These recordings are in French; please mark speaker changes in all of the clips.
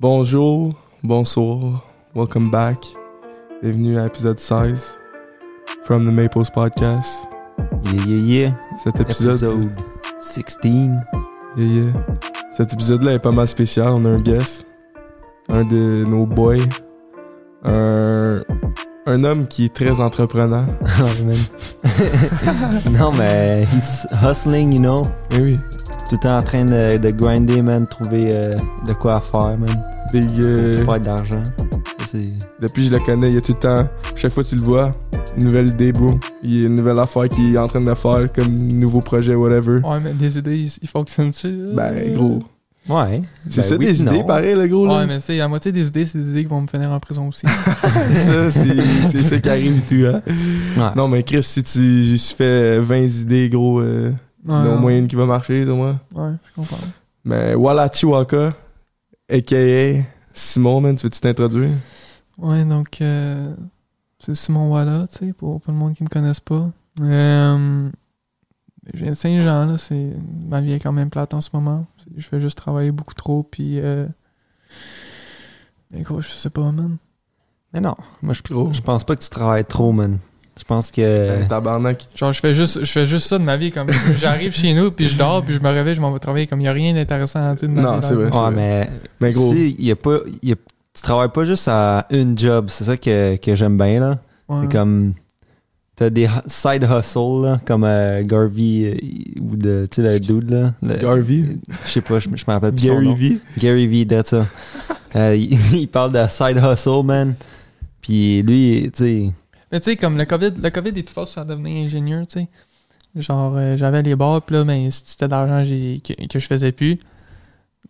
Speaker 1: Bonjour, bonsoir, welcome back. Bienvenue à épisode 16 from the Maples Podcast.
Speaker 2: Yeah, yeah, yeah.
Speaker 1: Cet épisode.
Speaker 2: Episode 16.
Speaker 1: Yeah, yeah. Cet épisode-là est pas mal spécial. On a un guest, un de nos boys, un, un homme qui est très entreprenant.
Speaker 2: Ah, non, mais he's hustling, you know.
Speaker 1: Eh oui,
Speaker 2: Tout le temps en train de, de grinder, man. Trouver euh, de quoi faire, man.
Speaker 1: big,
Speaker 2: Pour
Speaker 1: euh,
Speaker 2: Faire de l'argent. Ça, c'est-
Speaker 1: depuis que je le connais, il y a tout le temps, chaque fois que tu le vois, une nouvelle idée, bro. Il y a une nouvelle affaire qu'il est en train de faire, comme nouveau projet, whatever.
Speaker 3: Ouais, mais les idées, ils, ils fonctionnent-tu? là? Oh,
Speaker 1: Ben, gros.
Speaker 2: Ouais.
Speaker 1: C'est
Speaker 2: Ben
Speaker 1: ça
Speaker 2: oui,
Speaker 1: des
Speaker 2: non.
Speaker 1: idées, pareil, le gros, là?
Speaker 3: Ouais, mais tu sais, la moitié des idées, c'est des idées qui vont me finir en prison aussi.
Speaker 1: ça, c'est c'est ça qui arrive et tout, hein.
Speaker 2: Ouais.
Speaker 1: Non, mais Chris, si tu si tu fais 20 idées, gros, euh, il y en a au moins une qui va marcher, au moins.
Speaker 3: Ouais, je comprends.
Speaker 1: Mais Wala Chiwaka, a.k.a. Simon, man, tu veux-tu t'introduire?
Speaker 3: Ouais, donc, euh, c'est Simon Walla, tu sais, pour, pour le monde qui me connaisse pas. Euh, j'ai Saint-Jean, là, c'est. Ma vie est quand même plate en ce moment. C'est- Je fais juste travailler beaucoup trop, puis. Euh, mais gros, je sais pas, man.
Speaker 2: Mais non. Moi, je,
Speaker 1: Gros.
Speaker 2: je pense pas que tu travailles trop, man. Je pense que.
Speaker 1: Hey, Ben, tabarnak.
Speaker 3: Genre, je fais juste, je fais juste ça de ma vie. comme J'arrive chez nous, puis je dors, puis je me réveille, je m'en vais travailler. Comme il y a rien d'intéressant à dire de ma
Speaker 1: Non,
Speaker 3: vie,
Speaker 1: Ben, c'est
Speaker 3: là.
Speaker 1: vrai.
Speaker 2: Ouais, mais.
Speaker 1: Mais gros,
Speaker 2: Si, il y a pas. il y a- tu travailles pas juste à une job. C'est ça que, que j'aime bien, là.
Speaker 3: Ouais.
Speaker 2: C'est comme. T'as des hu- side hustles, là, comme euh, Garvey euh, ou de, tu sais, le dude, là.
Speaker 1: euh,
Speaker 2: le-
Speaker 1: Garvey,
Speaker 2: Je sais pas, je je me rappelle plus son
Speaker 1: Gary
Speaker 2: nom.
Speaker 1: V.
Speaker 2: Gary V, that's ça. Euh, il, il parle de side hustle, man. Puis lui, tu sais.
Speaker 3: Mais tu sais, comme le COVID, le COVID est plus fort à devenir ingénieur, tu sais. Genre, euh, j'avais les bars, puis là, ben, c'était de l'argent j'ai- que, que je faisais plus.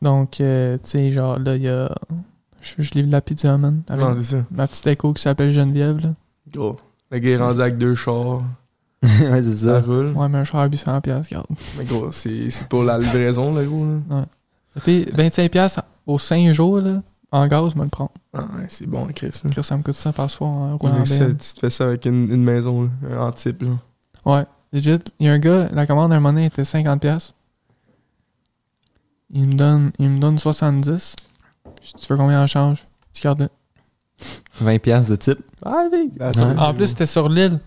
Speaker 3: Donc, euh, tu sais, genre, là, il y a. Je, je livre de la pizza, man. Avec
Speaker 1: Non, c'est ça.
Speaker 3: ma petite écho qui s'appelle Geneviève, là.
Speaker 1: Gros. Le gars est rendu avec deux chars,
Speaker 2: ouais, c'est
Speaker 1: ça
Speaker 2: ça.
Speaker 1: roule.
Speaker 3: Ouais, mais un char à 800 piastres, regarde.
Speaker 1: Mais gros, c'est c'est pour la livraison, le gros, là.
Speaker 3: Puis 25 piastres au 5 jours, là, en gaz, me le prendre.
Speaker 1: Ah, ouais, c'est bon, Chris. hein.
Speaker 3: Chris, ça me coûte 100 par soir en
Speaker 1: On
Speaker 3: roulant en
Speaker 1: dirait que ça-
Speaker 3: BM.
Speaker 1: Tu te fais ça avec une, une maison, là, en type, genre.
Speaker 3: Ouais, legit. Il y a un gars, la commande à un moment donné était 50$. piastres. Il me donne, il me donne 70$. Je dis, tu veux combien en change? Tu gardes
Speaker 2: 20 piastres de type.
Speaker 1: Là,
Speaker 2: Ouais.
Speaker 1: c'est-
Speaker 3: En plus, c'était sur l'île.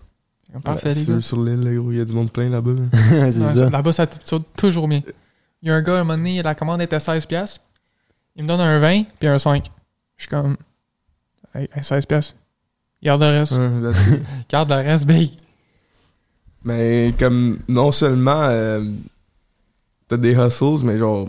Speaker 3: Comme Parfait,
Speaker 1: Ouais,
Speaker 3: les
Speaker 1: Bah, sur-
Speaker 3: gars.
Speaker 1: Sur l'île, là, gros, il y a du monde plein là-bas. là.
Speaker 2: ouais, c'est
Speaker 3: Ouais,
Speaker 2: ça.
Speaker 3: Là-bas, ça te tourne toujours bien. Il y a un gars, à un moment donné, la commande était 16$. piastres. Il me donne un 20$ puis un 5$. Je suis comme, hey, hey, 16$. piastres. Garde le reste.
Speaker 1: Ouais, là,
Speaker 3: Garde le reste, big.
Speaker 1: Mais comme non seulement euh, t'as des hustles, mais genre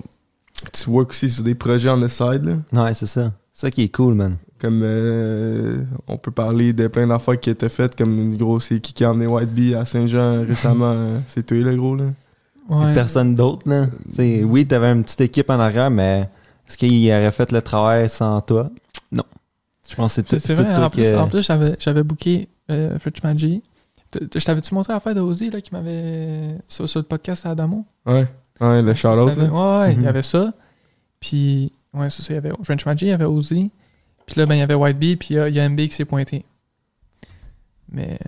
Speaker 1: tu work aussi sur des projets on the side. là.
Speaker 2: Ouais, c'est ça. C'est ça qui est cool, man.
Speaker 1: Comme euh, on peut parler de plein d'affaires qui étaient faites, comme une grosse c'est qui qui a emmené White Bee à Saint-Jean récemment. euh, c'est toi le gros là.
Speaker 3: Ouais. Mm.
Speaker 2: Personne d'autre, là. Tu sais, oui, t'avais une petite équipe en arrière, mais est-ce qu'il aurait fait le travail sans toi? Non. Je pense que c'est tout,
Speaker 3: C'est
Speaker 2: tout
Speaker 3: vrai,
Speaker 2: toi
Speaker 3: en plus,
Speaker 2: que-
Speaker 3: en plus j'avais, j'avais booké euh, Fridge Magic. T- t- Je t'avais-tu montré l'affaire de Ozzy là, qui m'avait. Sur, sur le podcast à Adamo
Speaker 1: Ouais, ouais, le shout out
Speaker 3: Ouais,
Speaker 1: là.
Speaker 3: ouais, il
Speaker 2: Mhm.
Speaker 3: y avait ça. Puis, ouais, c'est ça, il y avait French Magic, il y avait Ozzy. Puis là, ben, il y avait White Bee, puis euh, il y a MB qui s'est pointé. Mais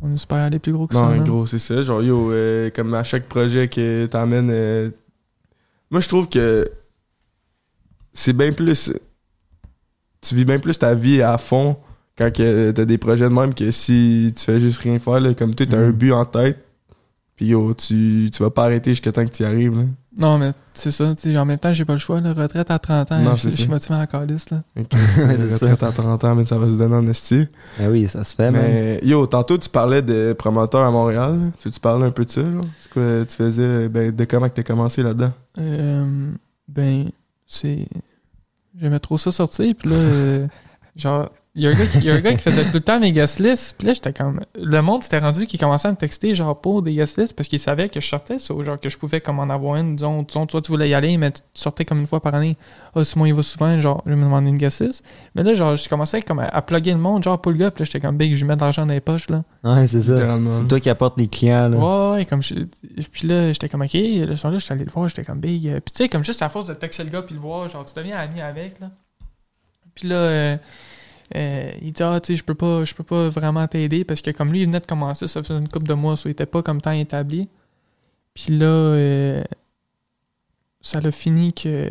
Speaker 3: on espère aller plus gros que ça.
Speaker 1: Non,
Speaker 3: man.
Speaker 1: gros, c'est ça. Genre, yo, euh, comme à chaque projet que t'amènes. euh, moi, je trouve que c'est bien plus. Tu vis bien plus ta vie à fond quand que t'as des projets de même que si tu fais juste rien faire. Là, comme tu t'as
Speaker 2: Mhm.
Speaker 1: un but en tête. Puis yo, tu, tu vas pas arrêter jusqu'à temps que tu y arrives. Là.
Speaker 3: Non, mais c'est ça, tu sais, en même temps, j'ai pas le choix, la retraite à 30 ans,
Speaker 1: Non,
Speaker 3: je,
Speaker 1: c'est
Speaker 3: je suis
Speaker 1: ça.
Speaker 3: motivé en calice, là.
Speaker 1: Ok,
Speaker 2: c'est ça.
Speaker 1: retraite à 30 ans, mais ça va se donner en esti.
Speaker 2: Ben oui, ça se fait, man.
Speaker 1: Mais yo, tantôt tu parlais de promoteur à Montréal. là. Tu, tu parlais un peu de ça, genre? C'est quoi tu faisais ben, de comment que t'as commencé là-dedans?
Speaker 3: Euh, ben, c'est. J'aimais trop ça sortir. Puis là, euh, genre, il y a un gars qui- il y a un gars qui faisait tout le temps mes guest lists. Puis là, j'étais comme. Le monde s'était rendu qu'il commençait à me texter, genre, pour des guest lists parce qu'il savait que je sortais, ça, genre, que je pouvais comme en avoir une. Disons, disons, toi, tu voulais y aller, mais tu sortais comme une fois par année. Ah, Simon, il va souvent, genre, je vais me demander une guest list. Mais là, genre, je commençais comme à, à plugger le monde, genre, pour le gars. Puis là, j'étais comme, big, je lui mets de l'argent dans les poches, là.
Speaker 2: Ouais, c'est ça.
Speaker 1: Littéralement.
Speaker 2: C'est toi qui apporte les clients, là.
Speaker 3: Ouais, ouais, comme je... Puis là, j'étais comme, OK, le son là, j'étais allé le voir, j'étais comme big. euh, Puis tu sais, comme juste à force de texter le gars puis le voir, genre, tu deviens ami avec, là. Puis là, euh, euh, il dit, ah, tu sais, je peux pas, je peux pas vraiment t'aider parce que comme lui, il venait de commencer, ça faisait une couple de mois, ça, il était pas comme temps établi. Puis là, euh, ça l'a fini que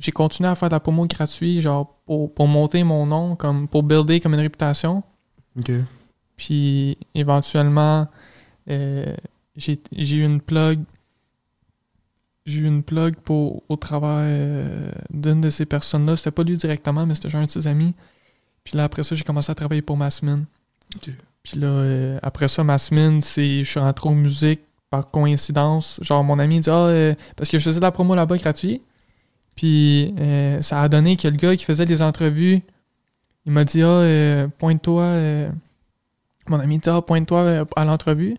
Speaker 3: j'ai continué à faire de la promo gratuite, genre pour, pour monter mon nom, comme pour builder comme une réputation.
Speaker 1: Ok.
Speaker 3: Puis éventuellement, euh, j'ai j'ai eu une plug. J'ai eu une plug pour, au travers euh, d'une de ces personnes-là. C'était pas lui directement, mais c'était genre un de ses amis. Puis là, après ça, j'ai commencé à travailler pour ma semaine.
Speaker 1: Ok.
Speaker 3: Puis là, euh, après ça, ma semaine, c'est je suis rentré en musique par coïncidence. Genre, mon ami dit Ah, euh, parce que je faisais de la promo là-bas gratuit. Puis euh, ça a donné que le gars qui faisait des entrevues, il m'a dit Ah, euh, pointe-toi. euh, mon ami dit Ah, pointe-toi euh, à l'entrevue.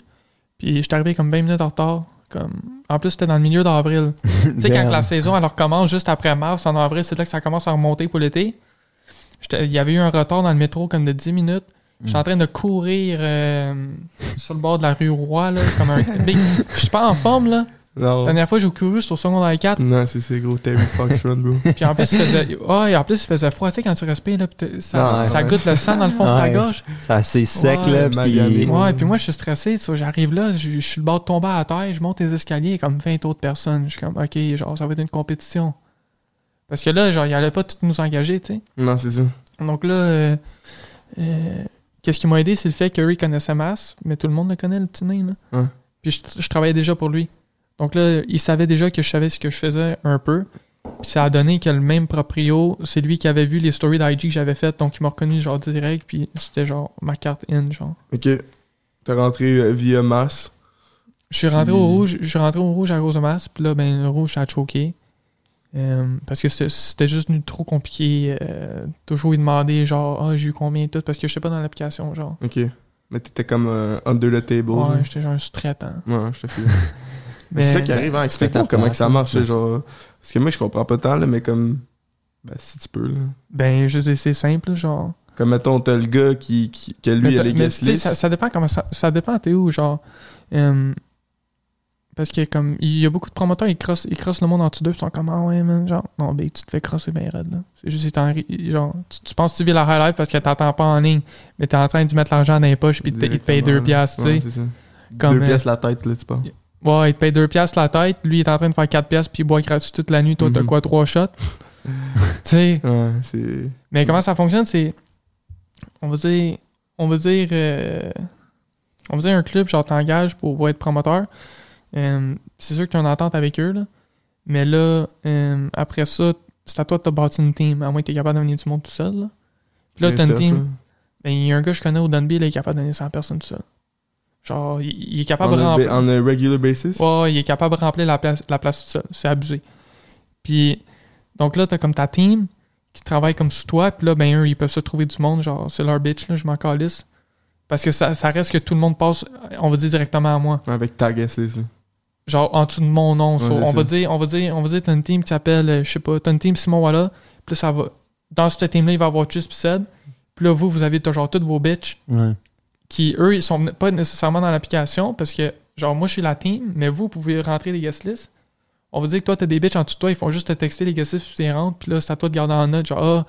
Speaker 3: Puis j'étais arrivé comme 20 minutes en retard. Comme... En plus, c'était dans le milieu d'avril. Tu sais, quand la saison, elle recommence juste après mars, en avril, c'est là que ça commence à remonter pour l'été. J'étais- Il y avait eu un retard dans le métro comme de 10 minutes. J'étais en
Speaker 2: Hmm.
Speaker 3: train de courir euh, sur le bord de la rue Roy, là, comme un... big- Je suis pas en forme, là. La
Speaker 1: Non.
Speaker 3: dernière fois, j'ai couru sur secondaire 4,
Speaker 1: Non, c'est c'est gros Terry Fox Run, bro.
Speaker 3: puis en plus, il faisait... Ah, et en plus, il faisait froid, tu sais, quand tu respires, là, puis t'es- ça,
Speaker 2: Ah, ouais. Ah,
Speaker 3: ça goûte le sang dans le fond de ta
Speaker 2: Ouais.
Speaker 3: gorge.
Speaker 2: Ça, c'est sec,
Speaker 3: Ouais,
Speaker 2: là.
Speaker 1: magané.
Speaker 2: Puis,
Speaker 3: Ouais, puis moi, je suis stressé. tu sais, J'arrive là, je, je suis le bord de tomber à terre, je monte les escaliers, il y a comme 20 autres personnes. Je suis comme, OK, genre, ça va être une compétition. Parce que là, genre, il allait pas tout nous engager, tu sais.
Speaker 1: Non, c'est ça.
Speaker 3: Donc là, euh, euh, qu'est-ce qui m'a aidé, c'est le fait que Rick connaissait Mass, mais tout le monde le connaît, le petit nain, là.
Speaker 1: Ouais.
Speaker 3: Puis je, je travaillais déjà pour lui. Donc là, il savait déjà que je savais ce que je faisais un peu. Puis ça a donné que le même proprio, c'est lui qui avait vu les stories d'IG que j'avais faites, donc il m'a reconnu genre direct, puis c'était genre ma carte in, genre.
Speaker 1: Ok. T'es rentré euh, via masse.
Speaker 3: Je suis rentré au
Speaker 1: Puis-
Speaker 3: rouge, je suis rentré au rouge à Rose Masse, puis là, ben, le rouge, ça a choqué. Euh, parce que c'était- c'était juste devenu trop compliqué. euh, toujours lui demander, genre, ah, j'ai eu combien et tout, parce que je sais pas dans l'application, genre.
Speaker 1: Ok. Mais t'étais comme euh, under the table.
Speaker 3: ouais,
Speaker 1: genre.
Speaker 3: j'étais genre hein. Ben, un sous-traitant.
Speaker 1: Ouais, je te file. Mais c'est ça qui arrive, hein. Explique-nous
Speaker 2: fais ta
Speaker 1: comment
Speaker 2: place,
Speaker 1: que ça marche,
Speaker 2: hein.
Speaker 1: genre. euh, Parce que moi, je comprends pas tant, là, mais comme. Ben, si tu peux, là.
Speaker 3: Ben, je sais, c'est simple, genre.
Speaker 1: Comme, mettons, t'as le gars qui, qui- que lui, il
Speaker 3: Mais
Speaker 1: a
Speaker 3: t'as-
Speaker 1: les
Speaker 3: mais
Speaker 1: guest
Speaker 3: tu sais,
Speaker 1: lists.
Speaker 3: ça, ça dépend comment ça, ça dépend t'es où genre euh, parce que comme il y a beaucoup de promoteurs ils crossent ils crossent le monde en dessous d'eux ils sont comme ah ouais man genre non ben tu te fais crosser bien raide là c'est juste t'en ris- genre tu, tu penses que tu vis la high life parce que t'attends pas en ligne mais t'es en train d'y mettre l'argent dans les poches puis ils te- ils te payent
Speaker 1: Directement,
Speaker 3: deux
Speaker 1: là.
Speaker 3: piastres tu
Speaker 1: Ouais,
Speaker 3: sais
Speaker 1: c'est ça.
Speaker 3: Comme,
Speaker 1: Deux
Speaker 3: euh,
Speaker 1: piastres la tête, là, tu parles.
Speaker 3: ouais ils te payent deux piastres la tête lui il est en train de faire quatre piastres puis il boit gratuit toute la nuit toi t'as
Speaker 1: Mhm.
Speaker 3: quoi trois shots tu sais
Speaker 1: Ouais, c'est.
Speaker 3: mais comment ça fonctionne, c'est. On va dire. On va dire. euh, on va dire un club, genre, t'engages pour, pour être promoteur. Euh, c'est sûr que t'as une entente avec eux, là. Mais là, euh, après ça, c'est à toi de te bâtir une team, à moins que t'es capable de venir du monde tout seul, là. Puis là,
Speaker 1: très
Speaker 3: t'as une
Speaker 1: tough,
Speaker 3: team.
Speaker 1: là.
Speaker 3: Ben, il y a un gars que je connais au Danby, là, il est capable de donner 100 personnes tout seul. Genre, il, il est capable
Speaker 1: On
Speaker 3: de
Speaker 1: a-
Speaker 3: remplir.
Speaker 1: On a regular basis.
Speaker 3: Ouais, il est capable de remplir la place, la place tout seul. C'est abusé. Puis, donc là, t'as comme ta team qui travaille comme sous toi. Puis là, ben, eux, ils peuvent se trouver du monde. Genre, c'est leur bitch, là, je m'en calisse. Parce que ça, ça reste que tout le monde passe, on va dire directement à moi.
Speaker 1: Avec ta guest list, là.
Speaker 3: Genre, en dessous de mon nom. So,
Speaker 1: Ouais, c'est
Speaker 3: on, va
Speaker 1: ça.
Speaker 3: dire, on va dire, on va dire, t'as une team qui s'appelle, euh, je sais pas, t'as une team Simon Walla. Puis là, ça va. Dans cette team-là, il va y avoir Just Sed. Puis là, vous, vous avez genre toutes vos bitches
Speaker 2: ouais.
Speaker 3: qui, eux, ils sont pas nécessairement dans l'application parce que, genre, moi, je suis la team, mais vous, vous pouvez rentrer les guest lists. On va dire que toi, t'as des bitches en dessous de toi, ils font juste te texter les guest lists, puis tu les rentres, puis là, c'est à toi de garder en note, genre, ah,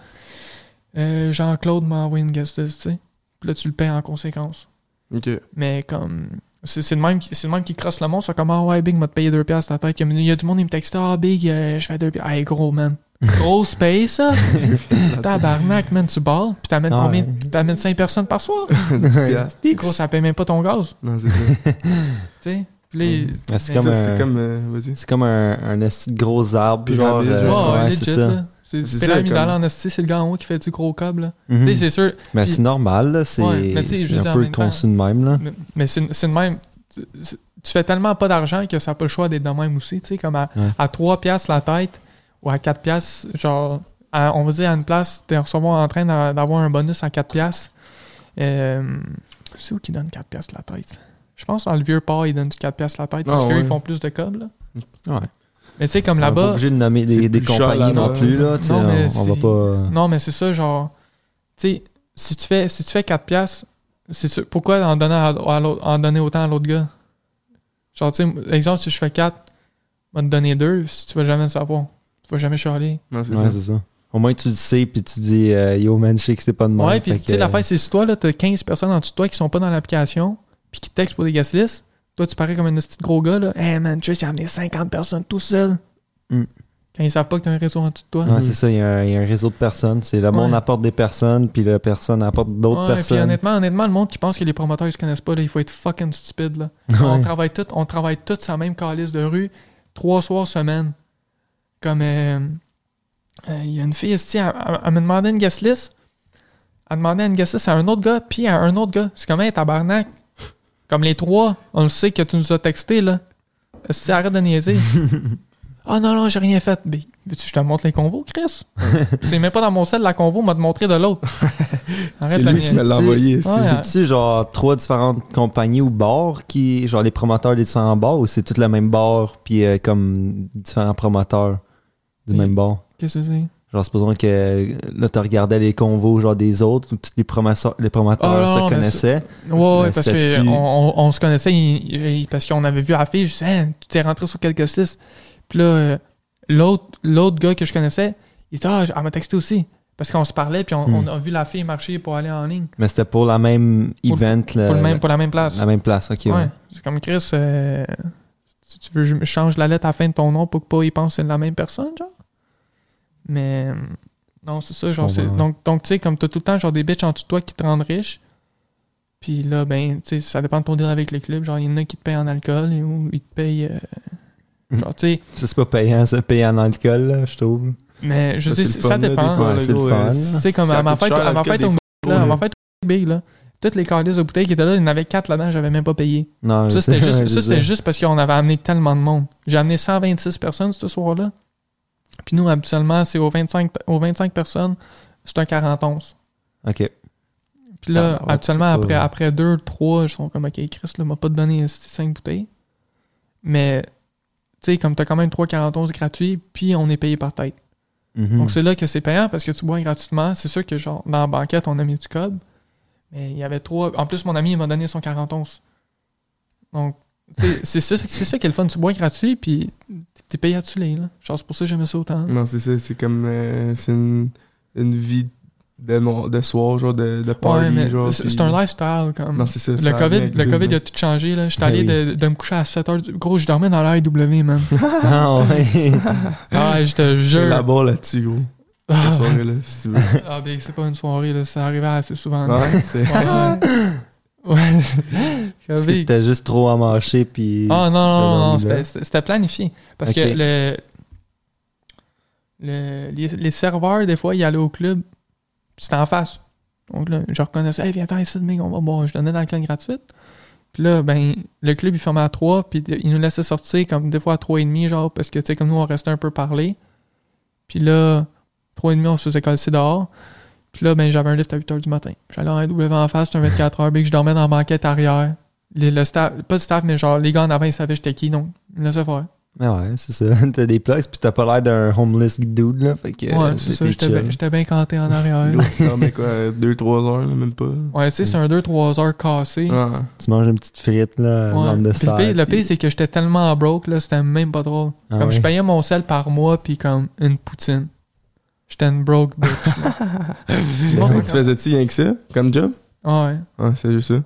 Speaker 3: euh, Jean-Claude m'a envoyé une guest list, tu sais. Puis là, tu le payes en conséquence.
Speaker 1: Ok.
Speaker 3: Mais comme. C'est c'est le même qui- c'est le même qui crosse le monde, c'est comme, ah ouais, Big m'a te payé 2$ piastres la tête. Comme, Il y a du monde, il me texte, ah, Big, euh, je fais 2$. Hey, gros, man. Gros space, ça. Tabarnak, man, tu balles. Puis t'amènes
Speaker 2: Ouais.
Speaker 3: combien? T'amènes 5 personnes par soir.
Speaker 1: Dix piastres.
Speaker 3: Gros, ça paye même pas ton gaz.
Speaker 1: Non, c'est ça.
Speaker 3: Tu sais, puis là, il-
Speaker 2: Ah, c'est
Speaker 3: mais-
Speaker 2: Comme
Speaker 1: Ça,
Speaker 2: un-
Speaker 1: C'est comme. euh, Vas-y.
Speaker 2: C'est comme un, un esti de gros arbre. Genre,
Speaker 1: Pyramide,
Speaker 2: euh,
Speaker 1: genre.
Speaker 3: Ouais,
Speaker 2: ouais,
Speaker 3: legit,
Speaker 2: c'est ça.
Speaker 3: là. C'est
Speaker 1: C'est
Speaker 3: c'est
Speaker 1: ça,
Speaker 3: pyramidal
Speaker 1: comme-
Speaker 3: en esti, c'est le gars en haut qui fait du gros câble. là.
Speaker 2: Mhm.
Speaker 3: Tu sais, c'est sûr,
Speaker 2: Mais
Speaker 3: Puis-
Speaker 2: c'est normal, là. C'est
Speaker 3: Ouais, mais tu sais, je veux
Speaker 2: c'est
Speaker 3: dire,
Speaker 2: un
Speaker 3: en
Speaker 2: peu
Speaker 3: même temps-
Speaker 2: conçu de même, là.
Speaker 3: mais- mais c'est c'est de même. Tu tu fais tellement pas d'argent que ça n'a pas le choix d'être de même aussi, tu sais, comme à,
Speaker 2: Ouais.
Speaker 3: à 3 piastres la tête ou à 4 piastres, genre, à- on va dire à une place, t'es en ce moment en train d'a- d'avoir un bonus à 4 piastres. Euh, c'est où qui donne 4 piastres la tête? Je pense dans le vieux port, ils donnent du 4 piastres la tête parce
Speaker 1: Ah,
Speaker 3: qu'eux,
Speaker 1: ouais.
Speaker 3: ils font plus de câbles. là.
Speaker 2: Ouais.
Speaker 3: Mais tu sais, comme
Speaker 2: On est pas
Speaker 3: là-bas,
Speaker 2: obligé de nommer des,
Speaker 1: c'est
Speaker 2: des
Speaker 1: plus cher
Speaker 2: compagnies
Speaker 1: là-bas.
Speaker 2: non plus, là. tu sais,
Speaker 3: Non, mais
Speaker 2: on, on
Speaker 3: c'est-
Speaker 2: va pas.
Speaker 3: Non, mais c'est ça, genre, tu sais, si tu fais, si tu fais 4 piastres, c'est sûr- pourquoi en donner, à, à l'autre- en donner autant à l'autre gars? Genre, tu sais, exemple, si je fais 4, va te donner 2, si tu vas jamais le savoir. Tu vas jamais charler.
Speaker 1: Non, c'est
Speaker 2: Ouais,
Speaker 1: ça.
Speaker 2: c'est ça. Au moins, tu le sais, puis tu dis, euh, yo, man, je sais que c'est pas de moi.
Speaker 3: ouais, puis tu sais, l'affaire, c'est si toi, là, t'as 15 personnes en dessous de toi qui sont pas dans l'application, puis qui textent pour des guest lists, toi, tu parais comme un petit gros gars, là. Hey man, Chris, il a amené 50 personnes tout seul.
Speaker 2: Mm.
Speaker 3: Quand ils savent pas que t'as un réseau en dessous de toi.
Speaker 2: Ouais, c'est ça, il y, a un, il y a un réseau de personnes. C'est le monde
Speaker 3: Mhm. Ouais.
Speaker 2: apporte des personnes, puis la personne apporte d'autres
Speaker 3: Ouais, Puis
Speaker 2: personnes.
Speaker 3: honnêtement, honnêtement, le monde qui pense que les promoteurs ils se connaissent pas, là, il faut être fucking stupide. Là. On
Speaker 2: Ouais.
Speaker 3: travaille tous, on travaille tous sur la même calice de rue, trois soirs semaine. Comme euh, euh, il y a une fille ici, elle, elle- elle me demandait une guest list. Elle demandait une guest list à un autre gars, puis à un autre gars. C'est comme un tabarnak. Comme les trois, on le sait que tu nous as texté là. Si arrête de niaiser. Ah non, non, j'ai rien fait. Mais, veux-tu que je te montre les convos, Chris? C'est même pas dans mon sel la convo, m'a te montré de l'autre.
Speaker 1: C'est
Speaker 3: Arrête la
Speaker 1: lui qui
Speaker 3: niaiser.
Speaker 1: me l'a envoyé.
Speaker 3: Ouais.
Speaker 1: c'est-
Speaker 2: C'est-tu genre trois différentes compagnies ou bars qui, genre les promoteurs des différents bars ou c'est tout le même bar puis euh, comme différents promoteurs du
Speaker 3: Oui.
Speaker 2: même bar?
Speaker 3: Qu'est-ce que c'est?
Speaker 2: Genre, supposons que euh, là, tu regardais les convos genre des autres où tous les promoteurs, les promoteurs
Speaker 3: Ah, non,
Speaker 2: se
Speaker 3: mais
Speaker 2: connaissaient.
Speaker 3: Ouais, ouais,
Speaker 2: Mais
Speaker 3: parce
Speaker 2: sais-tu-
Speaker 3: qu'on on, on se connaissait il- il- parce qu'on avait vu la fille, je disais, Hey, tu t'es rentré sur quelques six. Puis là, euh, l'autre l'autre gars que je connaissais, il dit, ah, elle m'a texté aussi. Parce qu'on se parlait, puis on,
Speaker 2: Hmm.
Speaker 3: on a vu la fille marcher pour aller en ligne.
Speaker 2: Mais c'était pour la même
Speaker 3: Pour le-
Speaker 2: event, le-
Speaker 3: pour, le même, pour la même place.
Speaker 2: Euh, la même place. Ok, ouais.
Speaker 3: Ouais. C'est comme Chris, euh, si tu veux, je change la lettre à la fin de ton nom pour que pas ils pensent que c'est la même personne, genre. Mais euh, non, c'est ça, genre.
Speaker 2: Je
Speaker 3: c'est-
Speaker 1: ben,
Speaker 2: comprends, ouais.
Speaker 3: Donc, donc tu sais, comme t'as tout le temps, genre des bitches en dessous de toi qui te rendent riche. Puis là, ben, tu sais, ça dépend de ton deal avec les clubs. Genre, il y en a qui te payent en alcool et ou ils te payent.
Speaker 1: Mhm.
Speaker 3: euh, genre, tu sais.
Speaker 2: Ça, c'est pas payant, ça, payant en alcool, là, je trouve.
Speaker 3: Mais je
Speaker 1: Ça,
Speaker 3: sais,
Speaker 1: c'est le fun,
Speaker 3: ça
Speaker 1: là, des
Speaker 3: dépend. hein.
Speaker 1: fois,
Speaker 2: Ouais,
Speaker 1: le
Speaker 2: c'est le
Speaker 1: gros,
Speaker 2: fun,
Speaker 1: euh,
Speaker 2: là.
Speaker 1: ça
Speaker 3: Tu sais, comme
Speaker 1: coûte
Speaker 3: à ma fête,
Speaker 1: cher,
Speaker 3: à ma
Speaker 1: l'alcool,
Speaker 3: fête
Speaker 1: des
Speaker 3: au
Speaker 1: fois,
Speaker 3: là, à
Speaker 1: là.
Speaker 3: ma fête au big, là. Toutes les calices de bouteilles qui étaient là, il y en avait quatre là-dedans, j'avais même pas payé.
Speaker 2: Non,
Speaker 3: Ça, c'était
Speaker 2: c'est-
Speaker 3: juste,
Speaker 2: ouais,
Speaker 3: ça,
Speaker 2: c'est
Speaker 3: c'était juste parce qu'on avait amené tellement de monde. J'ai amené 126 personnes ce soir-là. Puis nous, habituellement, c'est aux 25, aux 25 personnes, c'est un 40 onces.
Speaker 2: Ok.
Speaker 3: Puis là,
Speaker 2: Ah, ouais,
Speaker 3: habituellement,
Speaker 2: c'est pas-
Speaker 3: après, après deux, trois, ils sont comme, OK, Chris, là, m'a pas donné 5 bouteilles. Mais, tu sais, comme t'as quand même 3 40 onces gratuits, puis on est payé par tête.
Speaker 1: Hmm.
Speaker 2: Mhm.
Speaker 3: Donc c'est là que c'est payant parce que tu bois gratuitement. C'est sûr que, genre, dans la banquette, on a mis du cob. Mais il y avait trois. En plus, mon ami, il m'a donné son 40 onces. Donc, tu sais, c'est ça, c'est ça qui est le fun. Tu bois gratuit, puis t'es payé à tuer, là. Genre, c'est pour ça que j'aimais ça autant.
Speaker 1: Non, c'est ça, c'est comme. euh, c'est une, une vie de, no- de soir, genre, de, de
Speaker 3: Ouais,
Speaker 1: party,
Speaker 3: mais
Speaker 1: genre.
Speaker 3: c'est
Speaker 1: puis-
Speaker 3: c'est un lifestyle, comme.
Speaker 1: Non, c'est ça.
Speaker 3: Le COVID, le COVID a tout changé. là. J'étais
Speaker 2: Ben
Speaker 3: allé
Speaker 2: oui.
Speaker 3: de, de me coucher à 7 h du... Gros, je dormais dans l'AIW, man.
Speaker 2: Ah, ouais.
Speaker 3: Ah, je te
Speaker 1: jeu.
Speaker 3: jure.
Speaker 1: là-bas là-dessus, gros. Cette
Speaker 3: Ah,
Speaker 1: soirée-là, si tu veux.
Speaker 3: ah, ben, c'est pas une soirée, là. Ça arrivait assez souvent. là.
Speaker 1: Ouais, c'est.
Speaker 3: Ouais. Ouais.
Speaker 2: Parce que
Speaker 3: Big.
Speaker 2: t'étais juste trop amanché, puis.
Speaker 3: Ah non, non, non, non,
Speaker 2: tu t'es
Speaker 3: c'était- c'était c'était planifié. Parce
Speaker 2: Ok.
Speaker 3: que le, le- les, les serveurs, des fois, ils allaient au club, puis c'était en face. Donc là, je reconnaissais, hey, viens, attends ici, mec, on va boire. Je donnais dans la canne gratuite. Puis là, ben, le club, il fermait à 3, puis il nous laissait sortir, comme des fois à 3,5, genre, parce que, tu sais, comme nous, on restait un peu parler. Puis là, 3,5, on se faisait coller dehors. Puis là, ben, j'avais un lift à 8 h du matin. J'allais en W en face, c'était un 24 heures, big, je dormais dans la banquette arrière. Les- le staff, pas le staff, mais genre, les gars en avant, ils savaient j'étais qui, donc, ils me laissaient faire.
Speaker 2: Ah ouais, c'est ça. T'as des plugs, puis t'as pas l'air d'un homeless dude, là. Fait que. euh,
Speaker 3: ouais, c'est ça,
Speaker 2: t'es
Speaker 3: j'étais ben-
Speaker 2: chill.
Speaker 3: bien j'étais bien canté en arrière.
Speaker 1: Gros, tu dormais quoi, 2-3 heures, là, même pas.
Speaker 3: ouais, tu sais, c'est un 2-3 heures cassé.
Speaker 1: Ah,
Speaker 2: Tu manges une petite frite, là,
Speaker 3: Ouais.
Speaker 2: dans le
Speaker 3: Puis le
Speaker 2: dessert.
Speaker 3: pire, le
Speaker 2: puis-
Speaker 3: pire, c'est que j'étais tellement broke, là, c'était même pas drôle.
Speaker 2: Ah
Speaker 3: comme je
Speaker 2: ouais.
Speaker 3: payais mon sel par mois, puis comme une poutine. J'étais une broke bitch. là. Bon,
Speaker 1: Mais
Speaker 3: c'est
Speaker 1: tu faisais-tu rien que ça, comme job?
Speaker 3: quand- Ouais.
Speaker 1: Ouais, c'est juste ça.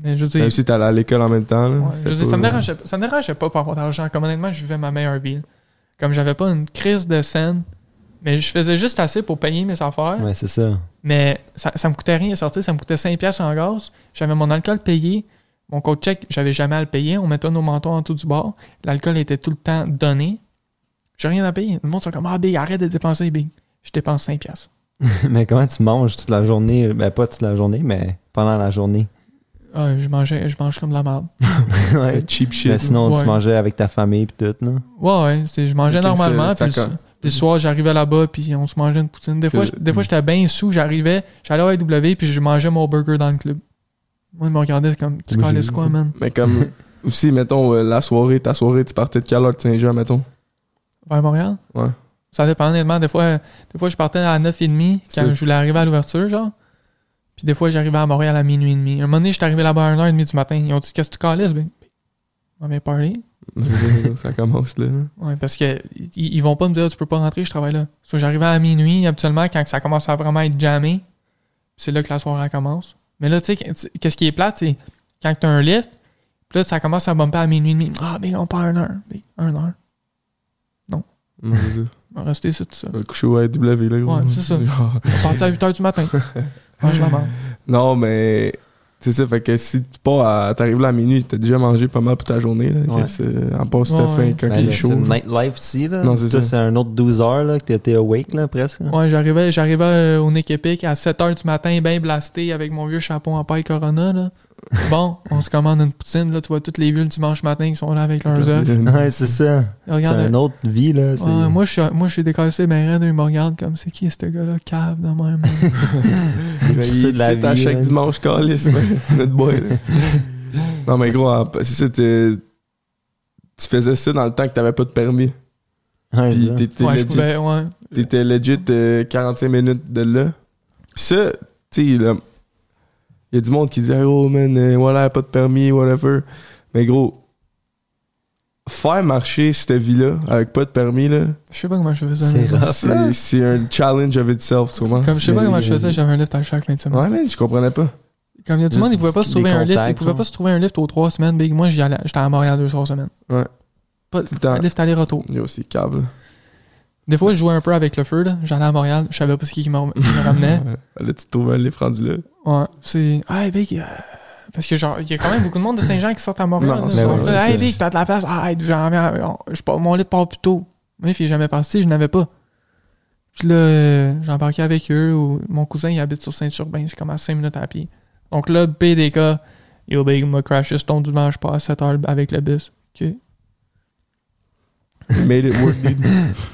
Speaker 3: Mais je veux
Speaker 2: Ah,
Speaker 3: dire,
Speaker 1: Même si t'allais à l'école en même temps, là.
Speaker 2: hein,
Speaker 3: ouais, je
Speaker 1: c'était
Speaker 3: veux dire,
Speaker 1: pas-
Speaker 3: ça, me dérangeait, ça me dérangeait pas par rapport à l'argent. Comme honnêtement, je vivais ma meilleure vie. là. Comme j'avais pas une crise de scène, mais je faisais juste assez pour payer mes affaires.
Speaker 2: Ouais, c'est ça.
Speaker 3: Mais ça, ça me coûtait rien à sortir, ça me coûtait 5 piastres en gaz. J'avais mon alcool payé, mon compte check, j'avais jamais à le payer. On mettait nos manteaux en dessous du bar. L'alcool était tout le temps donné. J'ai rien à payer. Le monde sont comme Ah, Big, arrête de dépenser, Big. Je dépense 5 piastres.
Speaker 2: mais comment tu manges toute la journée? Ben, pas toute la journée, mais pendant la journée.
Speaker 3: Ah, je, mangeais, je mange comme de la merde.
Speaker 2: ouais.
Speaker 1: Cheap shit.
Speaker 2: Mais sinon,
Speaker 3: Ouais.
Speaker 2: tu mangeais avec ta famille, puis tout, là.
Speaker 3: Ouais, ouais, c'était- je mangeais
Speaker 1: Ok,
Speaker 3: normalement.
Speaker 1: c'est-
Speaker 3: Puis le, so-
Speaker 1: d'accord.
Speaker 3: puis le soir, j'arrivais là-bas, puis on se mangeait une poutine. Des fois,
Speaker 1: C'est-
Speaker 3: je- des fois j'étais bien sous, j'arrivais, j'allais au AW, puis je mangeais mon burger dans le club. Moi, ils me regardaient comme Tu
Speaker 2: Moi, j'ai-
Speaker 3: connais quoi, man
Speaker 1: Mais comme. Aussi, mettons, euh, la soirée, ta soirée, tu partais de quelle heure de Saint-Jean, mettons?
Speaker 3: Vers Montréal?
Speaker 1: Ouais.
Speaker 3: Ça dépend, honnêtement. Des fois, des fois je partais à 9h30 quand
Speaker 1: C'est-
Speaker 3: je voulais arriver à l'ouverture, genre. Puis des fois, j'arrivais à Montréal à minuit et demi. Un moment donné, j'étais arrivé là-bas à 1h30 du matin. Ils ont dit Qu'est-ce que tu calisses? Ben, on vient parler.
Speaker 1: ça commence, là. hein.
Speaker 3: Ouais, parce que ils, ils vont pas me dire Ah, Tu peux pas rentrer, je travaille là. So, j'arrivais à minuit, habituellement, quand ça commence à vraiment être jammé. C'est là que la soirée commence. Mais là, tu sais, qu'est- qu'est-ce qui est plate, c'est quand t'as un lift, puis là, ça commence à bumper à minuit et demi. Ah, ben, on part à 1h. Ben, 1h.
Speaker 1: Non, c'est ça.
Speaker 3: On va rester ici, tout ça.
Speaker 1: On va coucher au AW, là, gros.
Speaker 3: Ouais, c'est ça.
Speaker 1: Genre-
Speaker 3: On va partir à 8 h du matin. Mange la merde.
Speaker 1: Non, mais c'est ça, fait que si tu pars à, t'arrives là à minuit, t'as déjà mangé pas mal pour ta journée, là,
Speaker 2: Ouais.
Speaker 1: que c'est- en part si
Speaker 3: Ouais,
Speaker 1: t'as faim
Speaker 3: ouais.
Speaker 1: quand
Speaker 2: Ben,
Speaker 1: il
Speaker 2: là,
Speaker 1: est chaud.
Speaker 2: c'est le
Speaker 1: là.
Speaker 2: nightlife aussi, là.
Speaker 1: Non, c'est
Speaker 2: Toi,
Speaker 1: ça.
Speaker 2: c'est un autre 12 heures, là, que t'étais awake, là, presque. là.
Speaker 3: Ouais, j'arrivais, j'arrivais euh, au Nick Epic à 7 h du matin, bien blasté, avec mon vieux chapeau en paille Corona, là. Bon, on se commande une poutine, là. Tu vois toutes les vues le dimanche matin qui sont là avec leurs œufs.
Speaker 2: Ouais, c'est ça. C'est
Speaker 3: Regarde, euh,
Speaker 2: une autre vie, là. c'est-
Speaker 3: Ouais, moi, je suis, moi, je suis décassé, mais rien, ils me regardent comme c'est qui ce gars-là, cave de même.
Speaker 1: Il
Speaker 2: C'est de la
Speaker 1: est à
Speaker 2: vie,
Speaker 1: chaque
Speaker 2: man.
Speaker 1: dimanche, calice, man. notre boy. là. Non, mais gros, en- c'est ça, t'es- tu faisais ça dans le temps que t'avais pas de permis.
Speaker 2: Ouais, c'est
Speaker 1: Puis
Speaker 2: ça.
Speaker 1: t'étais
Speaker 3: ouais, je
Speaker 1: legit,
Speaker 3: pouvais, ouais.
Speaker 1: t'étais legit, euh, 45 minutes de là. Puis ça, tu sais, là, il y a du monde qui dit Oh man, euh, voilà, pas de permis, whatever. Mais gros, faire marcher cette vie-là avec pas de permis, là,
Speaker 3: Je sais pas comment je faisais.
Speaker 2: C'est
Speaker 3: mais-
Speaker 2: rough.
Speaker 1: c'est c'est un challenge of itself, sûrement.
Speaker 3: Comme je sais pas
Speaker 2: C'est-
Speaker 3: comment je faisais, j'avais un lift à chaque fin de semaine.
Speaker 1: Ouais, man, je comprenais pas.
Speaker 3: Comme il y a du
Speaker 2: Juste
Speaker 3: monde, ils pouvaient pas se
Speaker 2: des
Speaker 3: trouver un lift, ils
Speaker 2: contacts,
Speaker 3: pouvaient
Speaker 2: genre.
Speaker 3: pas se trouver un lift aux trois semaines, big. Moi, j'y allais, j'étais à Montréal deux trois semaines.
Speaker 1: Ouais.
Speaker 3: Pas
Speaker 1: Tout le temps.
Speaker 3: un lift aller-retour.
Speaker 1: Yo, c'est câble.
Speaker 3: Des fois, je jouais un peu avec le feu, là. J'allais à Montréal, je savais pas ce qui me qui me ramenait.
Speaker 1: Là, tu trouves un livre rendu là.
Speaker 3: Ouais, c'est. Hey, Big. euh, Parce que, genre, il y a quand même beaucoup de monde de Saint-Jean qui sortent à Montréal.
Speaker 1: Non,
Speaker 3: là,
Speaker 1: c'est
Speaker 3: Ils
Speaker 2: vrai,
Speaker 3: sont
Speaker 2: c'est
Speaker 3: là, hey,
Speaker 2: ça.
Speaker 3: Big, t'as de la place. Ah, hey, j'en ai- on- je pars- mon lit part plus tôt. Mais il est jamais parti, je n'avais pas. Puis là, euh, j'embarquais avec eux. ou- Mon cousin, il habite sur Saint-Urbain. C'est comme à 5 minutes à pied. Donc là, BDK, yo, Big, m'a crashé ce ton dimanche, je pars à 7 h avec le bus. Ok.
Speaker 1: Made it work, dude.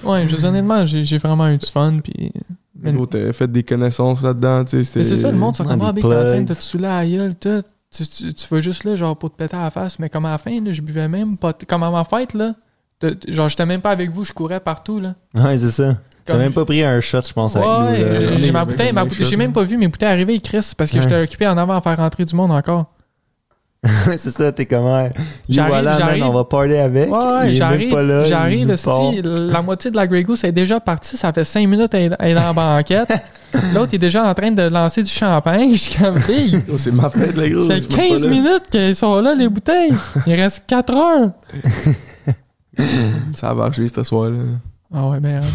Speaker 3: Ouais, je honnêtement, j'ai j'ai vraiment eu du fun. Puis. Mais-
Speaker 1: Gros, t'as fait des connaissances là-dedans, tu sais.
Speaker 3: Mais c'est ça, le monde, ça
Speaker 2: Ouais,
Speaker 3: comment
Speaker 2: des
Speaker 3: bien que t'es en train de
Speaker 2: plugs.
Speaker 3: te saouler à la gueule, tout. Tu, tu, tu vas juste là, genre, pour te péter à la face. Mais comme à la fin, là, je buvais même pas. Comme à ma fête, là, de- de- genre, j'étais même pas avec vous, je courais partout, là.
Speaker 2: Ouais, c'est ça. T'as
Speaker 3: Comme-
Speaker 2: même pas pris un shot, je pense, avec nous,
Speaker 3: Ouais,
Speaker 2: là.
Speaker 3: ouais,
Speaker 1: euh,
Speaker 3: j'ai ma
Speaker 1: avec
Speaker 3: bouteille,
Speaker 1: le
Speaker 3: ma
Speaker 1: mic
Speaker 3: bouteille-
Speaker 1: shot,
Speaker 3: j'ai même pas vu mes bouteilles arriver, Chris, parce que
Speaker 2: Ouais.
Speaker 3: j'étais occupé en avant à faire rentrer du monde encore.
Speaker 2: Ouais, c'est ça, t'es comme, ouais, lui,
Speaker 3: J'arrive,
Speaker 2: voilà, man,
Speaker 3: j'arrive.
Speaker 2: on va parler avec. il
Speaker 3: Ouais,
Speaker 2: est même
Speaker 3: j'arrive,
Speaker 2: pas là. il est
Speaker 3: j'arrive,
Speaker 2: nulle part.
Speaker 3: si la moitié de la Grey Goose est déjà partie, ça fait 5 minutes elle elle est en banquette. L'autre est déjà en train de lancer du champagne, je suis comme, Hey,
Speaker 1: Oh, c'est ma fête, là, gros.
Speaker 3: C'est
Speaker 1: Je suis même pas
Speaker 3: 15
Speaker 1: là.
Speaker 3: minutes qu'ils sont là, les bouteilles. Il reste 4 heures.
Speaker 1: Ça a marché ce soir-là.
Speaker 3: Ah ouais, ben. euh,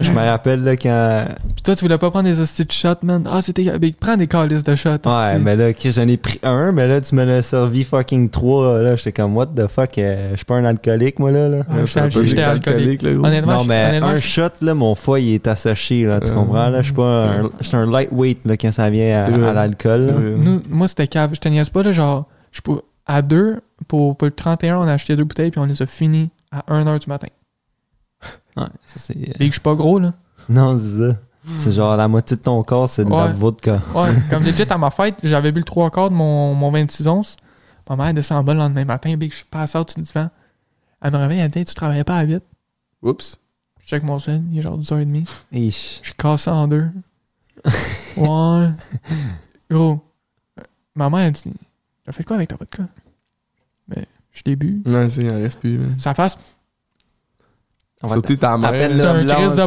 Speaker 2: Je me rappelle, là, quand.
Speaker 3: Puis toi, tu voulais pas prendre des hosties de shots, man. Ah, c'était. ben, Prends des calices de shots.
Speaker 2: Ouais, ben,
Speaker 3: hostie.
Speaker 2: mais là, Chris, j'en ai pris un, mais là, tu me l'as servi fucking trois, là. J'étais comme, what the fuck, euh, je suis pas un alcoolique, moi, là. là.
Speaker 3: Ah,
Speaker 1: Ouais,
Speaker 3: j'étais-
Speaker 1: un peu
Speaker 3: J'étais alcoolique.
Speaker 1: alcoolique, là, gros.
Speaker 3: Honnêtement,
Speaker 2: Non,
Speaker 3: je-
Speaker 2: mais
Speaker 3: honnêtement,
Speaker 2: un
Speaker 3: je-
Speaker 2: shot, là, mon foie, il est asséché, là. Tu
Speaker 1: Euh,
Speaker 2: comprends, là? Je suis pas un, je suis un lightweight, là, quand ça vient
Speaker 1: C'est
Speaker 2: à- à,
Speaker 1: vrai.
Speaker 2: l'alcool,
Speaker 1: C'est
Speaker 2: là.
Speaker 1: vrai.
Speaker 3: nous, moi, c'était cave. Je te niaise pas, là, genre, je pour, à deux, pour, pour le 31, on a acheté deux bouteilles, puis on les a finies à 1h du matin.
Speaker 2: Ouais, ça, c'est. euh,
Speaker 3: Big, je suis pas gros, là.
Speaker 2: Non, c'est ça. C'est genre la moitié de ton corps, c'est de la
Speaker 3: Hmm. Ouais.
Speaker 2: vodka.
Speaker 3: Ouais, comme legit, à ma fête, j'avais bu le 3 quarts de mon, mon 26 onces. Ma mère descend bas le lendemain matin, big, je suis passé au-dessus du divan. Elle me réveille, elle dit, tu travaillais pas à 8.
Speaker 1: Oups.
Speaker 3: Je check mon sel, il est genre 10h30.
Speaker 2: Ish.
Speaker 3: Je suis cassé en deux. ouais. Gros. euh, Ma mère, elle dit T'as fait quoi avec ta vodka Mais je l'ai bu.
Speaker 1: Non, c'est, il en reste plus, man.
Speaker 3: Ça face.
Speaker 2: On va
Speaker 1: Surtout ta mère.
Speaker 2: appelle-le.
Speaker 1: là.
Speaker 3: T'as un
Speaker 2: L'ambulance.
Speaker 3: crise de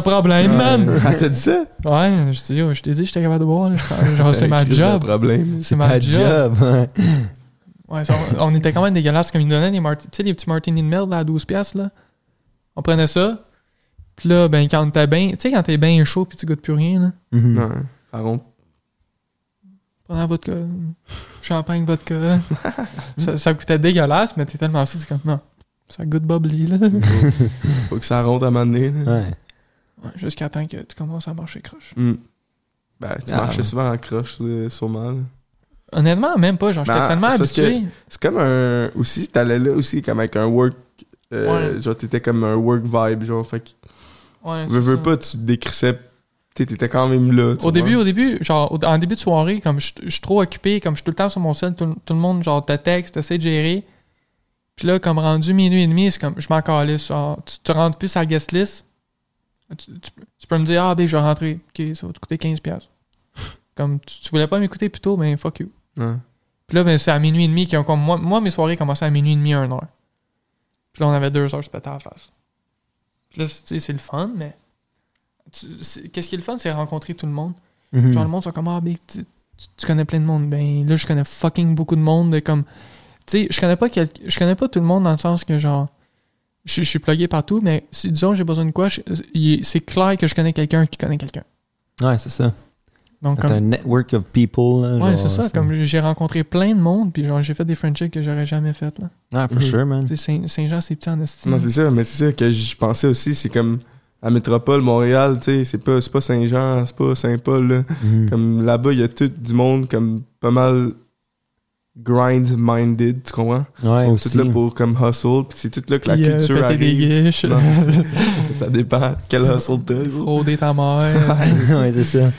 Speaker 3: problème, man
Speaker 1: Ah, t'as dit ça?
Speaker 3: Ouais, je dis, oh, je t'ai dit, j'étais capable de boire. là. Je- Genre, c'est ma
Speaker 1: Chris,
Speaker 3: job.
Speaker 1: le problème.
Speaker 3: C'est
Speaker 2: ta-
Speaker 3: ma
Speaker 2: ta
Speaker 3: job.
Speaker 2: job. ouais.
Speaker 3: Ouais, ça, on on était quand même dégueulasses comme ils nous donnaient des martinis. Tu sais, les petits martinis de merde là, à 12$, piastres, là. On prenait ça. Puis là, ben, quand t'es bien. Tu sais, quand t'es bien chaud puis tu goûtes plus rien, là.
Speaker 2: Mhm.
Speaker 1: Non, ça rompt.
Speaker 3: Pendant vodka. Champagne, vodka. ça, ça coûtait dégueulasse, mais t'es tellement souffle, c'est comme non. Ça goûte bubbly, là.
Speaker 1: Faut que ça rentre à un moment donné, là.
Speaker 2: Ouais.
Speaker 3: Ouais, Jusqu'à temps que tu commences à marcher croche.
Speaker 1: Hmm. Ben, tu
Speaker 2: Ah.
Speaker 1: marchais souvent en croche, euh, sûrement. là.
Speaker 3: Honnêtement, même pas. Genre, j'étais
Speaker 1: Ben,
Speaker 3: tellement
Speaker 1: c'est parce
Speaker 3: habitué.
Speaker 1: C'est comme un. Aussi, t'allais là aussi, comme avec un work. euh, Genre, t'étais comme un work vibe, genre. Fait que,
Speaker 3: Ouais, c'est
Speaker 1: veux, veux
Speaker 3: ça.
Speaker 1: pas, tu te décrissais. Tu sais, T'étais quand même là. tu
Speaker 3: Au
Speaker 1: vois.
Speaker 3: début, au début, genre, au- en début de soirée, comme je je suis trop occupé, comme je suis tout le temps sur mon sol, tout, tout le monde, genre, te texte, t'essaies de gérer. Puis là, comme rendu minuit et demi, c'est comme, je m'en calisse. Genre, tu, tu rentres plus à la guest list. Tu, tu- tu peux me dire, ah, ben, je vais rentrer. Ok, ça va te coûter 15$. piastres. comme, tu, tu voulais pas m'écouter plus tôt, ben, fuck you.
Speaker 1: Ouais.
Speaker 3: Puis là, ben, c'est à minuit et demi. qu'ils ont comme, moi, moi, mes soirées commençaient à minuit et demi, 1 heure. Puis là, on avait deux heures se péter à la face. Puis là, tu sais, c'est le fun, mais. tu- c'est- Qu'est-ce qui est le fun, c'est rencontrer tout le monde.
Speaker 1: Hmm.
Speaker 2: Mhm.
Speaker 3: Genre, le monde sont comme, ah, ben, tu, tu- tu connais plein de monde. Ben, là, je connais fucking beaucoup de monde. de Comme, tu sais, je connais pas quel- je connais pas tout le monde dans le sens que, genre, je, je suis plugué partout, mais si, disons, j'ai besoin de quoi, je- il- c'est clair que je connais quelqu'un qui connaît quelqu'un.
Speaker 2: Ouais, c'est ça.
Speaker 3: Donc,
Speaker 2: T'as
Speaker 3: comme,
Speaker 2: un network of people. là,
Speaker 3: ouais,
Speaker 2: genre,
Speaker 3: c'est ça. Comme j'ai- j'ai rencontré plein de monde, puis genre, j'ai fait des friendships que j'aurais jamais faites, là.
Speaker 2: Ah, for
Speaker 1: Mhm.
Speaker 2: sure, man.
Speaker 3: Tu sais, Saint- Saint-Jean, c'est petit en estime.
Speaker 1: Non, c'est ça, mais c'est ça que je pensais aussi. C'est comme à Métropole, Montréal, tu sais, c'est pas, c'est pas Saint-Jean, c'est pas Saint-Paul.
Speaker 3: Mm.
Speaker 1: Là.
Speaker 2: Mhm.
Speaker 1: Comme là-bas, il y a tout du monde comme pas mal grind-minded, tu comprends?
Speaker 2: Ouais,
Speaker 1: Ils sont
Speaker 2: aussi.
Speaker 1: tous là pour comme hustle, puis c'est tout là que la
Speaker 3: Puis, euh,
Speaker 1: culture
Speaker 3: péter des
Speaker 1: arrive.
Speaker 3: guiches,
Speaker 1: Non, ça dépend quel hustle t'as. gros.
Speaker 3: frauder ta mère.
Speaker 2: ouais, c'est ça.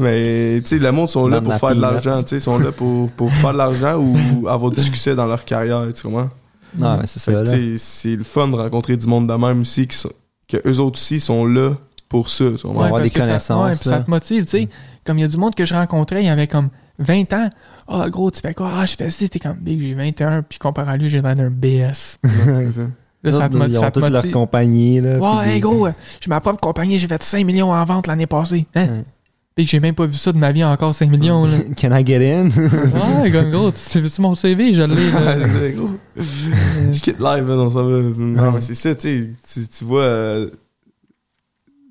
Speaker 1: Mais tu sais, le monde sont là
Speaker 2: Vendre
Speaker 1: pour
Speaker 2: la
Speaker 1: faire de
Speaker 2: peanuts.
Speaker 1: l'argent, tu sais, ils sont là pour, pour faire de l'argent ou avoir du succès dans leur carrière, tu comprends?
Speaker 3: Mhm.
Speaker 2: Non, mais c'est
Speaker 1: Fait
Speaker 2: ça,
Speaker 1: que,
Speaker 2: là.
Speaker 1: tu sais, c'est le fun de rencontrer du monde de même aussi, qui sont- que eux autres aussi sont là pour ça. tu
Speaker 2: Ouais,
Speaker 1: comprends?
Speaker 2: avoir
Speaker 3: parce
Speaker 2: des
Speaker 3: que ça-
Speaker 2: connaissances,
Speaker 3: ouais, puis
Speaker 2: là.
Speaker 3: ça te motive, tu sais. Comme il y a du monde que je rencontrais, il y avait comme 20 ans. Ah, gros, tu fais quoi? Ah, je fais ci. T'es comme, big, j'ai 21, puis comparé à lui, j'ai vendu un BS.
Speaker 1: C'est ça.
Speaker 3: Là, ça te
Speaker 2: Ils
Speaker 3: motive.
Speaker 2: ont
Speaker 3: Ça te
Speaker 2: toute leur
Speaker 3: motive.
Speaker 2: compagnie, là.
Speaker 3: Ouais,
Speaker 2: puis
Speaker 3: hey,
Speaker 2: des-
Speaker 3: gros, euh, j'ai ma propre compagnie, j'ai fait 5 millions en vente l'année passée. Hein?
Speaker 2: Ouais.
Speaker 3: Puis que j'ai même pas vu ça de ma vie encore 5 millions, là.
Speaker 2: Can I get in?
Speaker 3: ouais, comme gros, tu sais, vu-tu mon CV, je l'ai, là.
Speaker 1: Ouais, c'est ça, gros. Je quitte live, là, on s'en va. Non,
Speaker 2: Ouais.
Speaker 1: mais c'est ça, tu sais, tu- tu vois euh,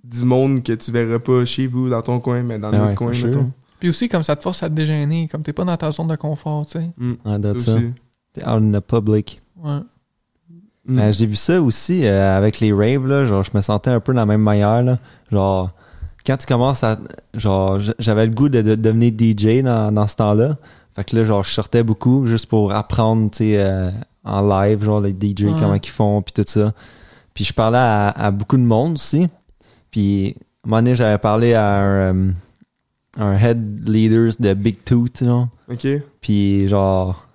Speaker 1: du monde que tu verrais pas chez vous, dans ton coin, mais dans
Speaker 2: Ben Ouais,
Speaker 1: notre
Speaker 2: for
Speaker 1: coin,
Speaker 2: sure.
Speaker 1: mettons.
Speaker 3: Puis aussi, comme ça te force à te dégêner, comme t'es pas dans ta zone de confort, tu sais.
Speaker 1: Mm.
Speaker 2: Ouais,
Speaker 1: Ça
Speaker 2: d'autres ça. Ben,
Speaker 1: aussi.
Speaker 2: T'es out in the public.
Speaker 3: Ouais.
Speaker 1: Mm.
Speaker 2: Euh, J'ai vu ça aussi euh, avec les raves, là. Genre, je me sentais un peu de la même manière, là. Genre, quand tu commences à. Genre, j- j'avais le goût de, de devenir DJ dans, dans ce temps-là. Fait que là, genre, je sortais beaucoup juste pour apprendre, tu sais, euh, en live, genre, les DJ,
Speaker 3: Ouais.
Speaker 2: comment ils font, puis tout ça. Puis je parlais à, à beaucoup de monde aussi. Puis, à un moment donné, j'avais parlé à un, euh, un head leader de Big Tooth, genre.
Speaker 1: Ok.
Speaker 2: Puis genre,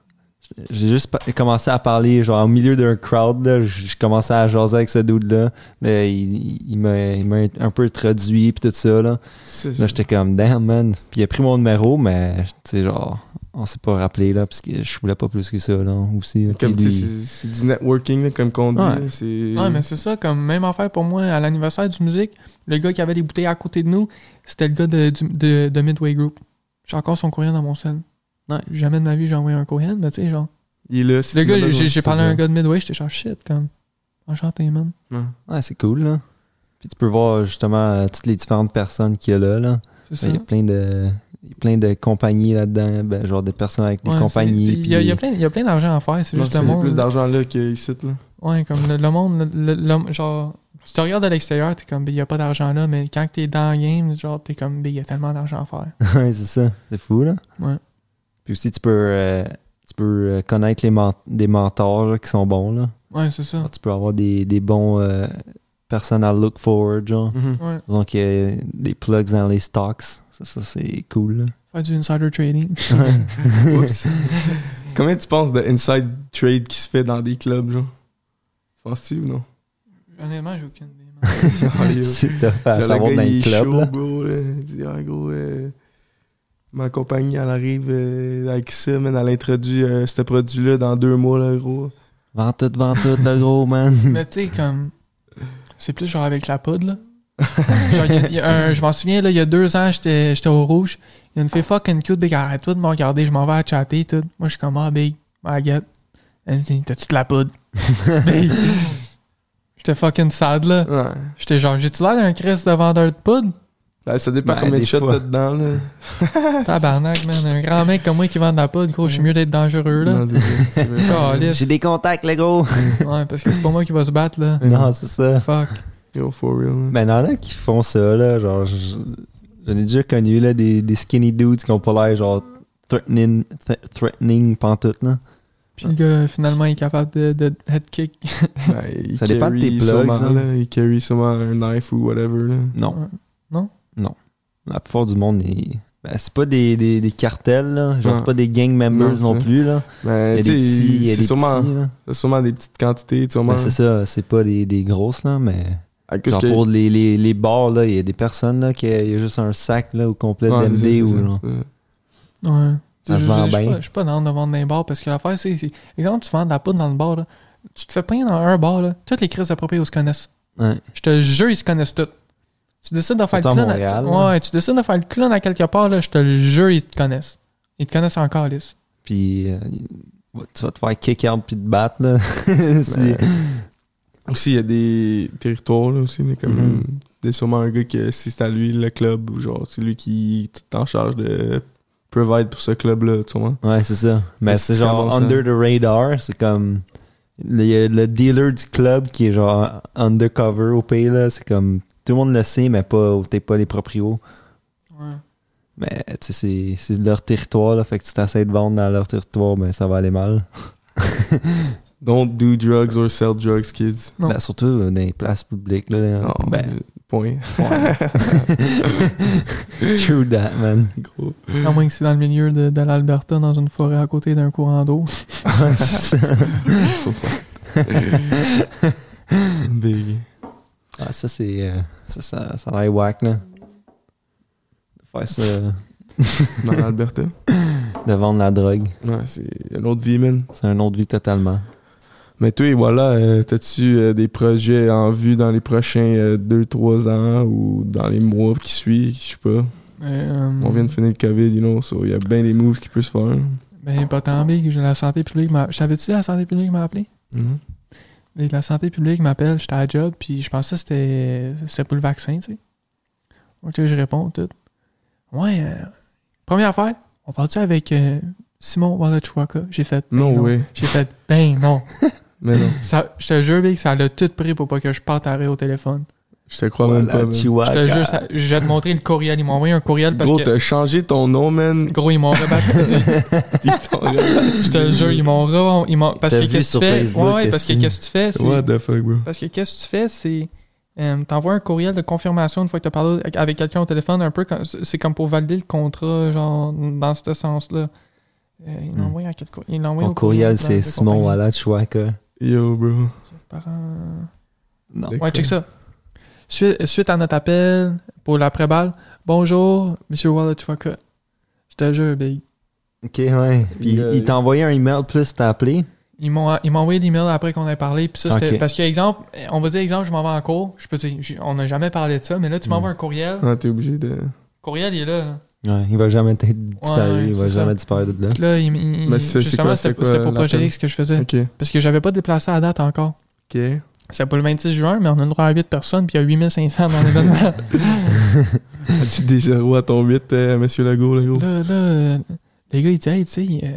Speaker 2: j'ai juste pa- commencé à parler, genre au milieu d'un crowd, là, je je commençais à jaser avec ce dude-là. Là, il il m'a il m'a un peu traduit, puis tout ça. Là,
Speaker 1: C'est
Speaker 2: là j'étais comme, damn, man. Puis il a pris mon numéro, mais tu sais, genre, on s'est pas rappelé, là, parce que je voulais pas plus que ça, là, aussi. là.
Speaker 1: comme,
Speaker 2: Puis
Speaker 1: tu sais,
Speaker 2: lui-
Speaker 1: c'est- c'est du networking, là, comme qu'on dit.
Speaker 2: Ouais.
Speaker 1: là, C'est...
Speaker 3: Ouais, mais c'est ça, comme même affaire pour moi, à l'anniversaire du musique, le gars qui avait les bouteilles à côté de nous, c'était le gars de, du- de, de Midway Group. J'ai encore son courriel dans mon sel.
Speaker 2: Ouais.
Speaker 3: Jamais de ma vie, j'ai envoyé un courriel, mais tu sais, genre.
Speaker 1: Il est là, si
Speaker 3: Le
Speaker 1: tu l'as
Speaker 3: gars,
Speaker 1: besoin.
Speaker 3: j'ai- j'ai
Speaker 2: c'est
Speaker 3: parlé à
Speaker 2: ça.
Speaker 3: un gars de Midway, j'étais genre shit, comme. Enchanté, man.
Speaker 1: Ouais.
Speaker 2: ouais, c'est cool, là. Puis tu peux voir justement euh, toutes les différentes personnes qu'il y a là, là.
Speaker 3: C'est ça.
Speaker 2: Il y a plein de, il y a plein de compagnies là-dedans, ben, genre des personnes avec des
Speaker 3: Ouais,
Speaker 2: compagnies.
Speaker 3: c'est- Il y a, il y a
Speaker 2: puis-
Speaker 3: plein, il y a plein d'argent à faire, c'est
Speaker 1: Non,
Speaker 3: juste
Speaker 1: c'est
Speaker 3: le monde.
Speaker 1: plus d'argent là qu'ici, là.
Speaker 3: Ouais, comme le, le monde, le, le- le- genre, si tu regardes de l'extérieur, t'es comme, ben, il y a pas d'argent là, mais quand t'es dans le game, genre, t'es comme, ben, il y a tellement d'argent à faire.
Speaker 2: Ouais, c'est ça. C'est fou, là.
Speaker 3: Ouais.
Speaker 2: Puis aussi, tu peux, euh, tu peux euh, connaître les men- des mentors là, qui sont bons, là.
Speaker 3: Ouais, c'est ça.
Speaker 2: Alors, tu peux avoir des, des bons euh, personnes à look forward, genre.
Speaker 3: Ouais,
Speaker 2: Donc, euh, des plugs dans les stocks. Ça, ça, c'est cool, là.
Speaker 3: faire du insider trading.
Speaker 1: Oups. Combien tu penses de inside trade qui se fait dans des clubs, genre? Tu penses-tu ou non?
Speaker 3: Honnêtement, j'ai aucune idée. man.
Speaker 1: Genre, yo.
Speaker 2: c'est tough Ben, à
Speaker 1: Genre,
Speaker 2: savoir
Speaker 1: le
Speaker 2: dans
Speaker 1: gars, il
Speaker 2: les
Speaker 1: est
Speaker 2: clubs,
Speaker 1: chaud,
Speaker 2: là.
Speaker 1: bro, là. Il dit, ah, gros, euh, ma compagnie, elle arrive euh, avec ça, man. Elle introduit euh, ce produit-là dans deux mois, là, gros.
Speaker 2: Vends tout, vends tout, le gros, man.
Speaker 3: Mais tu sais, comme. C'est plus genre avec la poudre, là. Genre, il y a- il y a un- je m'en souviens, là, il y a deux ans, j'étais j'étais au rouge. Il y a une fille fucking cute, big, arrête toi de me regarder, je m'en vais à chatter, tout. Moi, je suis comme, ah, big, I get. Elle me dit, t'as-tu de la poudre? Big. J'étais fucking sad, là.
Speaker 1: Ouais.
Speaker 3: J'étais genre, j'ai-tu l'air d'un Chris de vendeur de poudre?
Speaker 1: Ben, ça dépend
Speaker 2: Ben,
Speaker 1: combien de
Speaker 2: des
Speaker 1: shots
Speaker 2: fois.
Speaker 1: t'as dedans, là.
Speaker 3: Tabarnak, man. Un grand mec comme moi qui vend de la poudre, gros, je suis mieux d'être dangereux, là.
Speaker 1: Non, c'est ça, c'est vrai.
Speaker 3: Calisse.
Speaker 2: J'ai des contacts, le gros.
Speaker 3: Ouais, parce que c'est pas moi qui va se battre, là.
Speaker 2: non, c'est ça.
Speaker 3: Fuck.
Speaker 1: Yo, for real, là.
Speaker 2: Ben, il y en a qui font ça, là. Genre, je- j'en ai déjà connu, là, des, des skinny dudes qui ont pas l'air, genre, threatening, th- threatening pantoute, là.
Speaker 3: Puis le gars, finalement, il est capable de, de head kick.
Speaker 1: Ben, il
Speaker 2: Ça dépend de
Speaker 1: carry
Speaker 2: tes plugs,
Speaker 1: sûrement,
Speaker 2: hein.
Speaker 1: là. Il carry sûrement un knife ou whatever, là.
Speaker 2: Non.
Speaker 3: Non?
Speaker 2: Non. La plupart du monde, ils- ben, c'est pas des, des, des cartels, là. Genre,
Speaker 1: Non.
Speaker 2: c'est pas des gang members
Speaker 1: Non,
Speaker 2: non,
Speaker 1: c'est ça.
Speaker 2: plus, là. Il y
Speaker 1: Ben, tu
Speaker 2: a des petits, il y
Speaker 1: sais,
Speaker 2: a
Speaker 1: c'est
Speaker 2: des
Speaker 1: sûrement,
Speaker 2: petits, là.
Speaker 1: c'est sûrement des petites quantités, sûrement.
Speaker 2: Ben, c'est ça, c'est pas des, des grosses, là, mais...
Speaker 1: À cause
Speaker 2: Genre,
Speaker 1: que-
Speaker 2: pour les, les, les bars, là, il y a des personnes, là, qui... Il y a juste un sac, là, au complet
Speaker 1: Ouais,
Speaker 2: de
Speaker 1: c'est ça,
Speaker 2: MD,
Speaker 1: c'est
Speaker 2: ou,
Speaker 1: ça,
Speaker 2: genre...
Speaker 1: c'est ça.
Speaker 3: Ouais.
Speaker 2: Ça se
Speaker 3: Je- je-
Speaker 2: vend
Speaker 3: je- je suis
Speaker 2: bien.
Speaker 3: pas- Je suis pas dans le vendre dans les bars parce que l'affaire, c'est. c'est- Exemple, tu vends de la poudre dans le bar, là. Tu te fais pogner dans un bar, là. Toutes les crises de proprio se connaissent.
Speaker 2: Ouais.
Speaker 3: Je te jure, ils se connaissent toutes. Tu décides de faire le
Speaker 2: Surtout à
Speaker 3: clown.
Speaker 2: Montréal,
Speaker 3: à...
Speaker 2: là.
Speaker 3: Ouais, tu décides de faire le clown à quelque part, là. Je te le jure, ils te connaissent. Ils te connaissent encore, Alice.
Speaker 2: Puis... euh, Tu vas te faire kick-out puis te battre, là. C'est-
Speaker 1: Ben, Aussi, il y a des territoires, là, aussi, mais comme...
Speaker 2: Mhm.
Speaker 1: Il y a sûrement un gars que si c'est à lui, le club, ou genre, c'est lui qui est en charge de provide pour ce club-là, tu vois.
Speaker 2: Ouais, c'est ça. Mais
Speaker 1: Mais
Speaker 2: c'est
Speaker 1: c'est
Speaker 2: genre
Speaker 1: vraiment ça.
Speaker 2: under the radar. C'est comme. Le, il y a le dealer du club qui est genre undercover au pays, là. C'est comme. Tout le monde le sait, mais pas, t'es pas les proprios.
Speaker 3: Ouais.
Speaker 2: Mais tu sais, c'est- c'est leur territoire, là. Fait que si t'essaies de vendre dans leur territoire, ben ça va aller mal.
Speaker 1: Don't do drugs or sell drugs, kids.
Speaker 3: Non.
Speaker 2: Ben, surtout dans les places publiques, là.
Speaker 1: Non,
Speaker 2: ben,
Speaker 1: point.
Speaker 2: true that, man.
Speaker 1: Gros.
Speaker 3: À moins que c'est dans le milieu de, de l'Alberta, dans une forêt à côté d'un courant d'eau.
Speaker 2: Ouais, c'est ça.
Speaker 1: Big.
Speaker 2: Ah, ça, c'est. euh, Ça, ça, ça a l'air whack, là. Faire ça.
Speaker 1: Dans l'Alberta.
Speaker 2: De vendre la drogue.
Speaker 1: Ouais, c'est une autre vie, man.
Speaker 2: C'est un autre vie totalement.
Speaker 1: Mais toi, voilà, euh, t'as-tu euh, des projets en vue dans les prochains 2-3 ans ou dans les mois qui suivent? Je sais pas.
Speaker 3: Euh,
Speaker 1: On vient de finir le COVID, you know, so il y a bien des moves qui peuvent se faire.
Speaker 3: Ben, pas tant big. j'ai La santé publique m'a. Savais-tu la santé publique m'a appelé?
Speaker 1: Mhm.
Speaker 3: Et La santé publique m'appelle, j'étais à la job, puis je pensais que c'était c'était pour le vaccin, tu sais. Donc là, je réponds tout. Ouais, euh, première affaire, on va-tu avec euh, Simon Wallachwaka? J'ai fait. ben
Speaker 1: Non, oui.
Speaker 3: J'ai fait, ben non.
Speaker 1: Mais non,
Speaker 3: Ça, je te jure, Big, ça l'a tout pris pour pas que je parte arrêt au téléphone.
Speaker 1: je te crois même pas.
Speaker 2: Voilà,
Speaker 1: man.
Speaker 2: Chihuahua.
Speaker 3: Je te jure, ça- je vais te montrer le courriel. Ils m'ont envoyé un courriel parce
Speaker 1: Gros,
Speaker 3: que.
Speaker 1: t'as changé ton nom, man.
Speaker 3: Gros, ils m'ont rebaptisé.
Speaker 1: Ils t'ont
Speaker 3: je
Speaker 1: rebaptisé.
Speaker 3: te jure, ils m'ont re- ils m'ont- Parce
Speaker 2: T'as
Speaker 3: que
Speaker 2: vu
Speaker 3: qu'est-ce que
Speaker 2: sur
Speaker 3: tu fais?
Speaker 2: Facebook,
Speaker 3: Ouais, ouais, parce que
Speaker 2: est-ce-
Speaker 3: qu'est-ce que tu fais? c'est-
Speaker 1: What the fuck, bro?
Speaker 3: Parce que qu'est-ce que tu fais, c'est. Euh, T'envoies un courriel de confirmation une fois que tu as parlé avec quelqu'un au téléphone, un peu comme- c'est comme pour valider le contrat, genre dans ce sens-là. Euh, il l'a
Speaker 2: Hmm.
Speaker 3: envoyé à quel courriel Il l'a envoyé
Speaker 2: Mon
Speaker 3: au
Speaker 2: courriel,
Speaker 3: de la-
Speaker 2: c'est
Speaker 3: de
Speaker 2: Simon
Speaker 3: compagnie.
Speaker 2: voilà, Chihuahua.
Speaker 1: Yo, bro.
Speaker 3: Par un-
Speaker 2: Non.
Speaker 1: D'accord.
Speaker 3: Ouais, check ça. Suite, suite à notre appel pour l'après-balle, bonjour, monsieur Wallachuaka. Je te jure, big.
Speaker 2: Ok, ouais. Puis
Speaker 1: Euh,
Speaker 2: il t'a envoyé un email plus t'as appelé.
Speaker 3: Ils m'ont ils m'ont envoyé l'email après qu'on ait parlé. Puis ça, c'était.
Speaker 2: Ok.
Speaker 3: Parce que, exemple, on va dire, exemple, je m'en vais en cours. Je peux dire, j- on n'a jamais parlé de ça, mais là,
Speaker 2: Hmm.
Speaker 3: tu m'envoies un courriel.
Speaker 1: Ah, t'es obligé de.
Speaker 3: Courriel, il est là. là.
Speaker 2: Ouais, il va jamais être disparu.
Speaker 3: ouais,
Speaker 2: il va
Speaker 3: c'est
Speaker 2: jamais
Speaker 3: ça.
Speaker 2: disparaître de là.
Speaker 3: Puis là, il- il-
Speaker 1: Mais c'est- c'est
Speaker 3: justement,
Speaker 1: quoi- c'est
Speaker 3: c'était
Speaker 1: quoi
Speaker 3: c'était pour
Speaker 1: la
Speaker 3: Projet
Speaker 1: peine?
Speaker 3: X que je faisais.
Speaker 1: Ok.
Speaker 3: Parce que j'avais pas déplacé à date encore.
Speaker 1: Ok.
Speaker 3: C'est pas le 26 juin, mais on a le droit à 8 personnes, puis il y a 8500 dans l'événement.
Speaker 1: As-tu déjà roulé à ton 8, euh, monsieur Legault, le gros?
Speaker 3: là, là, euh, les gars, ils disent, hey, tu sais, euh,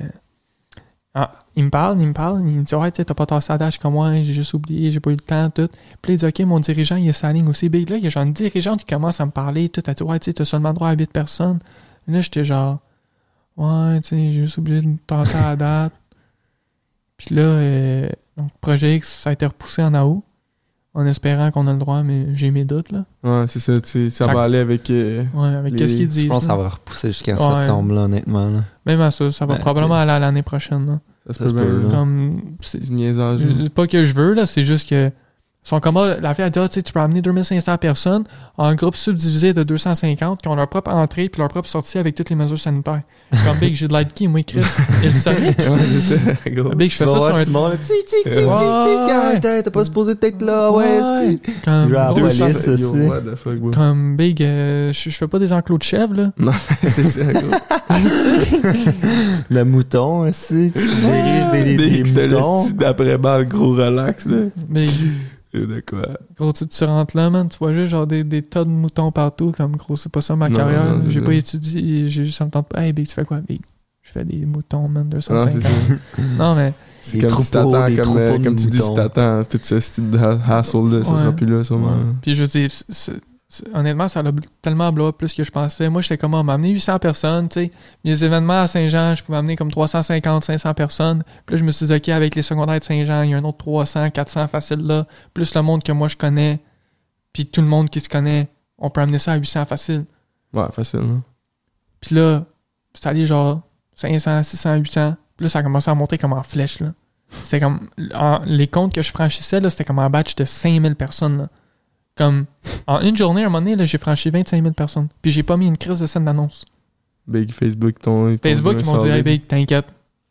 Speaker 3: ah, ils me parlent, ils me parlent, ils me disent, ouais, tu sais, t'as pas tassé à date comme moi, j'ai juste oublié, j'ai pas eu le temps, tout. Puis là, ils disent, ok, mon dirigeant, il est sa ligne aussi. Big là, il y a genre une dirigeante qui commence à me parler, tout, à dit, ouais, tu sais, t'as seulement le droit à 8 personnes. Là, j'étais genre, ouais, tu sais, j'ai juste oublié de me tasser à date. Puis là, euh, donc, Projet X, ça a été repoussé en août, en espérant qu'on a le droit, mais j'ai mes doutes, là.
Speaker 1: Ouais, c'est ça, tu sais, ça,
Speaker 3: Ça-
Speaker 1: va aller avec. euh,
Speaker 3: Ouais, avec
Speaker 1: Les-
Speaker 3: qu'est-ce qu'ils disent.
Speaker 2: Je pense que
Speaker 3: là.
Speaker 2: ça va repousser jusqu'à
Speaker 3: Ouais.
Speaker 2: septembre, là, honnêtement. là.
Speaker 3: Même à ça, ça va
Speaker 2: Ben,
Speaker 3: probablement aller à l'année prochaine, là.
Speaker 1: ça se
Speaker 2: Ça se
Speaker 1: peut
Speaker 2: peut,
Speaker 1: bien.
Speaker 2: là.
Speaker 3: Comme, c'est
Speaker 1: Du niaisage. là.
Speaker 3: c'est pas que je veux, là, c'est juste que. ils Sont comme, ah, la fille a dit, ah, tu sais, tu peux amener 2500 personnes en groupe subdivisé de 250 qui ont leur propre entrée puis leur propre sortie avec toutes les mesures sanitaires. Comme Big, j'ai de l'aide qui, moi, Chris. Il le savait.
Speaker 1: Ouais, c'est ça, gros.
Speaker 3: Ah, Big, je fais
Speaker 2: Tu vas
Speaker 3: ça sur
Speaker 2: voir
Speaker 3: un.
Speaker 2: Simon, là, ti, ti, ti, ti, ti,
Speaker 3: Ouais.
Speaker 2: arrête, t'es pas supposé être
Speaker 1: Ah
Speaker 2: là, ouais,
Speaker 3: Ouais.
Speaker 2: c'est-
Speaker 3: Comme,
Speaker 2: Genre,
Speaker 3: gros,
Speaker 2: ouais.
Speaker 3: ça-
Speaker 2: police
Speaker 1: Yo,
Speaker 2: aussi.
Speaker 1: What the fuck, bro?
Speaker 3: comme Big, euh, je je fais pas des enclos de chèvres, là.
Speaker 1: c'est ça, gros.
Speaker 2: Le mouton aussi, tu diriges des, des,
Speaker 1: Big,
Speaker 2: des
Speaker 1: c'était le
Speaker 2: moutons.
Speaker 1: style d'après-balle, gros relax, là.
Speaker 3: Mais
Speaker 1: Et de quoi?
Speaker 3: gros, tu, tu rentres là, man, tu vois juste genre des, des tas de moutons partout. Comme, gros, c'est pas ça ma
Speaker 1: Non,
Speaker 3: carrière.
Speaker 1: non,
Speaker 3: là.
Speaker 1: c'est
Speaker 3: j'ai
Speaker 1: ça.
Speaker 3: pas étudié, j'ai juste entendu, hey, Big, tu fais quoi, Big? Je fais des moutons, man,
Speaker 1: Non, c'est
Speaker 3: 250.
Speaker 1: ça.
Speaker 3: non mais.
Speaker 1: C'est
Speaker 2: Des
Speaker 1: comme si
Speaker 2: troupeaux,
Speaker 1: t'attends,
Speaker 2: des
Speaker 1: comme,
Speaker 2: troupeaux
Speaker 1: euh,
Speaker 2: de
Speaker 1: comme tu dis,
Speaker 2: moutons.
Speaker 1: si t'attends, tout ce style de ha- hassle-là, ça
Speaker 3: Ouais.
Speaker 1: sera plus là, sûrement.
Speaker 3: Ouais. Puis je dis, c'est- c'est- c'est- honnêtement, ça l'a bl- tellement blow up plus que je pensais. Moi, j'étais comme, on m'a amené 800 personnes, tu sais. Mes événements à Saint-Jean, je pouvais amener comme 350, 500 personnes. Puis là, je me suis dit, OK, avec les secondaires de Saint-Jean, il y a un autre 300, 400 facile là, plus le monde que moi je connais, puis tout le monde qui se connaît, on peut amener ça à 800 facile.
Speaker 1: Ouais, hein. facilement.
Speaker 3: Puis là, c'est allé genre 500, 600, 800. Puis là, ça a commencé à monter comme en flèche, là. C'était comme... en- les comptes que je franchissais, là, c'était comme en batch de 5000 personnes, là. Comme... En une journée, à un moment donné, là, j'ai franchi 25 000 personnes. Puis j'ai pas mis une crise de scène d'annonce.
Speaker 1: Big Facebook, ton. ils t'ont
Speaker 3: Facebook,
Speaker 1: donné
Speaker 3: ils
Speaker 1: un
Speaker 3: m'ont dit « Hey,
Speaker 1: solide.
Speaker 3: Big, t'inquiète.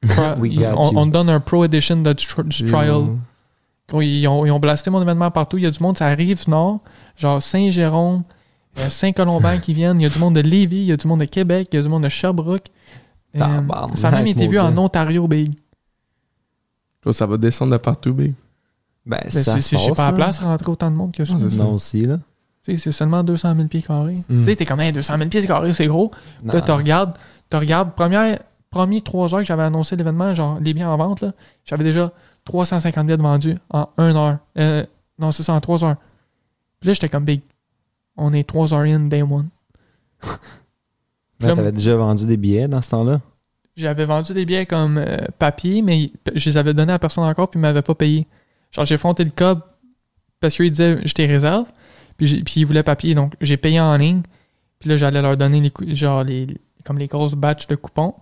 Speaker 3: Try-
Speaker 2: We got
Speaker 3: on,
Speaker 2: you.
Speaker 3: on te donne un pro edition de du, tr- du
Speaker 1: Yo.
Speaker 3: trial. » Gros, Ils ont, ils ont blasté mon événement partout. Il y a du monde, ça arrive nord, genre Saint-Jérôme, euh, Saint-Colomban qui viennent. Il y a du monde de Lévis, il y a du monde de Québec, il y a du monde de Sherbrooke. Euh,
Speaker 2: Tabarnak,
Speaker 3: ça a même été
Speaker 2: mon
Speaker 3: vu en
Speaker 2: gars.
Speaker 3: Ontario, big.
Speaker 1: Gros, Ça va descendre de partout, Big.
Speaker 2: Ben,
Speaker 3: Ben,
Speaker 2: ça
Speaker 3: c'est-
Speaker 2: se
Speaker 3: c'est- J'ai
Speaker 2: passe,
Speaker 3: pas la
Speaker 2: là.
Speaker 3: place de rentrer autant de monde que ça.
Speaker 1: Ah, c'est ça.
Speaker 2: Non, aussi, là.
Speaker 3: Tu sais, c'est seulement 200 000 pieds carrés.
Speaker 2: Mm.
Speaker 3: Tu sais, t'es comme, Hey, 200 000 pieds carrés, c'est gros.
Speaker 2: Non. Ben,
Speaker 3: Là, tu regardes, tu regardes, première, premier trois heures que j'avais annoncé l'événement, genre les biens en vente, là, j'avais déjà 350 billets de vendus en une heure. Euh, non, c'est ça, en trois heures. Puis là, j'étais comme big. On est trois heures in, day one.
Speaker 2: Là, t'avais déjà vendu des billets dans ce temps-là.
Speaker 3: J'avais vendu des billets comme euh, papier, mais je les avais donnés à personne encore, puis ils m'avaient pas payé. Genre, j'ai fronté le cob parce qu'il disait j'étais réserve, puis, j'ai- puis ils voulaient papier, donc j'ai payé en ligne. Puis là, j'allais leur donner les, cou- genre les, comme les grosses batches de coupons.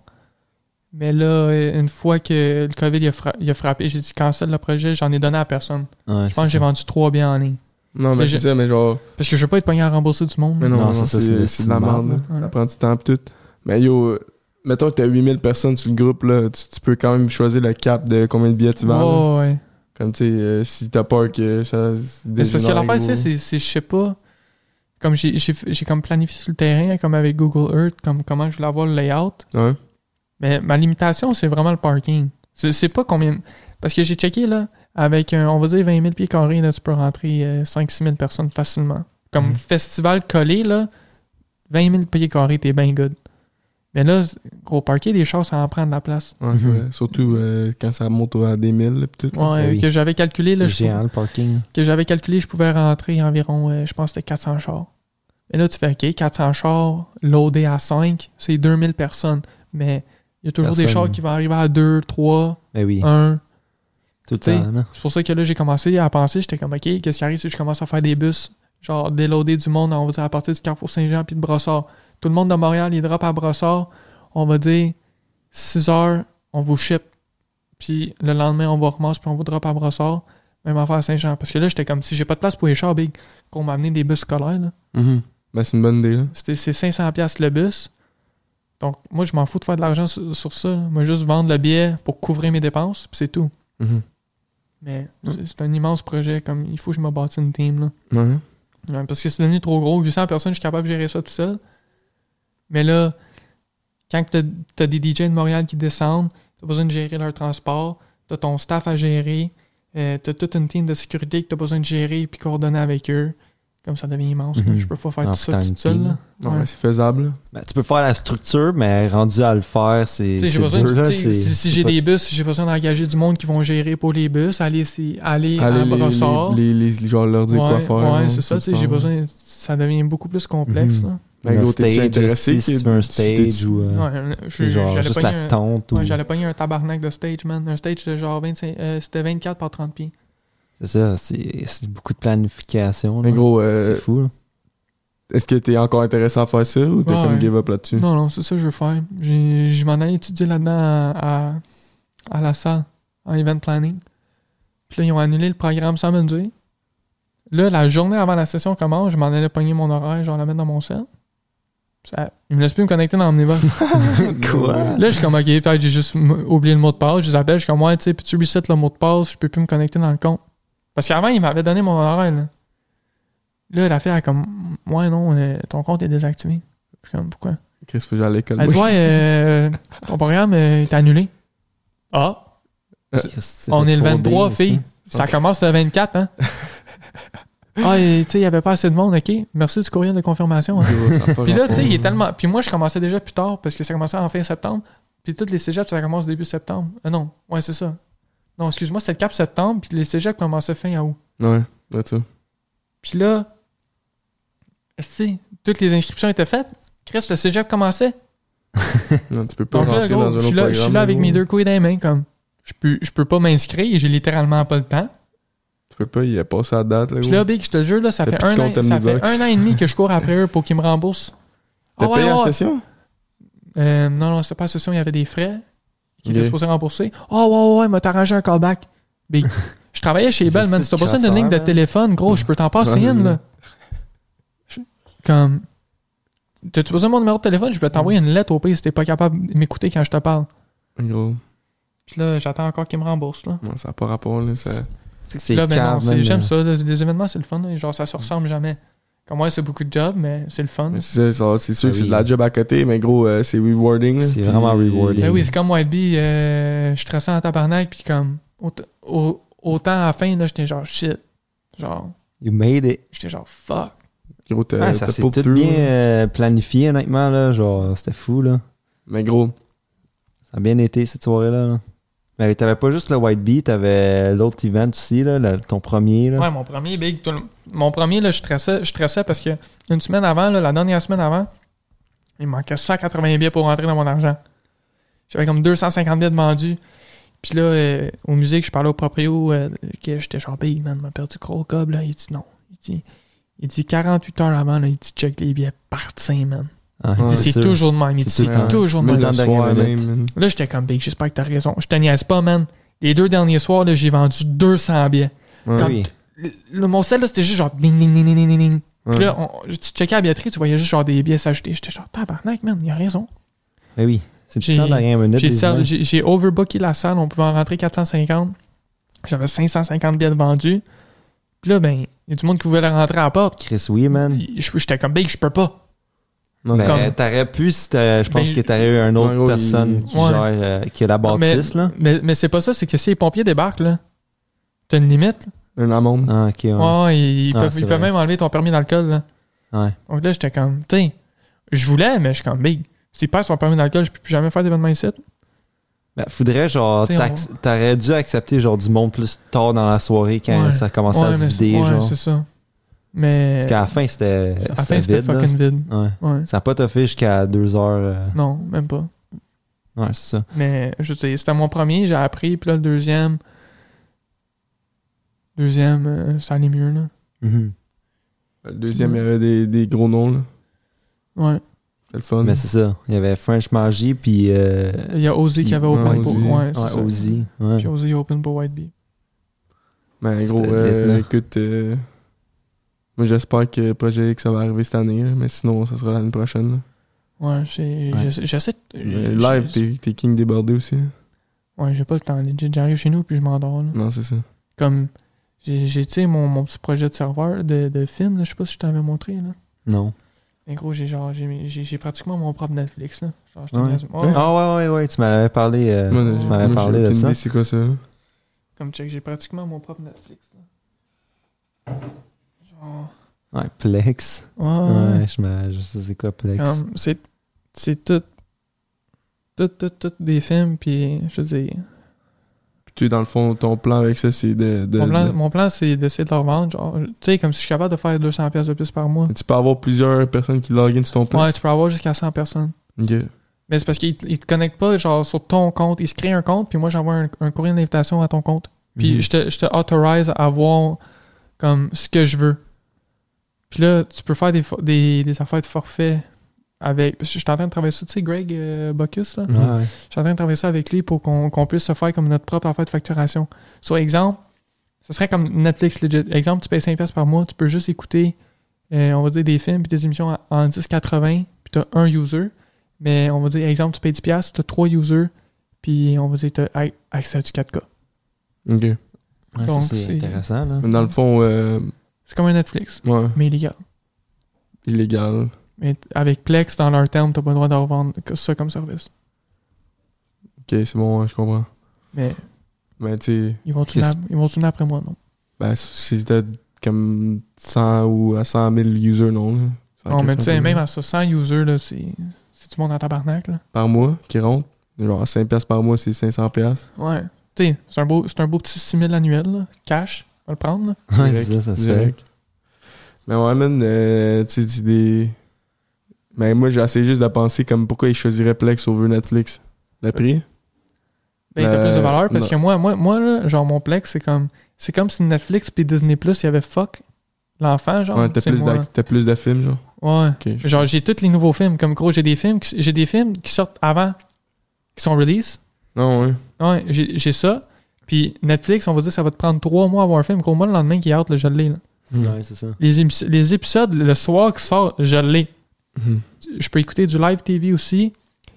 Speaker 3: Mais là, euh, une fois que le COVID il a, fra- il a frappé, j'ai dit cancel le projet, j'en ai donné à personne.
Speaker 2: Ouais,
Speaker 3: Je pense que
Speaker 2: c'est
Speaker 3: j'ai
Speaker 2: ça.
Speaker 3: vendu trois biens en ligne.
Speaker 1: Non, mais
Speaker 3: Mais
Speaker 1: c'est
Speaker 3: je-
Speaker 1: ça, mais genre.
Speaker 3: Parce que je veux pas être pogné à rembourser du monde.
Speaker 1: Mais non,
Speaker 2: Non,
Speaker 1: non,
Speaker 2: ça, ça,
Speaker 1: c'est
Speaker 2: c'est de-
Speaker 1: c'est de la
Speaker 2: c'est de la
Speaker 1: merde. là.
Speaker 3: merde, là.
Speaker 1: Ça prend du temps pis tout. Mais yo, euh, mettons que t'as 8000 personnes sur le groupe, là, tu, tu peux quand même choisir le cap de combien de billets tu vends. là.
Speaker 3: Ouais, ouais.
Speaker 1: Comme tu sais, euh, si t'as peur que ça se
Speaker 3: Mais C'est parce que
Speaker 1: dégénère,
Speaker 3: l'affaire,
Speaker 1: gros.
Speaker 3: c'est, c'est, c'est- je sais pas. Comme j'ai, j'ai, j'ai comme planifié sur le terrain, comme avec Google Earth, comme comment je voulais avoir le layout.
Speaker 1: Ouais.
Speaker 3: Mais ma limitation, c'est vraiment le parking. C'est, c'est pas combien. Parce que j'ai checké, là, avec, un, on va dire, 20 000 pieds carrés, là, tu peux rentrer euh, 5-6 000 personnes facilement. Comme
Speaker 2: Mm.
Speaker 1: Mhm.
Speaker 3: festival collé, là, 20 000 pieds carrés, t'es bien good. Mais là, gros parking, des chars, ça en prend de la place.
Speaker 1: Ouais, c'est
Speaker 2: Mhm.
Speaker 1: vrai. Surtout euh, quand ça monte à des mille, là, pis tout.
Speaker 3: Ouais,
Speaker 2: Ah, ben oui.
Speaker 3: que j'avais calculé, là,
Speaker 2: C'est
Speaker 3: je trouve-
Speaker 2: géant, le parking.
Speaker 3: que j'avais calculé, je pouvais rentrer environ, euh, je pense que c'était 400 chars. Mais là, tu fais, OK, 400 chars, loadé à 5, c'est 2000 personnes. Mais il y a toujours des
Speaker 2: Personne.
Speaker 3: chars qui vont arriver à 2, 3,
Speaker 2: Ben oui,
Speaker 3: 1.
Speaker 2: tout le
Speaker 3: tu sais,
Speaker 2: temps, là.
Speaker 3: C'est pour ça que là, j'ai commencé à penser, j'étais comme, OK, qu'est-ce qui arrive si je commence à faire des bus, genre déloader du monde, on va dire, à partir du Carrefour Saint-Jean puis de Brossard. Tout le monde de Montréal, il drop à Brossard, on va dire, 6 heures, on vous ship. Puis le lendemain, on vous ramasse, puis on vous drop à Brossard, même affaire à Saint-Jean. Parce que là, j'étais comme, si j'ai pas de place pour les chars, big, qu'on m'a amené des bus scolaires, là.
Speaker 2: Mhm.
Speaker 1: Ben, c'est une bonne idée, là.
Speaker 3: C'était- C'est 500$ piastres le bus. Donc, moi, je m'en fous de faire de l'argent sur, sur ça. là. Moi, juste vendre le billet pour couvrir mes dépenses, puis c'est tout.
Speaker 2: Mhm.
Speaker 3: Mais
Speaker 2: Hmm.
Speaker 3: c'est- c'est un immense projet. Comme il faut que je me bâtisse une team. Là.
Speaker 1: Ouais.
Speaker 3: Ouais, parce que c'est devenu trop gros. 800 personnes, je suis capable de gérer ça tout seul. Mais là, quand tu as, des DJ de Montréal qui descendent, tu as besoin de gérer leur transport, tu as ton staff à gérer, tu as toute une team de sécurité que tu as besoin de gérer puis coordonner avec eux. Comme ça devient immense. là.
Speaker 2: Mhm.
Speaker 3: Je peux pas faire
Speaker 2: Ah,
Speaker 3: tout ça
Speaker 2: putain,
Speaker 3: tout
Speaker 2: une
Speaker 3: seul.
Speaker 2: team.
Speaker 3: là.
Speaker 1: Non,
Speaker 3: Ouais.
Speaker 1: mais c'est faisable, là.
Speaker 2: Ben, tu peux faire la structure, mais rendu à le faire, c'est
Speaker 3: Tu sais,
Speaker 2: c'est
Speaker 3: j'ai besoin
Speaker 2: dur,
Speaker 3: de-
Speaker 2: là.
Speaker 3: tu sais,
Speaker 2: c'est-
Speaker 3: si
Speaker 2: c'est
Speaker 3: si j'ai
Speaker 2: pas-
Speaker 3: des bus, j'ai besoin d'engager du monde qui vont gérer pour les bus, aller, si- aller, à
Speaker 1: Allez, les,
Speaker 3: Brossard.
Speaker 1: les, les, les- genre, leur dire
Speaker 3: ouais,
Speaker 1: quoi faire.
Speaker 3: ouais,
Speaker 1: là,
Speaker 3: c'est ça. tu sais, J'ai besoin. Ça devient beaucoup plus complexe.
Speaker 2: Mhm.
Speaker 3: là.
Speaker 1: Ben,
Speaker 2: Un
Speaker 1: gros, t'es-tu
Speaker 2: stage,
Speaker 1: intéressé
Speaker 2: si-
Speaker 1: que-
Speaker 2: Si tu veux un
Speaker 1: t'es-tu-
Speaker 2: stage ou... euh,
Speaker 3: Ouais, je-
Speaker 2: c'est genre
Speaker 3: j'allais
Speaker 2: juste
Speaker 3: pogner
Speaker 2: la
Speaker 3: un-
Speaker 2: tente ou...
Speaker 3: ouais, j'allais pogner un tabarnak de stage, man. Un stage de genre 25, euh, c'était 24 par 30 pieds.
Speaker 2: C'est ça, c'est c'est beaucoup de planification. là.
Speaker 1: Mais gros, euh,
Speaker 2: C'est fou, là.
Speaker 1: est-ce que t'es encore intéressé à faire ça ou t'as
Speaker 3: Ouais,
Speaker 1: comme
Speaker 3: ouais.
Speaker 1: give up là-dessus?
Speaker 3: Non, non, c'est ça que je veux faire. J'ai- Je m'en allais étudier là-dedans à, à, à la salle, en event planning. Puis là, ils ont annulé le programme sans me le dire. Là, la journée avant la session commence, je m'en allais pogner mon horaire, genre la mettre dans mon sel. Ça, ils me laissent plus me connecter dans mon
Speaker 2: Quoi?
Speaker 3: Là, je suis comme, ok, peut-être j'ai juste m- oublié le mot de passe. Je les appelle, je suis comme, ouais, tu sais, puis tu reset le mot de passe, je peux plus me connecter dans le compte. Parce qu'avant, il m'avait donné mon horaire, là. Là, la fille, elle est comme, ouais, non, euh, ton compte est désactivé. Je suis comme, pourquoi?
Speaker 1: Chris, faut que j'aille à l'école.
Speaker 3: Elle dit, ouais, euh, ton programme euh, est annulé. Ah, on est le 23, filles. Ça commence le 24, hein? ah, et, tu sais, il y avait pas assez de monde, ok? Merci du courriel de confirmation. hein. Puis là, tu sais, il est
Speaker 1: Mmh.
Speaker 3: tellement. Puis moi, je commençais déjà plus tard parce que ça commençait en fin septembre. Puis toutes les cégeps, ça commence début septembre. Ah non, ouais, c'est ça. Non, excuse-moi, c'était le 4 septembre. Puis les cégeps commençaient fin août.
Speaker 1: Ouais, ouais, ça.
Speaker 3: Puis là, tu sais, toutes les inscriptions étaient faites. Chris, le cégep commençait.
Speaker 1: Non, tu peux pas
Speaker 3: Donc là,
Speaker 1: rentrer
Speaker 3: gros,
Speaker 1: dans un autre
Speaker 3: je suis là, je suis
Speaker 1: programme,
Speaker 3: là avec
Speaker 1: gros.
Speaker 3: mes deux couilles dans les mains, comme. Je peux, je peux pas m'inscrire, j'ai littéralement pas le temps.
Speaker 1: Tu peux pas, il a passé la date, là,
Speaker 3: Puis
Speaker 1: gros.
Speaker 3: là, Big, je te jure, là, ça
Speaker 1: T'as
Speaker 3: fait,
Speaker 1: plus de
Speaker 3: un an,
Speaker 1: compte
Speaker 3: ça fait
Speaker 1: Omnibox.
Speaker 3: un an et demi que je cours après eux pour qu'ils me remboursent.
Speaker 1: T'as
Speaker 3: Ah ouais,
Speaker 1: payé
Speaker 3: ouais,
Speaker 1: en
Speaker 3: ouais.
Speaker 1: session?
Speaker 3: Euh, non, non, c'était pas la session, il y avait des frais qui
Speaker 1: Ok.
Speaker 3: étaient supposés rembourser. Oh, ouais, ouais, ouais, il m'a arrangé un callback. Big. Je travaillais chez Bell, man. Si t'as
Speaker 2: C'est
Speaker 3: besoin d'une
Speaker 2: crasseur,
Speaker 3: ligne de
Speaker 2: man.
Speaker 3: téléphone, gros, je peux t'en passer
Speaker 1: Ouais,
Speaker 3: une,
Speaker 1: vas-y.
Speaker 3: là. Je- Comme. T'as-tu besoin de mon numéro de téléphone? Je peux t'envoyer une lettre au pays si t'es pas capable de m'écouter quand je te parle.
Speaker 1: Gros,
Speaker 3: Puis là, j'attends encore qu'ils me remboursent, là.
Speaker 1: non, ça n'a pas rapport, là. Ça...
Speaker 2: C'est
Speaker 3: là, ben non,
Speaker 2: calme,
Speaker 3: c'est-
Speaker 2: man,
Speaker 3: j'aime
Speaker 2: là.
Speaker 3: ça. Les, les événements, c'est le fun. là. Genre, ça se ressemble jamais. Comme moi, c'est beaucoup de job, mais c'est le fun.
Speaker 1: Mais C'est ça, ça, c'est sûr
Speaker 2: Ah
Speaker 1: que c'est
Speaker 2: oui.
Speaker 1: de la job à côté, mais gros, euh, c'est rewarding. là.
Speaker 2: C'est
Speaker 1: Puis-
Speaker 2: vraiment rewarding.
Speaker 3: Ben oui, c'est comme Whitebee, euh, je suis stressant en tabarnak, puis comme, au- au- autant à la fin, là, j'étais genre shit. Genre,
Speaker 2: You made it.
Speaker 3: j'étais genre fuck.
Speaker 1: Gros, t'as
Speaker 2: Ouais, Ah, ça
Speaker 1: Euh, t'as
Speaker 2: s'est
Speaker 1: pas
Speaker 2: tout
Speaker 1: through,
Speaker 2: bien
Speaker 1: là.
Speaker 2: euh, planifié, honnêtement. Là. Genre, c'était fou. Là.
Speaker 1: Mais gros,
Speaker 2: Ça a bien été cette soirée-là. là. Mais t'avais pas juste le White Bee, t'avais l'autre event aussi, là, le- ton premier. Là.
Speaker 3: Ouais, mon premier big. tout le- Mon premier, là, je stressais, je stressais parce que une semaine avant, là, la dernière semaine avant, il me manquait 180 billets pour rentrer dans mon argent. J'avais comme 250 billets de vendus. Puis là, euh, au musée, que je parlais au proprio, euh, que j'étais genre, Big, man, m'a perdu gros cob, là. Il dit non. Il dit, il dit 48 heures avant, là, il dit check les billets, parti, man.
Speaker 2: Ah,
Speaker 3: Il dit,
Speaker 1: Ouais,
Speaker 3: c'est
Speaker 2: sûr.
Speaker 3: toujours de même. Il dit,
Speaker 2: C'est tout le
Speaker 3: c'est
Speaker 2: temps.
Speaker 3: toujours de
Speaker 1: même
Speaker 3: même.
Speaker 2: temps
Speaker 1: le
Speaker 2: de
Speaker 1: soir
Speaker 2: dernière
Speaker 1: même,
Speaker 2: minute.
Speaker 1: man.
Speaker 3: Là, j'étais comme big, j'espère que t'as raison. Je te niaise pas, man. Les deux derniers soirs, là, j'ai vendu 200 billets.
Speaker 1: Ouais,
Speaker 3: Quand-
Speaker 2: Ah Oui.
Speaker 3: Le- le- mon sel, là, c'était juste genre ding, ding, ding, ding, ding, ding, ding.
Speaker 1: ouais.
Speaker 3: Puis là, on- tu checkais la billetterie, tu voyais juste genre des billets s'ajouter. J'étais genre tabarnak, man, il a raison.
Speaker 2: Mais Ah oui. C'est tout
Speaker 3: J'ai-
Speaker 2: le temps de la dernière minute.
Speaker 3: J'ai
Speaker 2: les
Speaker 3: sal-
Speaker 2: events.
Speaker 3: J'ai j'ai overbooké la salle, on pouvait en rentrer 450. J'avais 550 billets de vendus. Puis là, ben, il y a du monde qui voulait rentrer à la porte.
Speaker 2: Chris, oui, man.
Speaker 3: Je- J'étais comme, big, je peux pas.
Speaker 1: Non,
Speaker 2: Ben,
Speaker 3: Comme-
Speaker 2: t'aurais pu si t'as- je pense
Speaker 3: Ben,
Speaker 2: que t'aurais eu une
Speaker 1: en
Speaker 2: autre
Speaker 1: gros,
Speaker 2: personne
Speaker 1: il-
Speaker 2: qui
Speaker 3: Ouais.
Speaker 2: gère, euh, qui a la bâtisse, là.
Speaker 3: Mais, mais c'est pas ça, c'est que si les pompiers débarquent, là, t'as une limite.
Speaker 1: un amende.
Speaker 2: Ah, ok, ouais.
Speaker 3: Ouais, ouais, ils, ils
Speaker 2: Ah,
Speaker 3: peuvent,
Speaker 2: c'est
Speaker 3: ils peuvent
Speaker 2: vrai.
Speaker 3: même enlever ton permis d'alcool, là.
Speaker 2: Ouais.
Speaker 3: Donc là, j'étais comme, tu je voulais, mais je suis comme, big. S'ils perdent son permis d'alcool, je peux plus jamais faire d'événements ici.
Speaker 2: Ben, faudrait, genre,
Speaker 3: T'sais, on-
Speaker 2: t'ac- t'aurais dû accepter, genre, du monde plus tard dans la soirée quand
Speaker 3: Ouais.
Speaker 2: ça commençait à se
Speaker 3: mais
Speaker 2: vider,
Speaker 3: ouais,
Speaker 2: genre.
Speaker 3: c'est ça. Mais.
Speaker 2: Parce qu'à la fin, c'était
Speaker 3: à la
Speaker 2: c'était
Speaker 3: fin, c'était
Speaker 2: vide, là.
Speaker 3: fucking vide.
Speaker 2: Ouais.
Speaker 3: Ouais.
Speaker 2: Ça n'a pas toffé jusqu'à deux heures. euh,
Speaker 3: Non, même pas.
Speaker 2: Ouais, c'est ça.
Speaker 3: Mais je sais, c'était mon premier, j'ai appris, puis là, le deuxième. Deuxième, euh, ça allait mieux, là.
Speaker 2: Mhm.
Speaker 1: Le deuxième, il y avait des, des gros noms, là.
Speaker 3: Ouais.
Speaker 1: C'était le fun.
Speaker 2: Mais c'est ça. Il y avait French Magie, puis... Euh...
Speaker 3: Il y a Ozzy qui avait
Speaker 1: Ouais,
Speaker 3: open pour.
Speaker 1: Ozzy.
Speaker 3: Ouais, c'est
Speaker 2: ouais,
Speaker 3: ça.
Speaker 2: Ozzy. Ouais.
Speaker 3: Puis Ozzy a open pour White Bee.
Speaker 1: Mais gros,
Speaker 2: C'était
Speaker 1: euh,
Speaker 2: lit, là.
Speaker 1: écoute, euh, moi j'espère que Projet X ça va arriver cette année, là, mais sinon ça sera l'année prochaine. là.
Speaker 3: Ouais, j'ai-
Speaker 2: Ouais.
Speaker 3: j'essa- j'essaie. de-
Speaker 2: Euh,
Speaker 1: Mais
Speaker 3: j'ai-
Speaker 1: live, t'es- t'es king débordé aussi. là.
Speaker 3: Ouais, j'ai pas le temps. legit. J'arrive chez nous, puis je m'endors, là.
Speaker 1: Non, c'est ça.
Speaker 2: Euh,
Speaker 3: Comme. J'ai, j'ai, tu sais, mon, mon petit projet de serveur, de, de film, là, je sais pas si je t'avais montré, là.
Speaker 2: Non.
Speaker 3: Mais gros, j'ai genre, j'ai, j'ai, j'ai pratiquement mon propre Netflix, là. Genre, je te
Speaker 2: Ouais.
Speaker 3: niaise. Ouais,
Speaker 2: Ah ouais, ouais, ouais. Tu m'avais parlé... euh,
Speaker 1: Moi,
Speaker 3: tu
Speaker 1: euh,
Speaker 2: m'avais
Speaker 1: moi,
Speaker 2: parlé
Speaker 1: j'ai
Speaker 2: de
Speaker 1: aucune
Speaker 2: ça.
Speaker 1: idée C'est quoi ça? là.
Speaker 3: Comme check, j'ai pratiquement mon propre Netflix. là. Genre.
Speaker 2: Ouais, Plex.
Speaker 3: Ouais. Ah,
Speaker 2: Ouais, je, me... je sais c'est quoi Plex. Mhm.
Speaker 3: Comme, c'est, c'est tout. Tout, tout, tout des films, puis je veux dire.
Speaker 1: Puis tu sais, dans le fond, ton plan avec ça, c'est de. de-
Speaker 3: mon, plan,
Speaker 1: de-
Speaker 3: mon plan, c'est d'essayer de leur vendre. Genre, tu sais, comme si je suis capable de faire 200$ piastres de plus par mois.
Speaker 1: Tu peux avoir plusieurs personnes qui login sur ton plan.
Speaker 3: Ouais, tu peux avoir jusqu'à 100 personnes.
Speaker 1: Ok.
Speaker 3: Mais c'est parce qu'ils ils te connectent pas, genre, sur ton compte. Ils se créent un compte, puis moi, j'envoie un, un courrier d'invitation à ton compte. Puis
Speaker 2: Mhm.
Speaker 3: je, te, je te autorise à voir comme ce que je veux. Puis là, tu peux faire des, fo- des, des affaires de forfait avec. Parce que je suis en train de travailler ça, tu sais, Greg euh, Bocus, là.
Speaker 2: Ouais, ouais.
Speaker 3: Je suis en train de travailler ça avec lui pour qu'on qu'on puisse se faire comme notre propre affaire de facturation. Sur exemple, ce serait comme Netflix legit. Exemple, tu payes 5$ par mois, tu peux juste écouter, euh, on va dire, des films puis des émissions en- en 10,80, puis tu as un user. Mais on va dire, exemple, tu payes 10$, tu as 3 users, puis on va dire, tu as accès à du 4K.
Speaker 1: Ok.
Speaker 2: Ouais, ça,
Speaker 3: Donc,
Speaker 2: c'est
Speaker 3: c'est-
Speaker 2: intéressant, là.
Speaker 1: Mais dans le fond, euh,
Speaker 3: C'est comme un Netflix,
Speaker 1: ouais,
Speaker 3: mais illégal.
Speaker 1: illégal.
Speaker 3: Mais t- avec Plex, dans leur terme, t'as pas le droit de revendre que- ça comme service.
Speaker 1: Ok, c'est bon, ouais, je comprends.
Speaker 3: Mais
Speaker 1: Mais tu sais,
Speaker 3: ils vont tourner,
Speaker 2: Qu'est-ce-
Speaker 3: ap- ils vont tourner après moi, non?
Speaker 1: ben, si c'était comme 100 ou à 100 000 users, non. là. Ça
Speaker 3: Non,
Speaker 1: casse
Speaker 3: mais tu
Speaker 1: un
Speaker 3: sais,
Speaker 1: peu,
Speaker 3: même
Speaker 1: là.
Speaker 3: à ça, 100 users, là, c'est c'est du monde en tabarnak, là.
Speaker 1: Par mois, qui rentre. Genre, 5 piastres par mois, c'est 500 piastres.
Speaker 3: Ouais. Tu sais, c'est un, beau- c'est un beau petit 6 000 annuel, là. Cash, on va le prendre, là.
Speaker 2: Ouais,
Speaker 1: Direct,
Speaker 2: c'est ça, ça se fait.
Speaker 1: direct. Mais ouais, man, euh, tu sais, tu des. Mais moi, j'essaie juste de penser comme pourquoi ils choisiraient Plex over Netflix. Le
Speaker 3: Euh,
Speaker 1: prix
Speaker 3: Ben, il a
Speaker 1: Euh,
Speaker 3: plus de valeur parce
Speaker 1: non.
Speaker 3: que moi, moi, moi là, genre, mon plex, c'est comme. C'est comme si Netflix puis Disney Plus, il y avait fuck l'enfant, genre.
Speaker 1: Ouais, t'as
Speaker 3: c'est
Speaker 1: plus,
Speaker 3: moi.
Speaker 1: d'ac- t'as plus de films, genre.
Speaker 3: Ouais.
Speaker 1: Ok. je-
Speaker 3: Genre, j'ai tous les nouveaux films. Comme gros, j'ai des films qui, j'ai des films qui sortent avant, qui sont release.
Speaker 1: Non, ouais.
Speaker 3: Ouais, j'ai j'ai ça. Puis Netflix, on va dire, ça va te prendre trois mois à voir un film. Gros, moi, le lendemain qui est out, là, je l'ai. là.
Speaker 1: Hmm.
Speaker 2: Ouais, c'est ça.
Speaker 3: Les, émis- les épisodes, le soir qui sort, je l'ai.
Speaker 1: Mhm.
Speaker 3: Je peux écouter du live TV aussi.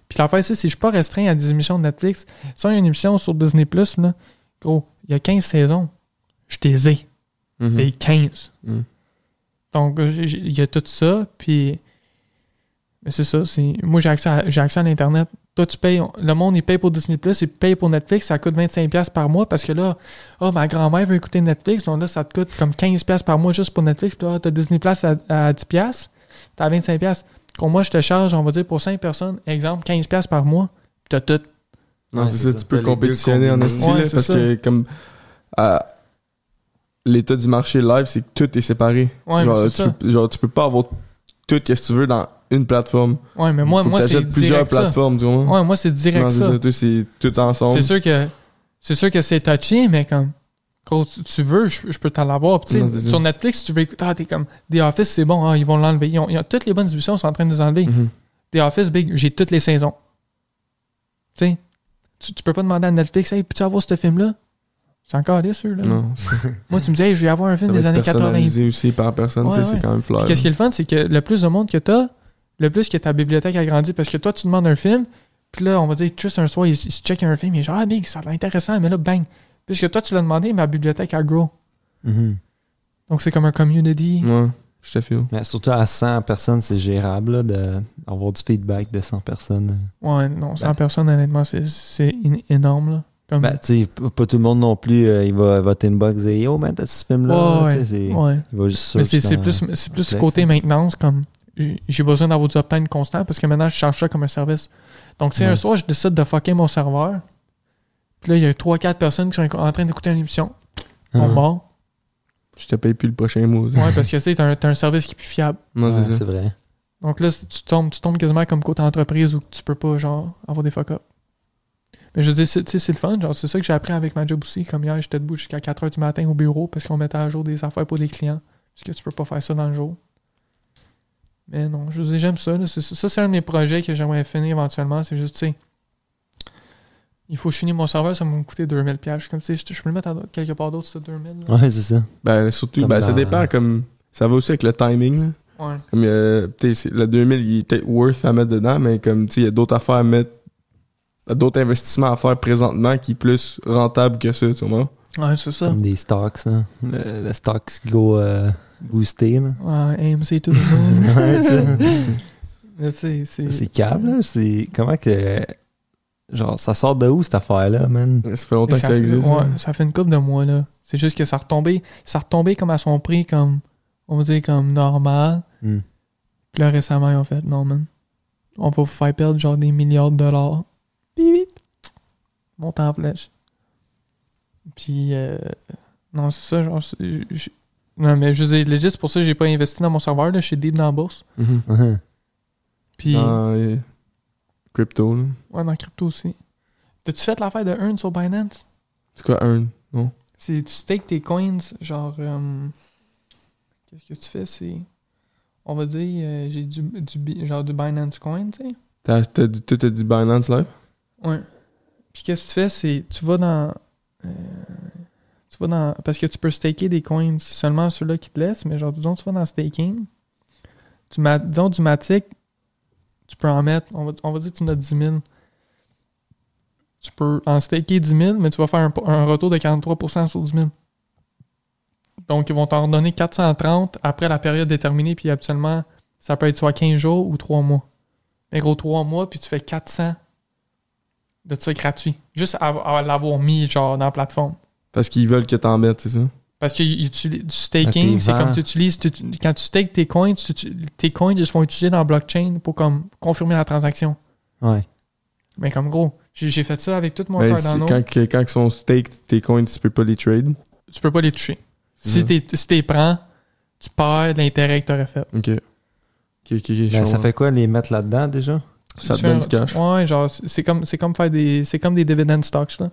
Speaker 3: Puis l'affaire, c'est si je suis pas restreint à des émissions de Netflix. Si on a une émission sur Disney, là, gros, il y a 15 saisons. Je t'ai ai.
Speaker 1: Mhm.
Speaker 3: T'es 15.
Speaker 1: Mhm.
Speaker 3: Donc, euh, j'ai- j'ai- il y a tout ça. Puis, mais c'est ça. c'est- Moi, j'ai accès à, j'ai accès à l'Internet toi, tu payes, le monde, il paye pour Disney Plus, il paye pour Netflix, ça coûte 25$ par mois parce que là, oh, ma grand-mère veut écouter Netflix, donc là, ça te coûte comme 15$ par mois juste pour Netflix, puis là, t'as Disney Plus à, à 10$, t'as 25$. Pour moi, je te charge, on va dire, pour 5 personnes, exemple, 15$ par mois, puis t'as tout.
Speaker 1: Non,
Speaker 2: Ouais,
Speaker 1: c'est
Speaker 2: c'est
Speaker 1: ça,
Speaker 2: ça.
Speaker 1: tu peux
Speaker 2: T'as les deux
Speaker 1: compétitionner en
Speaker 2: combinés.
Speaker 1: style
Speaker 3: Ouais, c'est
Speaker 1: parce
Speaker 3: ça.
Speaker 1: que comme à- l'état du marché live, c'est que tout est séparé.
Speaker 3: Ouais, mais
Speaker 1: genre,
Speaker 3: c'est
Speaker 1: tu
Speaker 3: ça.
Speaker 1: Peux, genre, tu peux pas avoir tout ce que tu veux dans une plateforme.
Speaker 3: Ouais, mais moi,
Speaker 1: Faut
Speaker 3: moi
Speaker 1: que
Speaker 3: c'est
Speaker 1: t'achètes plusieurs
Speaker 3: direct ça.
Speaker 1: plateformes, tu vois.
Speaker 3: Ouais, moi, c'est direct
Speaker 1: Non, c'est
Speaker 3: ça.
Speaker 1: ça, toi, c'est tout ensemble.
Speaker 3: C'est sûr que c'est sûr que c'est touché, mais comme gros, tu- tu veux, je, je peux t'en l'avoir. Puis,
Speaker 1: Non,
Speaker 3: tu
Speaker 1: c'est
Speaker 3: sais,
Speaker 1: ça.
Speaker 3: Sur Netflix, tu veux écouter, ah, t'es comme The Office, c'est bon, ah, ils vont l'enlever. Ils ont- ils ont- toutes les bonnes émissions sont en train de les enlever.
Speaker 1: Mhm.
Speaker 3: The Office, big, j'ai toutes les saisons. Tu sais, tu, tu peux pas demander à Netflix, hey, peux-tu avoir ce film-là? C'est encore là, sûr, là.
Speaker 1: Non,
Speaker 3: Moi, tu me dis, hey, je vais avoir un
Speaker 1: ça
Speaker 3: film
Speaker 1: va être
Speaker 3: des années 90.
Speaker 1: personnalisé aussi par personne, tu sais,
Speaker 3: Ouais,
Speaker 1: c'est
Speaker 3: ouais.
Speaker 1: quand même flair.
Speaker 3: Puis Qu'est-ce qui est le fun, c'est que le plus de monde que t'as, le plus que ta bibliothèque a grandi. Parce que toi, tu demandes un film, puis là, on va dire, juste un soir, il, il se check un film, il est genre, ah, big, ça a l'air intéressant, mais là, bang. Puisque toi, tu l'as demandé, ma bibliothèque, elle grow.
Speaker 2: Mhm.
Speaker 3: Donc, c'est comme un community.
Speaker 1: Ouais, je te file.
Speaker 2: Mais surtout à 100 personnes, c'est gérable là, de- d'avoir du feedback de 100 personnes.
Speaker 3: Ouais, non, 100
Speaker 2: Ben-
Speaker 3: personnes, honnêtement, c'est- c'est in- énorme, là. Comme,
Speaker 2: Ben, tu sais, p- pas tout le monde non plus, euh, il va voter une box et dire Yo, man, t'as ce film-là
Speaker 3: Ouais,
Speaker 2: Tu sais, c'est-
Speaker 3: ouais.
Speaker 2: Il va juste sur-
Speaker 3: Mais c'est c'est
Speaker 2: dans-
Speaker 3: plus, c'est plus
Speaker 2: complexe,
Speaker 3: côté
Speaker 2: hein.
Speaker 3: maintenance, comme j'ai j'ai besoin d'avoir du uptime constant parce que maintenant je charge ça comme un service. Donc, si un
Speaker 2: Ouais.
Speaker 3: soir je décide de fucker mon serveur, puis là il y a 3-4 personnes qui sont en train d'écouter une émission,
Speaker 2: Ah,
Speaker 3: ils sont morts.
Speaker 1: Je te paye plus le prochain mois. ça.
Speaker 3: Ouais, parce que tu sais, t'as un, t'as un service qui est plus fiable.
Speaker 1: Non,
Speaker 2: ouais,
Speaker 1: c'est ça.
Speaker 2: c'est vrai.
Speaker 3: Donc là, tu tombes, tu tombes quasiment comme côté entreprise où tu peux pas, genre, avoir des fuck-up. Mais je veux dire, c'est- tu sais, c'est le fun. Genre, c'est ça que j'ai appris avec ma job aussi. Comme hier, j'étais debout jusqu'à 4 h du matin au bureau parce qu'on mettait à jour des affaires pour les clients. Parce que tu peux pas faire ça dans le jour. Mais non, je veux dire, j'aime ça. là. C'est- Ça, c'est un de mes projets que j'aimerais finir éventuellement. C'est juste, tu sais, il faut que je finisse mon serveur, ça va me coûter 2000$. piastres. Je suis comme, tu sais, je- je peux le mettre à quelque part d'autre, ce 2000$. là.
Speaker 2: Ouais, c'est ça.
Speaker 1: Ben, surtout,
Speaker 2: Comme
Speaker 1: ben, ça
Speaker 2: dans-
Speaker 1: dépend, comme. Ça va aussi avec le timing, là.
Speaker 3: Ouais.
Speaker 1: Comme, euh, t'sais, c'est- le 2000, il est peut-être worth à mettre dedans, mais comme, t'sais, il y a d'autres affaires à mettre, d'autres investissements à faire présentement qui est plus rentable que ça, tu vois.
Speaker 3: Ouais, c'est ça.
Speaker 2: Comme des stocks, là. Le, le stocks qui go euh, boosté, là.
Speaker 3: Ouais, AMC tout ça.
Speaker 2: Ouais, ça.
Speaker 3: Mais c'est. C'est
Speaker 2: c'est câble, là. C'est comment que. Genre, ça sort de où cette affaire-là, man?
Speaker 1: Ça fait longtemps que
Speaker 3: Mais ça
Speaker 1: ça,
Speaker 3: fait-
Speaker 1: existe.
Speaker 3: ouais,
Speaker 1: hein.
Speaker 3: ça fait une coupe de mois, là. C'est juste que ça retombait. Ça retombait comme à son prix, comme. On va dire comme normal.
Speaker 2: Hmm.
Speaker 3: Puis là, récemment, ils ont fait non, man. On va vous faire perdre genre des milliards de dollars. Puis vite. Monte en flèche. Puis. euh, non, c'est ça, genre. c'est- j- j- Non, mais je veux dire, legit, c'est pour ça que j'ai pas investi dans mon serveur, là. Je suis deep dans la bourse.
Speaker 2: Mhm.
Speaker 3: Puis.
Speaker 1: hein. Dans, euh, crypto, là.
Speaker 3: Ouais, dans la crypto aussi. T'as-tu fait l'affaire de Earn sur Binance?
Speaker 1: C'est quoi, earn? Non?
Speaker 3: C'est tu stakes tes coins, genre. euh, Qu'est-ce que tu fais? C'est. On va dire, euh, j'ai du, du bi- genre du Binance Coin, tu sais.
Speaker 1: T'as acheté du, tout du Binance Live?
Speaker 3: Ouais. Puis qu'est-ce que tu fais? C'est. Tu vas dans. euh, tu vas dans. Parce que tu peux staker des coins seulement ceux-là qui te laissent, mais genre, disons, tu vas dans staking. Tu ma- disons, du Matic, tu peux en mettre. On va, on va dire que tu en as 10 000. Tu peux en staker 10 000, mais tu vas faire un, un retour de 43 sur 10 000. Donc, ils vont t'en redonner 430 après la période déterminée, puis habituellement, ça peut être soit 15 jours ou 3 mois. Mais gros, 3 mois, puis tu fais 400 de ça gratuit. Juste à, à l'avoir mis genre dans la plateforme.
Speaker 1: Parce qu'ils veulent que t'en mettes, c'est ça?
Speaker 3: Parce que y- y- du
Speaker 2: Ah,
Speaker 3: staking,
Speaker 2: t'es
Speaker 3: c'est
Speaker 2: vent.
Speaker 3: comme tu utilises, tu- tu- quand tu stakes tes coins, tu- tu- tes coins ils se font utiliser dans la blockchain pour comme confirmer la transaction.
Speaker 2: Ouais.
Speaker 3: Mais comme gros, j'ai j'ai fait ça avec tout mon
Speaker 1: Ben, c'est-
Speaker 3: Cardano,
Speaker 1: quand, que- quand ils sont staked, tes coins, tu peux pas les trade.
Speaker 3: tu peux pas les toucher.
Speaker 1: Ouais.
Speaker 3: Si t'es- si t'es prends, tu perds l'intérêt que t'aurais fait.
Speaker 1: Ok. Ok, ok, ok. je
Speaker 2: Ben, ça
Speaker 1: comprends.
Speaker 2: fait quoi les mettre là-dedans déjà?
Speaker 1: Ça
Speaker 3: Tu
Speaker 1: te
Speaker 3: fais
Speaker 1: donne
Speaker 3: un-
Speaker 1: du cash.
Speaker 3: Ouais, genre c'est c'est comme c'est comme faire des c'est comme des dividend stocks là.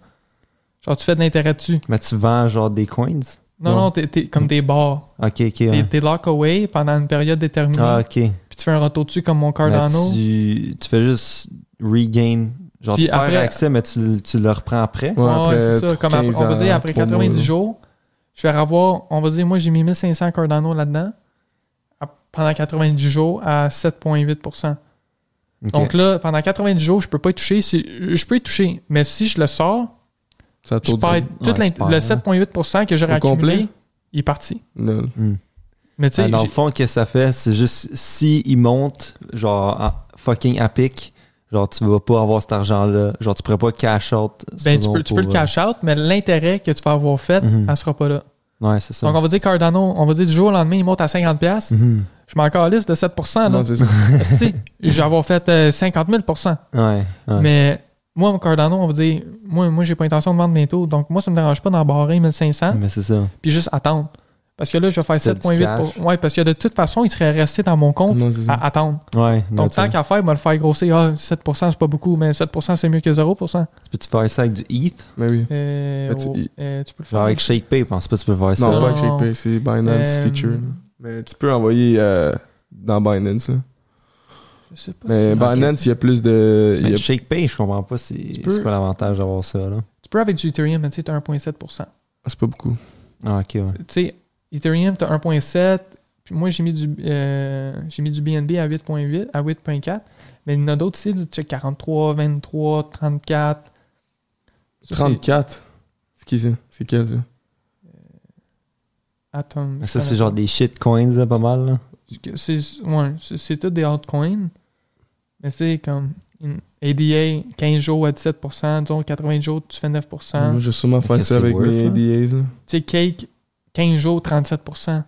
Speaker 3: Genre tu fais de l'intérêt dessus.
Speaker 2: Mais tu vends genre des coins?
Speaker 3: Non
Speaker 2: Ouais.
Speaker 3: non, t'es t'es
Speaker 1: Mm.
Speaker 3: comme des bars,
Speaker 2: Ok, ok.
Speaker 3: des,
Speaker 2: ouais.
Speaker 3: des lock away pendant une période déterminée.
Speaker 2: Ah, ok.
Speaker 3: puis tu fais un retour dessus comme mon Cardano.
Speaker 2: Mais tu, tu fais juste regain. Genre,
Speaker 3: Puis
Speaker 2: tu perds
Speaker 3: après-
Speaker 2: accès, mais tu, tu le reprends après.
Speaker 1: Ouais,
Speaker 3: Ouais,
Speaker 1: après
Speaker 3: c'est ça. Comme après-
Speaker 1: 15
Speaker 3: on va dire,
Speaker 1: ans,
Speaker 3: après
Speaker 1: trois mois,
Speaker 3: 90
Speaker 1: là.
Speaker 3: jours, je vais avoir, on va dire, moi j'ai mis 1500 Cardano là-dedans à- pendant 90 jours à 7,8%.
Speaker 2: Ok.
Speaker 3: Donc là, pendant 90 jours, je peux pas y toucher. Si- je peux y toucher, mais si je le sors,
Speaker 1: Ça
Speaker 3: je
Speaker 1: tourne.
Speaker 3: perds tout
Speaker 2: Ouais, tu
Speaker 3: l'int-
Speaker 2: perds,
Speaker 3: le
Speaker 2: hein.
Speaker 3: 7,8% que j'aurais
Speaker 1: Au
Speaker 3: accumulé.
Speaker 1: complet?
Speaker 3: Il est parti.
Speaker 1: Non.
Speaker 2: Hmm.
Speaker 3: Mais tu sais,
Speaker 2: Ben, dans
Speaker 3: j'ai-
Speaker 2: le fond, qu'est-ce que ça fait? C'est juste si il monte, genre en fucking à pic, Genre, tu vas pas avoir cet argent-là. Genre, tu pourrais pas cash out.
Speaker 3: Ben, tu
Speaker 2: disons,
Speaker 3: peux, tu
Speaker 2: pour, euh,
Speaker 3: peux le cash out, mais l'intérêt que tu vas avoir fait,
Speaker 2: Mhm.
Speaker 3: elle sera pas là.
Speaker 2: euh, Ouais, c'est ça.
Speaker 3: Donc, on va dire Cardano, on va dire du jour au lendemain, il monte à 50$.
Speaker 2: Mhm.
Speaker 3: Je m'en calisse de 7%. Là.
Speaker 1: Non, c'est ça.
Speaker 3: si, j'avais fait euh, 50 000%.
Speaker 2: Ouais, ouais.
Speaker 3: Mais moi, mon Cardano, on va dire, moi, moi j'ai pas intention de vendre mes taux. Donc, moi, ça me dérange pas d'en barrer 1500
Speaker 2: Mais c'est ça.
Speaker 3: puis juste attendre. Parce que là, je vais faire
Speaker 2: C'est Mm. du
Speaker 3: 7,8
Speaker 2: cash.
Speaker 3: pour- Ouais, parce que de toute façon, il serait resté dans mon compte
Speaker 1: Non, c'est ça.
Speaker 3: à attendre.
Speaker 2: Ouais. non,
Speaker 3: Donc,
Speaker 2: tu sais.
Speaker 3: tant qu'à faire, il va le faire grossir. Ah, 7%, c'est pas beaucoup, mais 7%, c'est mieux que 0%.
Speaker 2: Peux-tu faire ça avec du ETH?
Speaker 1: Mais Ben oui.
Speaker 3: Euh,
Speaker 1: Là, tu-
Speaker 3: oh,
Speaker 1: il-
Speaker 3: euh, tu peux le faire.
Speaker 2: Genre avec ShakePay, je pense pas que tu peux faire ça.
Speaker 1: Non, pas avec
Speaker 3: Non.
Speaker 1: ShakePay, c'est Binance
Speaker 3: Euh,
Speaker 1: Feature. là. Mais tu peux envoyer euh, dans Binance. là.
Speaker 3: Je sais pas
Speaker 1: Mais ben,
Speaker 3: si-
Speaker 1: Binance, il y a plus de. il y
Speaker 2: Mais
Speaker 1: a-
Speaker 2: ShakePay, Ben, je comprends pas c'est
Speaker 3: peux-
Speaker 2: c'est quoi l'avantage d'avoir ça, là.
Speaker 3: Tu peux avec du Ethereum, mais tu sais, t'as 1,7%.
Speaker 1: Ah, C'est pas beaucoup.
Speaker 2: Ah, ok, ouais.
Speaker 3: Tu sais, Ethereum, t'as 1,7. Puis moi, j'ai mis du, euh, j'ai mis du BNB à 8,8, à 8,4. Mais il y en a d'autres ici, tu sais, 43, 23, 34. Ça,
Speaker 1: 34. C'est qui ça C'est quel ça
Speaker 3: c'est- Attends.
Speaker 2: Mais Ça, c'est genre des shitcoins, là, pas mal, là.
Speaker 3: C'est, ouais, c'est, c'est tout des altcoins. Mais c'est comme une ADA, 15 jours à 17%, disons 80 jours, tu fais 9%.
Speaker 1: Moi, je vais sûrement
Speaker 2: Ok,
Speaker 1: faire
Speaker 2: c'est
Speaker 1: ça avec
Speaker 2: worth,
Speaker 1: mes
Speaker 2: hein?
Speaker 1: ADAs. là.
Speaker 3: Tu sais, Cake, 15 jours, 37%.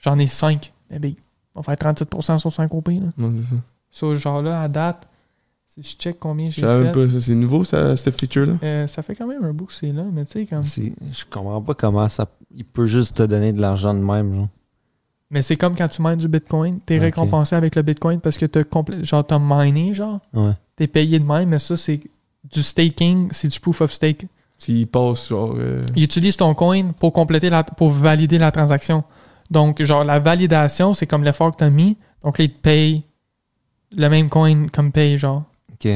Speaker 3: J'en ai 5. Mais ben, on va faire 37% sur 5 OP. Là.
Speaker 1: Non, c'est ça.
Speaker 3: Sur ce genre-là, à date, si je check combien
Speaker 1: Je
Speaker 3: j'ai
Speaker 1: savais même
Speaker 3: fait.
Speaker 1: pas ça. C'est nouveau, ça, cette feature-là
Speaker 3: euh, ça fait quand même un bout que c'est là, mais tu sais, comme.
Speaker 2: C'est- Je comprends pas comment ça. Il peut juste te donner de l'argent de même, genre.
Speaker 3: Mais c'est comme quand tu mines du bitcoin, t'es
Speaker 2: Ok.
Speaker 3: récompensé avec le bitcoin parce que t'as compl... genre t'as miné, genre.
Speaker 2: Ouais.
Speaker 3: T'es payé de même, mais ça, c'est du staking, c'est du proof of stake.
Speaker 1: S'il passe, genre. euh,
Speaker 3: Ils utilisent ton coin pour compléter la pour valider la transaction. Donc, genre la validation, c'est comme l'effort que t'as mis. Donc là, ils te payent le même coin comme paye, genre.
Speaker 2: Ok.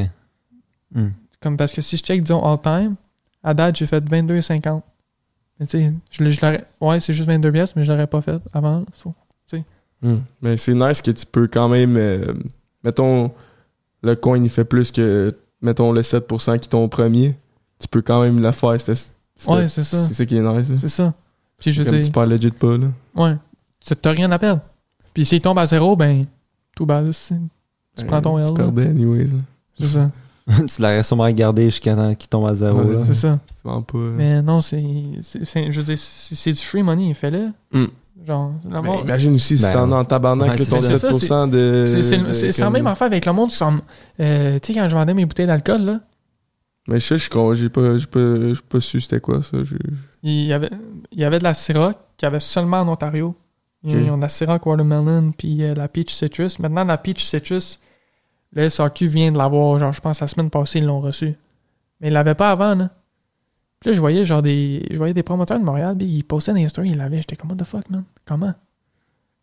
Speaker 2: Hmm.
Speaker 3: Comme parce que si je check, disons, all time, à date, j'ai fait 22,50. Mais tu sais, je, l'ai- je l'aurais- ouais, c'est juste 22 pièces, mais je l'aurais pas fait avant. so.
Speaker 1: Hmm. Mais c'est nice que tu peux quand même. euh, mettons, le coin, il fait plus que. Mettons, le 7% qui t'ont premier. Tu peux quand même la faire. c'était- c'était-
Speaker 3: Ouais, c'est ça.
Speaker 1: C'est ça qui est nice. là.
Speaker 3: C'est ça. Puis je
Speaker 1: C'est
Speaker 3: veux
Speaker 1: comme
Speaker 3: dire-
Speaker 1: tu parles legit pas, là.
Speaker 3: Ouais. Tu t'as rien à perdre. Puis s'il tombe à zéro, ben, tout bas, c'est- tu
Speaker 1: Ben,
Speaker 3: prends ton L.
Speaker 1: Tu
Speaker 3: là.
Speaker 1: perdais, anyways. là.
Speaker 3: C'est ça.
Speaker 2: tu l'aurais sûrement gardé jusqu'à temps qu'il tombe à zéro,
Speaker 1: Ouais.
Speaker 2: là.
Speaker 3: C'est ça.
Speaker 1: Tu vends pas. euh, là.
Speaker 3: Mais non, c'est. c'est- c'est- Je veux dire, c'est c'est du free money, il fait là.
Speaker 1: Mm.
Speaker 3: Genre, la
Speaker 1: Mais
Speaker 3: mort-
Speaker 1: imagine aussi si
Speaker 2: Ben,
Speaker 1: t'en as en tabarnak,
Speaker 2: ouais,
Speaker 1: là,
Speaker 2: c'est
Speaker 1: ton
Speaker 3: ça. C'est ça,
Speaker 1: 7% de.
Speaker 3: C'est c'est
Speaker 1: de-
Speaker 3: le- c'est- c'est la même affaire avec le monde qui sont. euh, tu sais, quand je vendais mes bouteilles d'alcool, là,
Speaker 1: Mais je sais, je suis con, j'ai pas, j'ai pas, j'ai pas su c'était quoi ça. j'ai-
Speaker 3: il y avait, il y avait de la Ciroc qu'il y avait seulement en Ontario. Ils
Speaker 1: Ok.
Speaker 3: ils ont de la Ciroc Watermelon puis euh, la Peach Citrus. Maintenant, la Peach Citrus, le SAQ vient de l'avoir, genre, je pense, la semaine passée, ils l'ont reçu. Mais ils l'avaient pas avant, là. Puis là, je voyais, genre, des, je voyais des promoteurs de Montréal, puis ils postaient des stories, ils l'avaient. J'étais comme, what the fuck, man? Comment?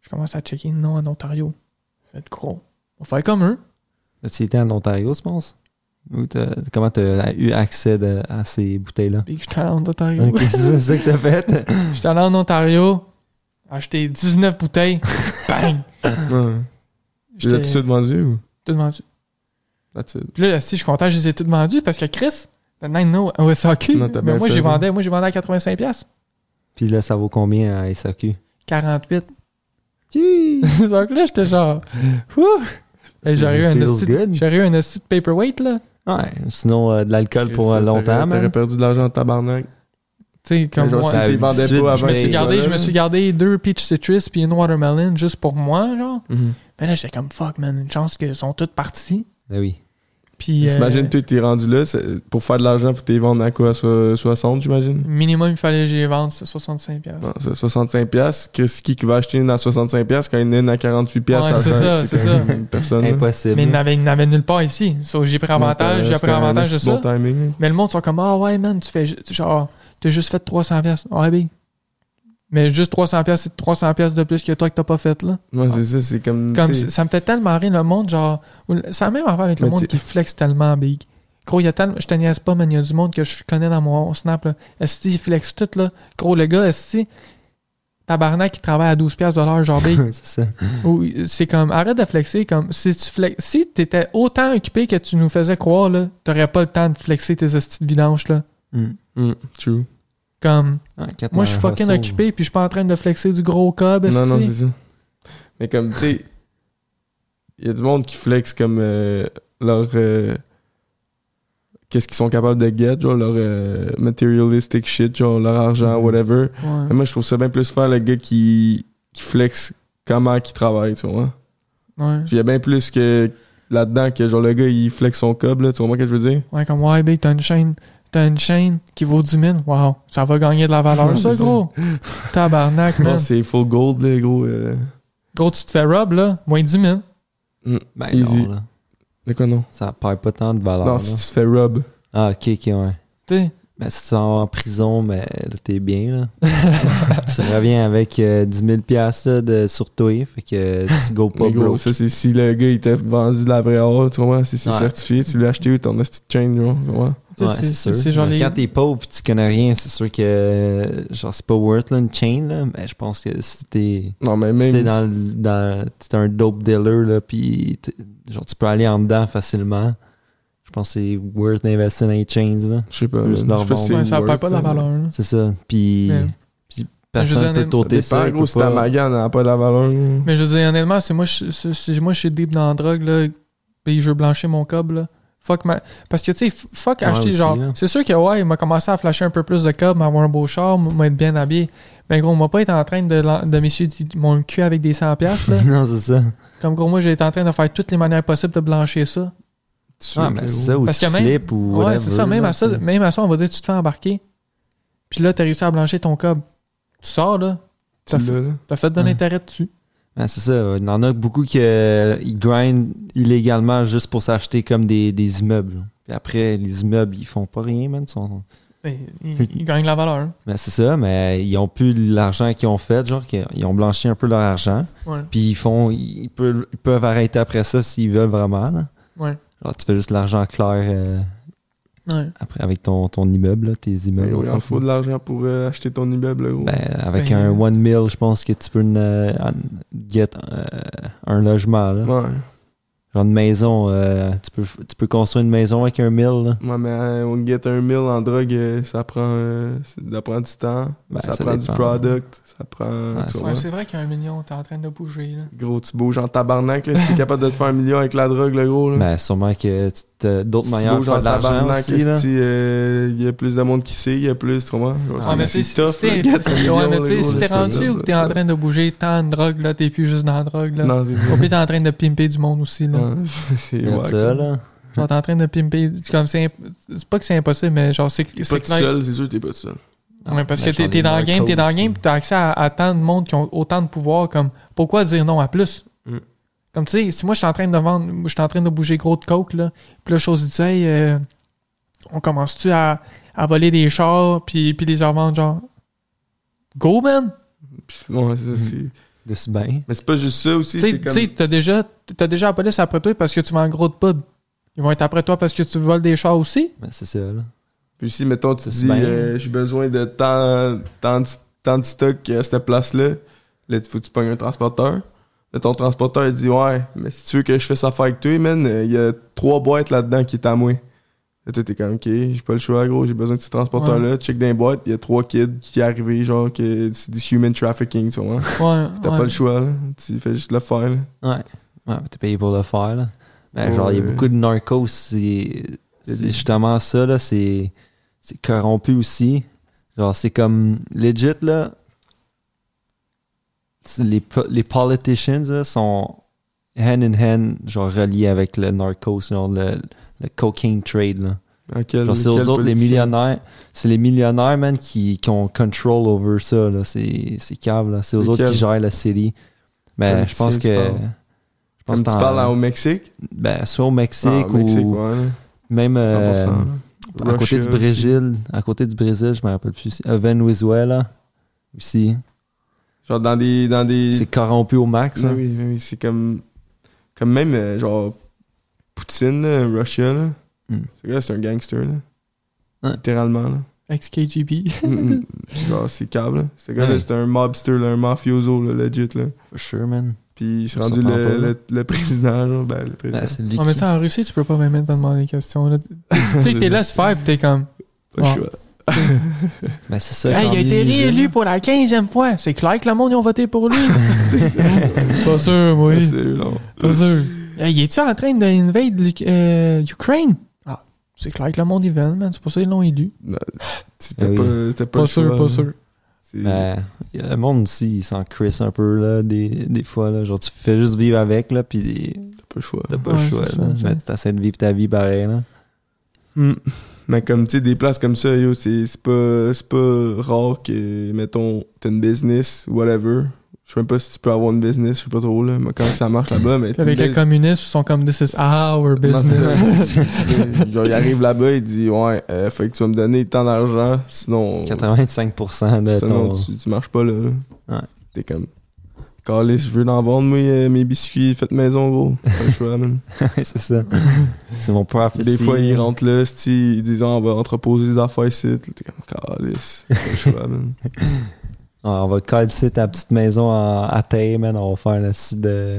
Speaker 3: Je commence à checker, non, en Ontario. Faites gros. On fait comme eux.
Speaker 2: Tu étais en Ontario, je pense? Ou t'as- comment t'as eu accès de- à ces bouteilles-là?
Speaker 3: Puis j'étais allé en Ontario.
Speaker 2: Ok, c'est ça que t'as fait?
Speaker 3: J'étais allé en Ontario, acheté 19 bouteilles. Bang!
Speaker 1: Ouais. Tu l'as tout de
Speaker 3: J'étais
Speaker 1: suite vendu ou?
Speaker 3: tout vendu.
Speaker 1: That's it.
Speaker 3: Puis là, si je suis content, je les ai toutes vendues parce que Chris, maintenant, il nous, au SAQ,
Speaker 1: Non, t'as bien
Speaker 3: mais ben moi,
Speaker 1: fait, hein.
Speaker 3: j'ai
Speaker 1: là.
Speaker 3: vendais, moi, j'ai vendais à 85$. piastres.
Speaker 2: Puis là, ça vaut combien à SAQ?
Speaker 3: 48. Donc là, j'étais genre, wouh! Hey,
Speaker 2: Ça
Speaker 3: J'aurais eu, un
Speaker 2: feels
Speaker 3: esti-
Speaker 2: good.
Speaker 3: j'aurais eu un esti de paperweight, là.
Speaker 2: Ouais, sinon euh, de l'alcool pour euh,
Speaker 1: Chris,
Speaker 2: longtemps,
Speaker 1: t'aurais- T'aurais
Speaker 2: man.
Speaker 1: perdu de l'argent en tabarnak.
Speaker 3: Tu sais, comme
Speaker 1: Ben, Genre,
Speaker 3: moi.
Speaker 1: si
Speaker 2: Ça
Speaker 1: t'es vendais
Speaker 2: a huit
Speaker 1: pas
Speaker 2: bouteilles.
Speaker 1: avant.
Speaker 3: Je me, suis
Speaker 2: Ben,
Speaker 3: gardé,
Speaker 2: voilà.
Speaker 3: je me suis gardé deux peach citrus puis une watermelon juste pour moi, genre.
Speaker 1: Mhm.
Speaker 3: Mais là, j'étais comme, fuck, man, une chance qu'ils sont toutes parties.
Speaker 2: Ben oui.
Speaker 3: Puis, euh,
Speaker 1: T'imagines, toi, t'es rendu là, c'est- pour faire de l'argent, faut que t'es vendre à quoi so- 60, j'imagine
Speaker 3: minimum, il fallait que j'y vende, c'est 65$. piastres.
Speaker 1: Non, c'est 65$. piastres. Chris, qui qui va acheter une à 65$ piastres quand il y en a une à 48$? piastres
Speaker 3: Ouais,
Speaker 1: à
Speaker 3: c'est
Speaker 1: cent?
Speaker 3: ça, c'est
Speaker 1: quand
Speaker 3: ça.
Speaker 1: même une Personne. là.
Speaker 2: Impossible.
Speaker 3: Mais il n'avait- il n'avait nulle part ici. So, j'ai pris avantage, j'ai
Speaker 1: C'était
Speaker 3: pris
Speaker 1: un
Speaker 3: avantage de
Speaker 1: esti
Speaker 3: ça.
Speaker 1: bon timing, là.
Speaker 3: Mais le monde sont comme Ah ouais, man, tu fais ju- genre, t'as juste fait 300$. piastres. Ouais, ben. Mais juste 300$, piastres, c'est 300$ piastres de plus que toi que t'as pas fait, là.
Speaker 1: Ouais, c'est ça, c'est comme.
Speaker 3: Ah. Comme
Speaker 1: tu
Speaker 3: c-
Speaker 1: sais,
Speaker 3: ça me fait tellement rire le monde, genre. ou le- C'est la même affaire avec le
Speaker 1: Mais
Speaker 3: monde
Speaker 1: t'sais-
Speaker 3: qui flex tellement big. Gros, il y a tellement. Je te niaise pas, mais il y a du monde que je connais dans mon snap, là. Esti, il flex tout, là. Gros, le gars, Esti, tabarnak, qui travaille à 12$ piastres de l'heure, genre, big.
Speaker 2: c'est ça.
Speaker 3: Ou, c'est comme, arrête de flexer. Comme, si tu flex... si t'étais autant occupé que tu nous faisais croire, là, t'aurais pas le temps de flexer tes hosties de vidange, là.
Speaker 2: Hmm.
Speaker 1: hmm, true.
Speaker 3: Comme,
Speaker 2: Ouais, quatre
Speaker 3: moi, je suis
Speaker 2: heures,
Speaker 3: fucking
Speaker 2: ça,
Speaker 3: occupé, puis je suis pas en train de flexer du gros cob,
Speaker 1: Non, non,
Speaker 3: esti.
Speaker 1: c'est ça. Mais comme, tu sais, il y a du monde qui flex comme. euh, leur euh, qu'est-ce qu'ils sont capables de get, genre leur euh, materialistic shit, genre leur argent, whatever.
Speaker 3: Ouais.
Speaker 1: Mais moi, je trouve ça bien plus faire le gars qui, qui flex comment qu'il travaille, tu vois.
Speaker 3: Ouais.
Speaker 1: Il y a bien plus que là-dedans que genre le gars il flex son cob, là, tu vois ce que je veux dire?
Speaker 3: Ouais, comme ouais, big, t'as une chaîne. T'as une chaîne qui vaut 10 000. Wow, ça va gagner de la valeur, ça,
Speaker 1: C'est ça.
Speaker 3: gros. Tabarnak,
Speaker 1: Non,
Speaker 3: man.
Speaker 1: c'est full gold, là, gros. euh,
Speaker 3: Gros, tu te fais rob, là. Moins 10 000.
Speaker 2: Ben
Speaker 1: Easy.
Speaker 2: non, là.
Speaker 1: de quoi non?
Speaker 2: Ça perd pas tant de valeur.
Speaker 1: non,
Speaker 2: Bah, là.
Speaker 1: si tu te fais rub.
Speaker 2: Ah, ok, ok, ouais.
Speaker 3: T'sais,
Speaker 2: Ben, si tu vas en prison, ben, là, t'es bien, là. tu reviens avec euh, 10 000 piastres, là, de sur toi, fait que euh, tu go pas
Speaker 1: Mais gros,
Speaker 2: broke.
Speaker 1: ça c'est si le gars il t'a vendu de la vraie or, tu vois, si c'est
Speaker 2: Ouais.
Speaker 1: certifié, tu l'as acheté ou ton esti de chain, genre, tu vois.
Speaker 3: t'sais,
Speaker 2: Ouais,
Speaker 3: c'est- c'est c'est
Speaker 2: sûr.
Speaker 3: genre
Speaker 2: Mais
Speaker 3: les.
Speaker 2: Quand t'es pauvre pis tu connais rien, c'est sûr que euh, genre c'est pas worth là, une chain, là, mais je pense que si t'es
Speaker 1: Non, mais
Speaker 2: si
Speaker 1: même.
Speaker 2: t'es dans, le- dans t'es un dope dealer là, pis t'es- genre tu peux aller en dedans facilement, je pense que c'est worth d'investir dans les chains là.
Speaker 1: Je sais pas.
Speaker 2: C'est
Speaker 1: man. Je
Speaker 2: juste
Speaker 1: sais pas
Speaker 2: normal.
Speaker 1: si c'est
Speaker 3: Ouais, ça
Speaker 1: worth,
Speaker 3: perd pas de la
Speaker 1: hein.
Speaker 3: valeur, là.
Speaker 2: C'est ça. Pis,
Speaker 3: Mais-
Speaker 2: pis
Speaker 3: Mais je veux
Speaker 2: personne
Speaker 3: dire,
Speaker 2: peut t'ôter
Speaker 1: C'est
Speaker 2: ça.
Speaker 1: pas gros,
Speaker 2: peut
Speaker 1: si ta
Speaker 2: pas-
Speaker 1: magane n'a pas de la valeur.
Speaker 3: Mais je veux dire, honnêtement, si moi, je, si- si moi je suis deep dans la drogue, là, puis je veux blanchir mon cob, là. Fuck ma... Parce que, tu sais, f- fuck
Speaker 2: Ouais,
Speaker 3: acheter,
Speaker 2: aussi,
Speaker 3: genre.
Speaker 2: là.
Speaker 3: C'est sûr que, ouais, il m'a commencé à flasher un peu plus de cob, m'avoir un beau char, m- m'être bien habillé. Mais gros, on m'a pas été en train de, lan- de m'essuyer mon cul avec des 100$, piastres, là.
Speaker 2: non, c'est ça.
Speaker 3: Comme gros, moi, j'ai été en train de faire toutes les manières possibles de blanchir ça.
Speaker 2: Ah, mais c'est ça, ou
Speaker 3: Parce
Speaker 2: tu
Speaker 3: que même-
Speaker 2: flippes ou
Speaker 3: ouais,
Speaker 2: whatever.
Speaker 3: c'est ça. Même,
Speaker 2: là,
Speaker 3: à ça.
Speaker 2: tu sais.
Speaker 3: même à ça, on va dire, tu te fais embarquer. Puis là, t'as réussi à blanchir ton cob. Tu sors, là.
Speaker 1: Tu l'as, là.
Speaker 3: T'as fait de
Speaker 2: Ouais.
Speaker 3: l'intérêt dessus.
Speaker 2: Ah, c'est ça. Il y en a beaucoup qui euh, ils grindent illégalement juste pour s'acheter comme des, des immeubles. là. Puis après, les immeubles, ils font pas rien, man. ils sont-
Speaker 3: Mais Ben, Il,
Speaker 2: C'est-
Speaker 3: il gagne la valeur. hein.
Speaker 2: Ben, c'est ça, mais ils ont plus l'argent qu'ils ont fait, genre qu'ils ils ont blanchi un peu leur argent.
Speaker 3: Ouais.
Speaker 2: Puis ils font ils peuvent, ils peuvent arrêter après ça s'ils veulent vraiment. là.
Speaker 3: Ouais.
Speaker 2: Genre tu fais juste l'argent clair euh,
Speaker 3: Ouais.
Speaker 2: après avec ton, ton immeuble, là, tes
Speaker 1: Mais
Speaker 2: immeubles.
Speaker 1: gros, il
Speaker 2: au
Speaker 1: Ben, en
Speaker 2: fond.
Speaker 1: faut de l'argent pour euh, acheter ton immeuble, là, gros.
Speaker 2: Ben, avec
Speaker 3: Ben,
Speaker 2: un
Speaker 3: euh,
Speaker 2: one mil, je pense que tu peux euh, en- get euh, un logement. Là.
Speaker 1: Ouais.
Speaker 2: Genre une maison, euh, tu, peux, tu peux construire une maison avec un mille. là.
Speaker 1: Ouais, mais euh, on get un mille en drogue, euh, ça prend, euh, c'est- ça prend du temps,
Speaker 2: Ben,
Speaker 1: ça,
Speaker 2: ça
Speaker 1: prend
Speaker 2: dépend.
Speaker 1: du product, ça prend.
Speaker 2: Ouais,
Speaker 1: tu
Speaker 2: ça-
Speaker 1: vois.
Speaker 3: Ouais, c'est vrai qu'un million, t'es en train de bouger, là.
Speaker 1: Gros, tu bouges en tabarnak, là, si t'es capable de te faire un million avec la drogue, le
Speaker 3: Mm.
Speaker 1: gros. Là.
Speaker 2: Ben, sûrement que tu te- d'autres
Speaker 1: Si tu
Speaker 2: manières de
Speaker 1: bouges
Speaker 2: faire
Speaker 1: en
Speaker 2: de l'argent
Speaker 1: tabarnak,
Speaker 2: aussi. Là.
Speaker 1: si, euh, Il y a plus de monde qui sait, il y a plus, tu vois. Genre,
Speaker 2: Ah,
Speaker 1: c'est-
Speaker 3: Ouais, mais
Speaker 1: c'est
Speaker 3: tu sais, si t'es-
Speaker 1: tough, là, get un
Speaker 3: si-
Speaker 1: million,
Speaker 3: ouais, mais
Speaker 1: le
Speaker 3: tu sais,
Speaker 1: gros,
Speaker 3: si
Speaker 1: là,
Speaker 3: t'es
Speaker 1: c'est
Speaker 3: rendu
Speaker 1: tough,
Speaker 3: ou que t'es
Speaker 1: là.
Speaker 3: en train de bouger tant de drogue, là, t'es plus juste dans la drogue, là.
Speaker 1: Non, c'est
Speaker 3: Au pire, t'es en train de pimper du monde aussi, là.
Speaker 1: Ouais, c'est
Speaker 2: Regarde
Speaker 1: wack.
Speaker 2: ça, là.
Speaker 3: Genre, t'es en train de pimper. Comme c'est, imp- c'est pas que c'est impossible, mais genre, c'est,
Speaker 1: T'es
Speaker 3: c'est
Speaker 1: pas tout seul, c'est sûr que t'es pas tout seul.
Speaker 3: Ouais,
Speaker 2: Ben,
Speaker 3: parce que t'es,
Speaker 2: j'en ai
Speaker 3: t'es dans le
Speaker 2: marre
Speaker 3: game, t'es dans le
Speaker 2: aussi.
Speaker 3: game, pis t'as accès à, à tant de monde qui ont autant de pouvoir. Comme, pourquoi dire non à plus?
Speaker 1: Mm.
Speaker 3: Comme, tu sais, si moi, je suis en train de vendre, je suis en train de bouger gros de coke, là, pis là, chose dit, hey, euh, on commence-tu à, à voler des chars, puis puis les revendre, genre, go, man!
Speaker 1: Puis, ouais,
Speaker 2: Hmm.
Speaker 1: ça, c'est-
Speaker 2: De ce bain.
Speaker 1: Mais c'est pas juste ça aussi,
Speaker 3: Tu sais,
Speaker 1: c'est
Speaker 3: tu
Speaker 1: comme.
Speaker 3: sais, t'as déjà, t'as déjà la police après toi parce que tu vends gros de pub. Ils vont être après toi parce que tu voles des chars aussi.
Speaker 2: Ben, c'est ça, là.
Speaker 1: Puis si, mettons, tu
Speaker 2: Ça, c'est
Speaker 1: dis,
Speaker 2: bien.
Speaker 1: euh, j'ai besoin de tant, tant, de- tant de stock à cette place-là, là, il faut que tu pognes un transporteur. Là, ton transporteur, il dit, ouais, mais si tu veux que je fasse affaire avec toi, man, euh, il y a trois boîtes là-dedans qui est à moi. Là, toi, t'es comme, ok, j'ai pas le choix, gros, j'ai besoin de ce transporteur-là. Check dans les boîtes, il y a trois kids qui est arrivé, genre, que c'est du human trafficking, tu vois.
Speaker 3: Ouais,
Speaker 1: T'as
Speaker 3: ouais.
Speaker 1: pas le choix, là. Tu fais juste le faire, là.
Speaker 2: Ouais. Ouais, ben, t'es payé pour le faire, là. Ben,
Speaker 1: Ouais.
Speaker 2: genre, il y a beaucoup de narcos, c'est
Speaker 1: Il y a
Speaker 2: c'est
Speaker 1: des-
Speaker 2: justement ça, là. C'est c'est corrompu aussi. Genre, c'est comme legit, là. c'est Les, po- les politicians là, sont hand in hand, genre reliés avec le narcos, genre le, le cocaine trade, là.
Speaker 1: À quel-
Speaker 2: Genre, c'est
Speaker 1: quel
Speaker 2: aux autres, les
Speaker 1: politicien?
Speaker 2: millionnaires. C'est les millionnaires, man, qui, qui ont control over ça, là. C'est c'est câble, là. C'est aux autres
Speaker 1: Lesquels?
Speaker 2: qui gèrent la city. Ben, je
Speaker 1: Politiciens,
Speaker 2: pense
Speaker 1: tu
Speaker 2: que.
Speaker 1: parles?
Speaker 2: Je
Speaker 1: Comme
Speaker 2: pense
Speaker 1: tu
Speaker 2: t'en-
Speaker 1: parles au Mexique?
Speaker 2: ben, soit au Mexique
Speaker 1: Ah,
Speaker 2: ou
Speaker 1: Mexique, ouais, là.
Speaker 2: même euh,
Speaker 1: 100%, là.
Speaker 2: à côté du
Speaker 1: Russia
Speaker 2: Brésil. À côté du Brésil, je me rappelle plus. Euh, Venezuela aussi.
Speaker 1: Genre dans des. Dans des
Speaker 2: C'est corrompu au max.
Speaker 1: Oui,
Speaker 2: hein.
Speaker 1: oui, oui, c'est comme. Comme même, euh, genre, Poutine, là, Russia, là.
Speaker 2: Mm.
Speaker 1: Ce gars, c'est un gangster, là.
Speaker 2: Ouais.
Speaker 1: Littéralement, là.
Speaker 3: Ex-KGB.
Speaker 1: Mm, mm. genre, c'est câble, là. Ce gars-là,
Speaker 2: Ouais.
Speaker 1: c'est un mobster, là, un mafioso, là, legit, là.
Speaker 2: For sure, man.
Speaker 1: Puis il s'est
Speaker 2: Ça
Speaker 1: rendu le,
Speaker 2: s'entend pas, là.
Speaker 1: le, le président, genre, ben, le
Speaker 2: Ben,
Speaker 1: président.
Speaker 2: c'est lui
Speaker 3: Non, mais tu
Speaker 2: qui-
Speaker 3: sais, en Russie, tu peux pas même te demander des questions. là. Tu sais, t'es là, se faire, pis t'es comme.
Speaker 1: Pas le choix.
Speaker 2: Ben, c'est ça.
Speaker 3: Hey, il
Speaker 2: Jean-Louis
Speaker 3: a été
Speaker 2: Lisée,
Speaker 3: réélu
Speaker 2: là.
Speaker 3: pour la 15e fois. C'est clair que le monde, ils ont voté pour lui. pas sûr,
Speaker 1: Ouais, c'est long.
Speaker 3: Pas sûr. Il Là, il est-tu en train d'invade l'Uk- euh, Ukraine? Ah, c'est clair que le monde est venu, man. C'est pour ça qu'ils l'ont élu.
Speaker 1: Non, C'était
Speaker 2: Eh oui.
Speaker 1: pas, c'était pas
Speaker 3: Pas
Speaker 1: le
Speaker 3: sûr,
Speaker 1: choix,
Speaker 3: pas
Speaker 1: là.
Speaker 3: sûr.
Speaker 1: C'est-
Speaker 2: Ben, le monde aussi, il s'en crisse un peu, là, des, des fois, là. Genre, tu fais juste vivre avec, là, puis
Speaker 1: T'as pas le choix.
Speaker 2: t'as pas
Speaker 3: Ouais,
Speaker 2: le choix,
Speaker 3: c'est
Speaker 2: là.
Speaker 3: ça, c'est-
Speaker 2: Mais tu t'essaies de vivre ta vie pareil, là.
Speaker 1: Hmm. Mais comme, tu sais, des places comme ça, yo, c'est c'est pas, c'est pas rare que, mettons, t'as une business, whatever. Je sais même pas si tu peux avoir une business, je sais pas trop, là. Mais quand ça marche là-bas, mais...
Speaker 3: Puis avec
Speaker 1: t'as
Speaker 3: les
Speaker 1: une
Speaker 3: communistes, ils sont comme This is our
Speaker 1: bus- Non,
Speaker 3: business.
Speaker 1: c'est ça. C'est- Genre, il arrive là-bas, il dit, ouais, euh, faut que tu vas me donner tant d'argent, sinon...
Speaker 2: 85% de
Speaker 1: sinon,
Speaker 2: ton...
Speaker 1: tu, tu marches pas, là.
Speaker 2: Ouais.
Speaker 1: T'es comme... Calais, je veux en vendre, moi, euh, mes biscuits faits maison, gros. Pas le choix, man.
Speaker 2: c'est ça. C'est mon prophecy.
Speaker 1: Des fois, ils rentrent là, c'ti, ils disent Ah, on va entreposer des affaires ici. Là, T'es comme, calice, pas le choix, man.
Speaker 2: Ouais, Ah, on va coller ta petite maison en- à taille, man. On va faire un site de...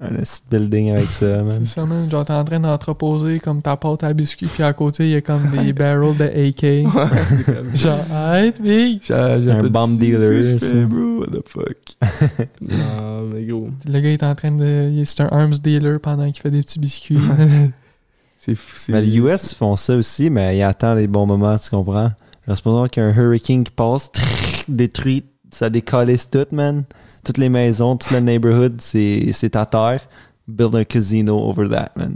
Speaker 2: Un site building avec ça, man.
Speaker 3: C'est ça, man. Genre, t'es en train d'entreposer comme ta pâte à biscuits, puis à côté, il y a comme des barrels de AK.
Speaker 1: Ouais, c'est comme-
Speaker 3: Genre, arrête, big!
Speaker 1: J'ai- j'ai
Speaker 2: Un
Speaker 1: pas dit
Speaker 2: bomb
Speaker 1: ça,
Speaker 2: dealer,
Speaker 1: je fais,
Speaker 2: ça.
Speaker 1: bro, what the fuck. non, mais gros,
Speaker 3: Le gars, il est en train de. il- C'est un arms dealer pendant qu'il fait des petits biscuits.
Speaker 1: c'est fou. c'est-
Speaker 2: Mais les US font ça aussi, mais ils attendent les bons moments, tu comprends? Genre, supposons qu'il y a un hurricane qui passe, trrr, détruit, ça décalisse tout, man. Toutes les maisons, tout le neighborhood, c'est c'est à terre. Build un casino over that, man.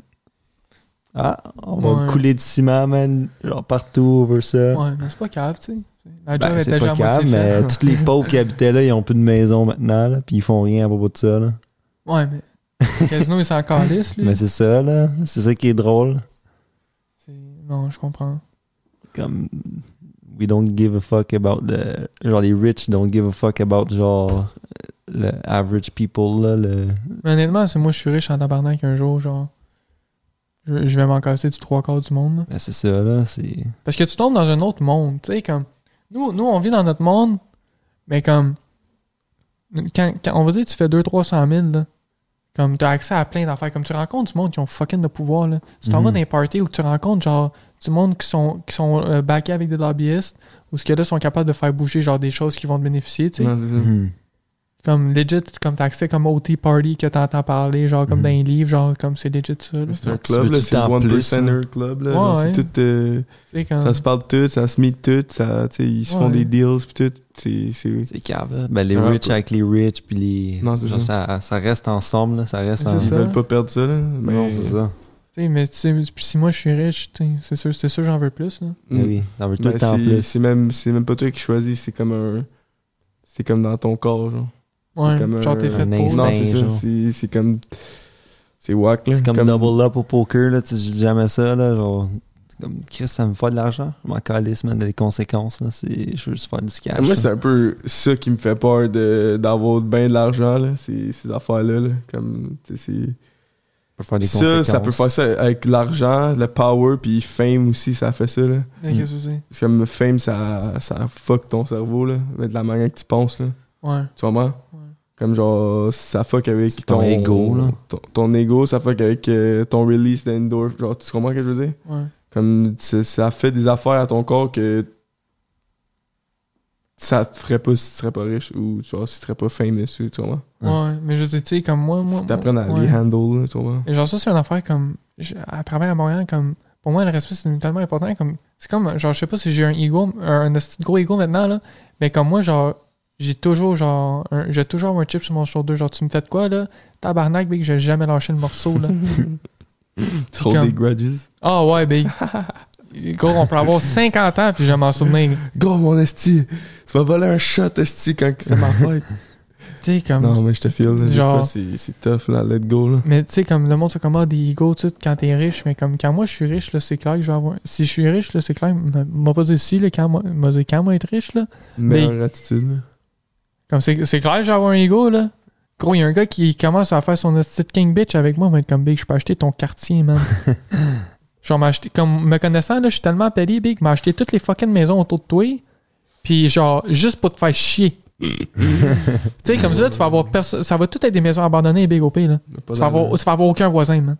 Speaker 2: Ah, on va
Speaker 3: Ouais.
Speaker 2: couler du ciment, man, genre partout over ça.
Speaker 3: ouais, mais c'est pas grave, tu sais. La job
Speaker 2: Ben,
Speaker 3: est
Speaker 2: c'est
Speaker 3: déjà
Speaker 2: pas
Speaker 3: à moitié
Speaker 2: calme,
Speaker 3: faite.
Speaker 2: mais tous les pauvres qui habitaient là, ils ont plus de maison maintenant, là, puis ils font rien à propos de ça,
Speaker 3: Mm.
Speaker 2: là.
Speaker 3: Ouais, mais. Le casino, il s'en calisse, lui.
Speaker 2: Mais c'est ça, là. C'est ça qui est drôle.
Speaker 3: C'est- Non, je comprends.
Speaker 2: comme we don't give a fuck about the genre les rich don't give a fuck about genre le average people là le
Speaker 3: Mais honnêtement, c'est moi, je suis riche en tabarnak un jour, genre. Je, je vais m'en casser du trois quarts du monde. là.
Speaker 2: Ben, c'est ça là c'est
Speaker 3: Parce que tu tombes dans un autre monde, tu sais, comme. Nous, nous, on vit dans notre monde, mais comme. Quand, quand- on va dire que tu fais 200-300 000, là, comme t'as accès à plein d'affaires, comme tu rencontres du monde qui ont fucking de pouvoir, là. Tu t'en
Speaker 2: Mhm.
Speaker 3: vas
Speaker 1: Mm.
Speaker 3: dans les parties où tu rencontres, genre, du monde qui sont, qui sont euh, backés avec des lobbyistes, ou ce que là, sont capables de faire bouger, genre, des choses qui vont te bénéficier, tu sais.
Speaker 1: Non, c'est ça.
Speaker 2: Mhm.
Speaker 3: Comme legit, comme t'as accès comme au tea party que t'entends parler, genre,
Speaker 1: Mm-hmm.
Speaker 3: comme
Speaker 2: Mhm.
Speaker 3: dans les livres, genre, comme c'est legit ça, là.
Speaker 1: C'est un
Speaker 2: Ouais, tu
Speaker 1: club,
Speaker 2: veux
Speaker 1: là,
Speaker 2: tout
Speaker 1: c'est le
Speaker 2: en
Speaker 1: One
Speaker 2: plus,
Speaker 1: Percenter Club. Là, genre,
Speaker 3: Ouais,
Speaker 1: c'est
Speaker 3: ouais.
Speaker 1: tout, euh,
Speaker 3: Tu sais, comme.
Speaker 1: Ça se parle tout, ça se meet tout, ça, tu sais, ils se font
Speaker 3: Ouais.
Speaker 1: des deals pis tout. C'est, c'est...
Speaker 2: c'est cave là. ben les
Speaker 1: Ouais,
Speaker 2: rich
Speaker 1: ouais.
Speaker 2: avec les rich puis les
Speaker 1: Ah, Non, c'est
Speaker 2: genre, ça. ça reste ensemble là, ça reste
Speaker 3: C'est
Speaker 2: en...
Speaker 1: Ils
Speaker 3: ça.
Speaker 1: veulent pas perdre ça, là. Mais... mm.
Speaker 2: non c'est ça
Speaker 3: Tu sais, mais tu sais, puis si moi je suis riche, tu sais, c'est sûr, c'est sûr j'en veux plus. Là.
Speaker 1: Mm.
Speaker 2: Ben oui ça veut tout
Speaker 1: Ben,
Speaker 2: le temps en
Speaker 1: c'est-
Speaker 2: plus
Speaker 1: C'est même, c'est même pas toi qui choisis, c'est comme un. C'est comme dans ton corps, genre.
Speaker 3: Ouais,
Speaker 1: comme
Speaker 3: genre
Speaker 1: un-
Speaker 3: t'es fait
Speaker 2: un
Speaker 3: pour.
Speaker 2: instinct.
Speaker 1: non, c'est ça.
Speaker 2: genre.
Speaker 1: C'est, c'est comme. C'est whack, là.
Speaker 2: c'est comme, double up au poker là tu dis jamais ça là genre c'est comme Chris ça me fait de l'argent je m'en calisse man les conséquences là c'est je veux juste faire du cash
Speaker 1: Moi,
Speaker 2: là.
Speaker 1: c'est un peu ça qui me fait peur de, d'avoir bien de l'argent, là. Ces, ces affaires-là, là. Comme. tu sais, c'est-
Speaker 2: Faut faire des
Speaker 1: Ça, ça
Speaker 2: conséquences.
Speaker 1: peut faire ça avec l'argent, le power, puis fame aussi, ça fait ça, là.
Speaker 3: Ouais, qu'est-ce que c'est?
Speaker 1: C'est comme fame, ça, ça fuck ton cerveau, là. Mais de la manière que tu penses, là.
Speaker 3: Ouais.
Speaker 1: Tu comprends? Comme genre, ça fuck avec
Speaker 2: C'est
Speaker 1: ton,
Speaker 2: ton ego, là.
Speaker 1: Ton, ton ego, ça fuck avec euh, ton release d'endorph. Genre, tu comprends ce que je veux dire?
Speaker 3: Ouais.
Speaker 1: Comme c'est- ça fait des affaires à ton corps que ça te ferait pas si tu serais pas riche ou tu vois, si tu serais pas famous, tu comprends?
Speaker 2: Ouais.
Speaker 3: Ouais, mais je dis, tu sais, comme moi, moi.
Speaker 1: Faut t'apprendre à
Speaker 3: moi-
Speaker 1: les
Speaker 3: ouais.
Speaker 1: handle, là, tu comprends?
Speaker 3: Et genre, ça, c'est une affaire comme. je- à travers à Montréal, comme. Pour moi, le respect, c'est tellement important. comme C'est comme, genre, je sais pas si j'ai un ego, un, esti de gros ego maintenant, là. Mais comme moi, genre, j'ai toujours, genre. un- J'ai toujours un chip sur mon shoulder. Genre, tu me fais de quoi, là? Tabarnak, big, j'ai jamais lâché le morceau, là.
Speaker 1: Trop
Speaker 3: comme-
Speaker 1: des grudges.
Speaker 3: Ah ouais, big. Gros, on peut avoir 50 ans, puis je vais m'en souvenir.
Speaker 1: Gros, mon esti, tu m'as volé un shot, esti, quand c'est ma fête.
Speaker 3: Tu sais, comme.
Speaker 1: non, mais je te file, là, des
Speaker 3: Genre-
Speaker 1: fois, c'est c'est tough, là, let's go, là.
Speaker 3: Mais tu sais, comme le monde se commande des ego tu sais, quand t'es riche, mais comme quand moi je suis riche, là, c'est clair que je vais avoir. Si je suis riche, là, c'est clair, m- m'a pas dit si, là, quand moi, m'a dit quand moi être riche, là.
Speaker 1: Meilleure attitude, là.
Speaker 3: Comme c'est c'est clair que je vais avoir un ego là. Gros, il y a un gars qui commence à faire son petit king bitch avec moi, il va être comme big, je peux acheter ton quartier, man. genre, m'acheter, comme me connaissant, là, je suis tellement appelé, big, m'a acheté toutes les fucking maisons autour de toi, puis genre, juste pour te faire chier. tu sais, comme ça, tu vas avoir. perso- Ça va tout être des maisons abandonnées, big, OP, là.
Speaker 1: Pas
Speaker 3: Tu vas avoir,
Speaker 1: d'argent.
Speaker 3: tu vas avoir aucun voisin, man.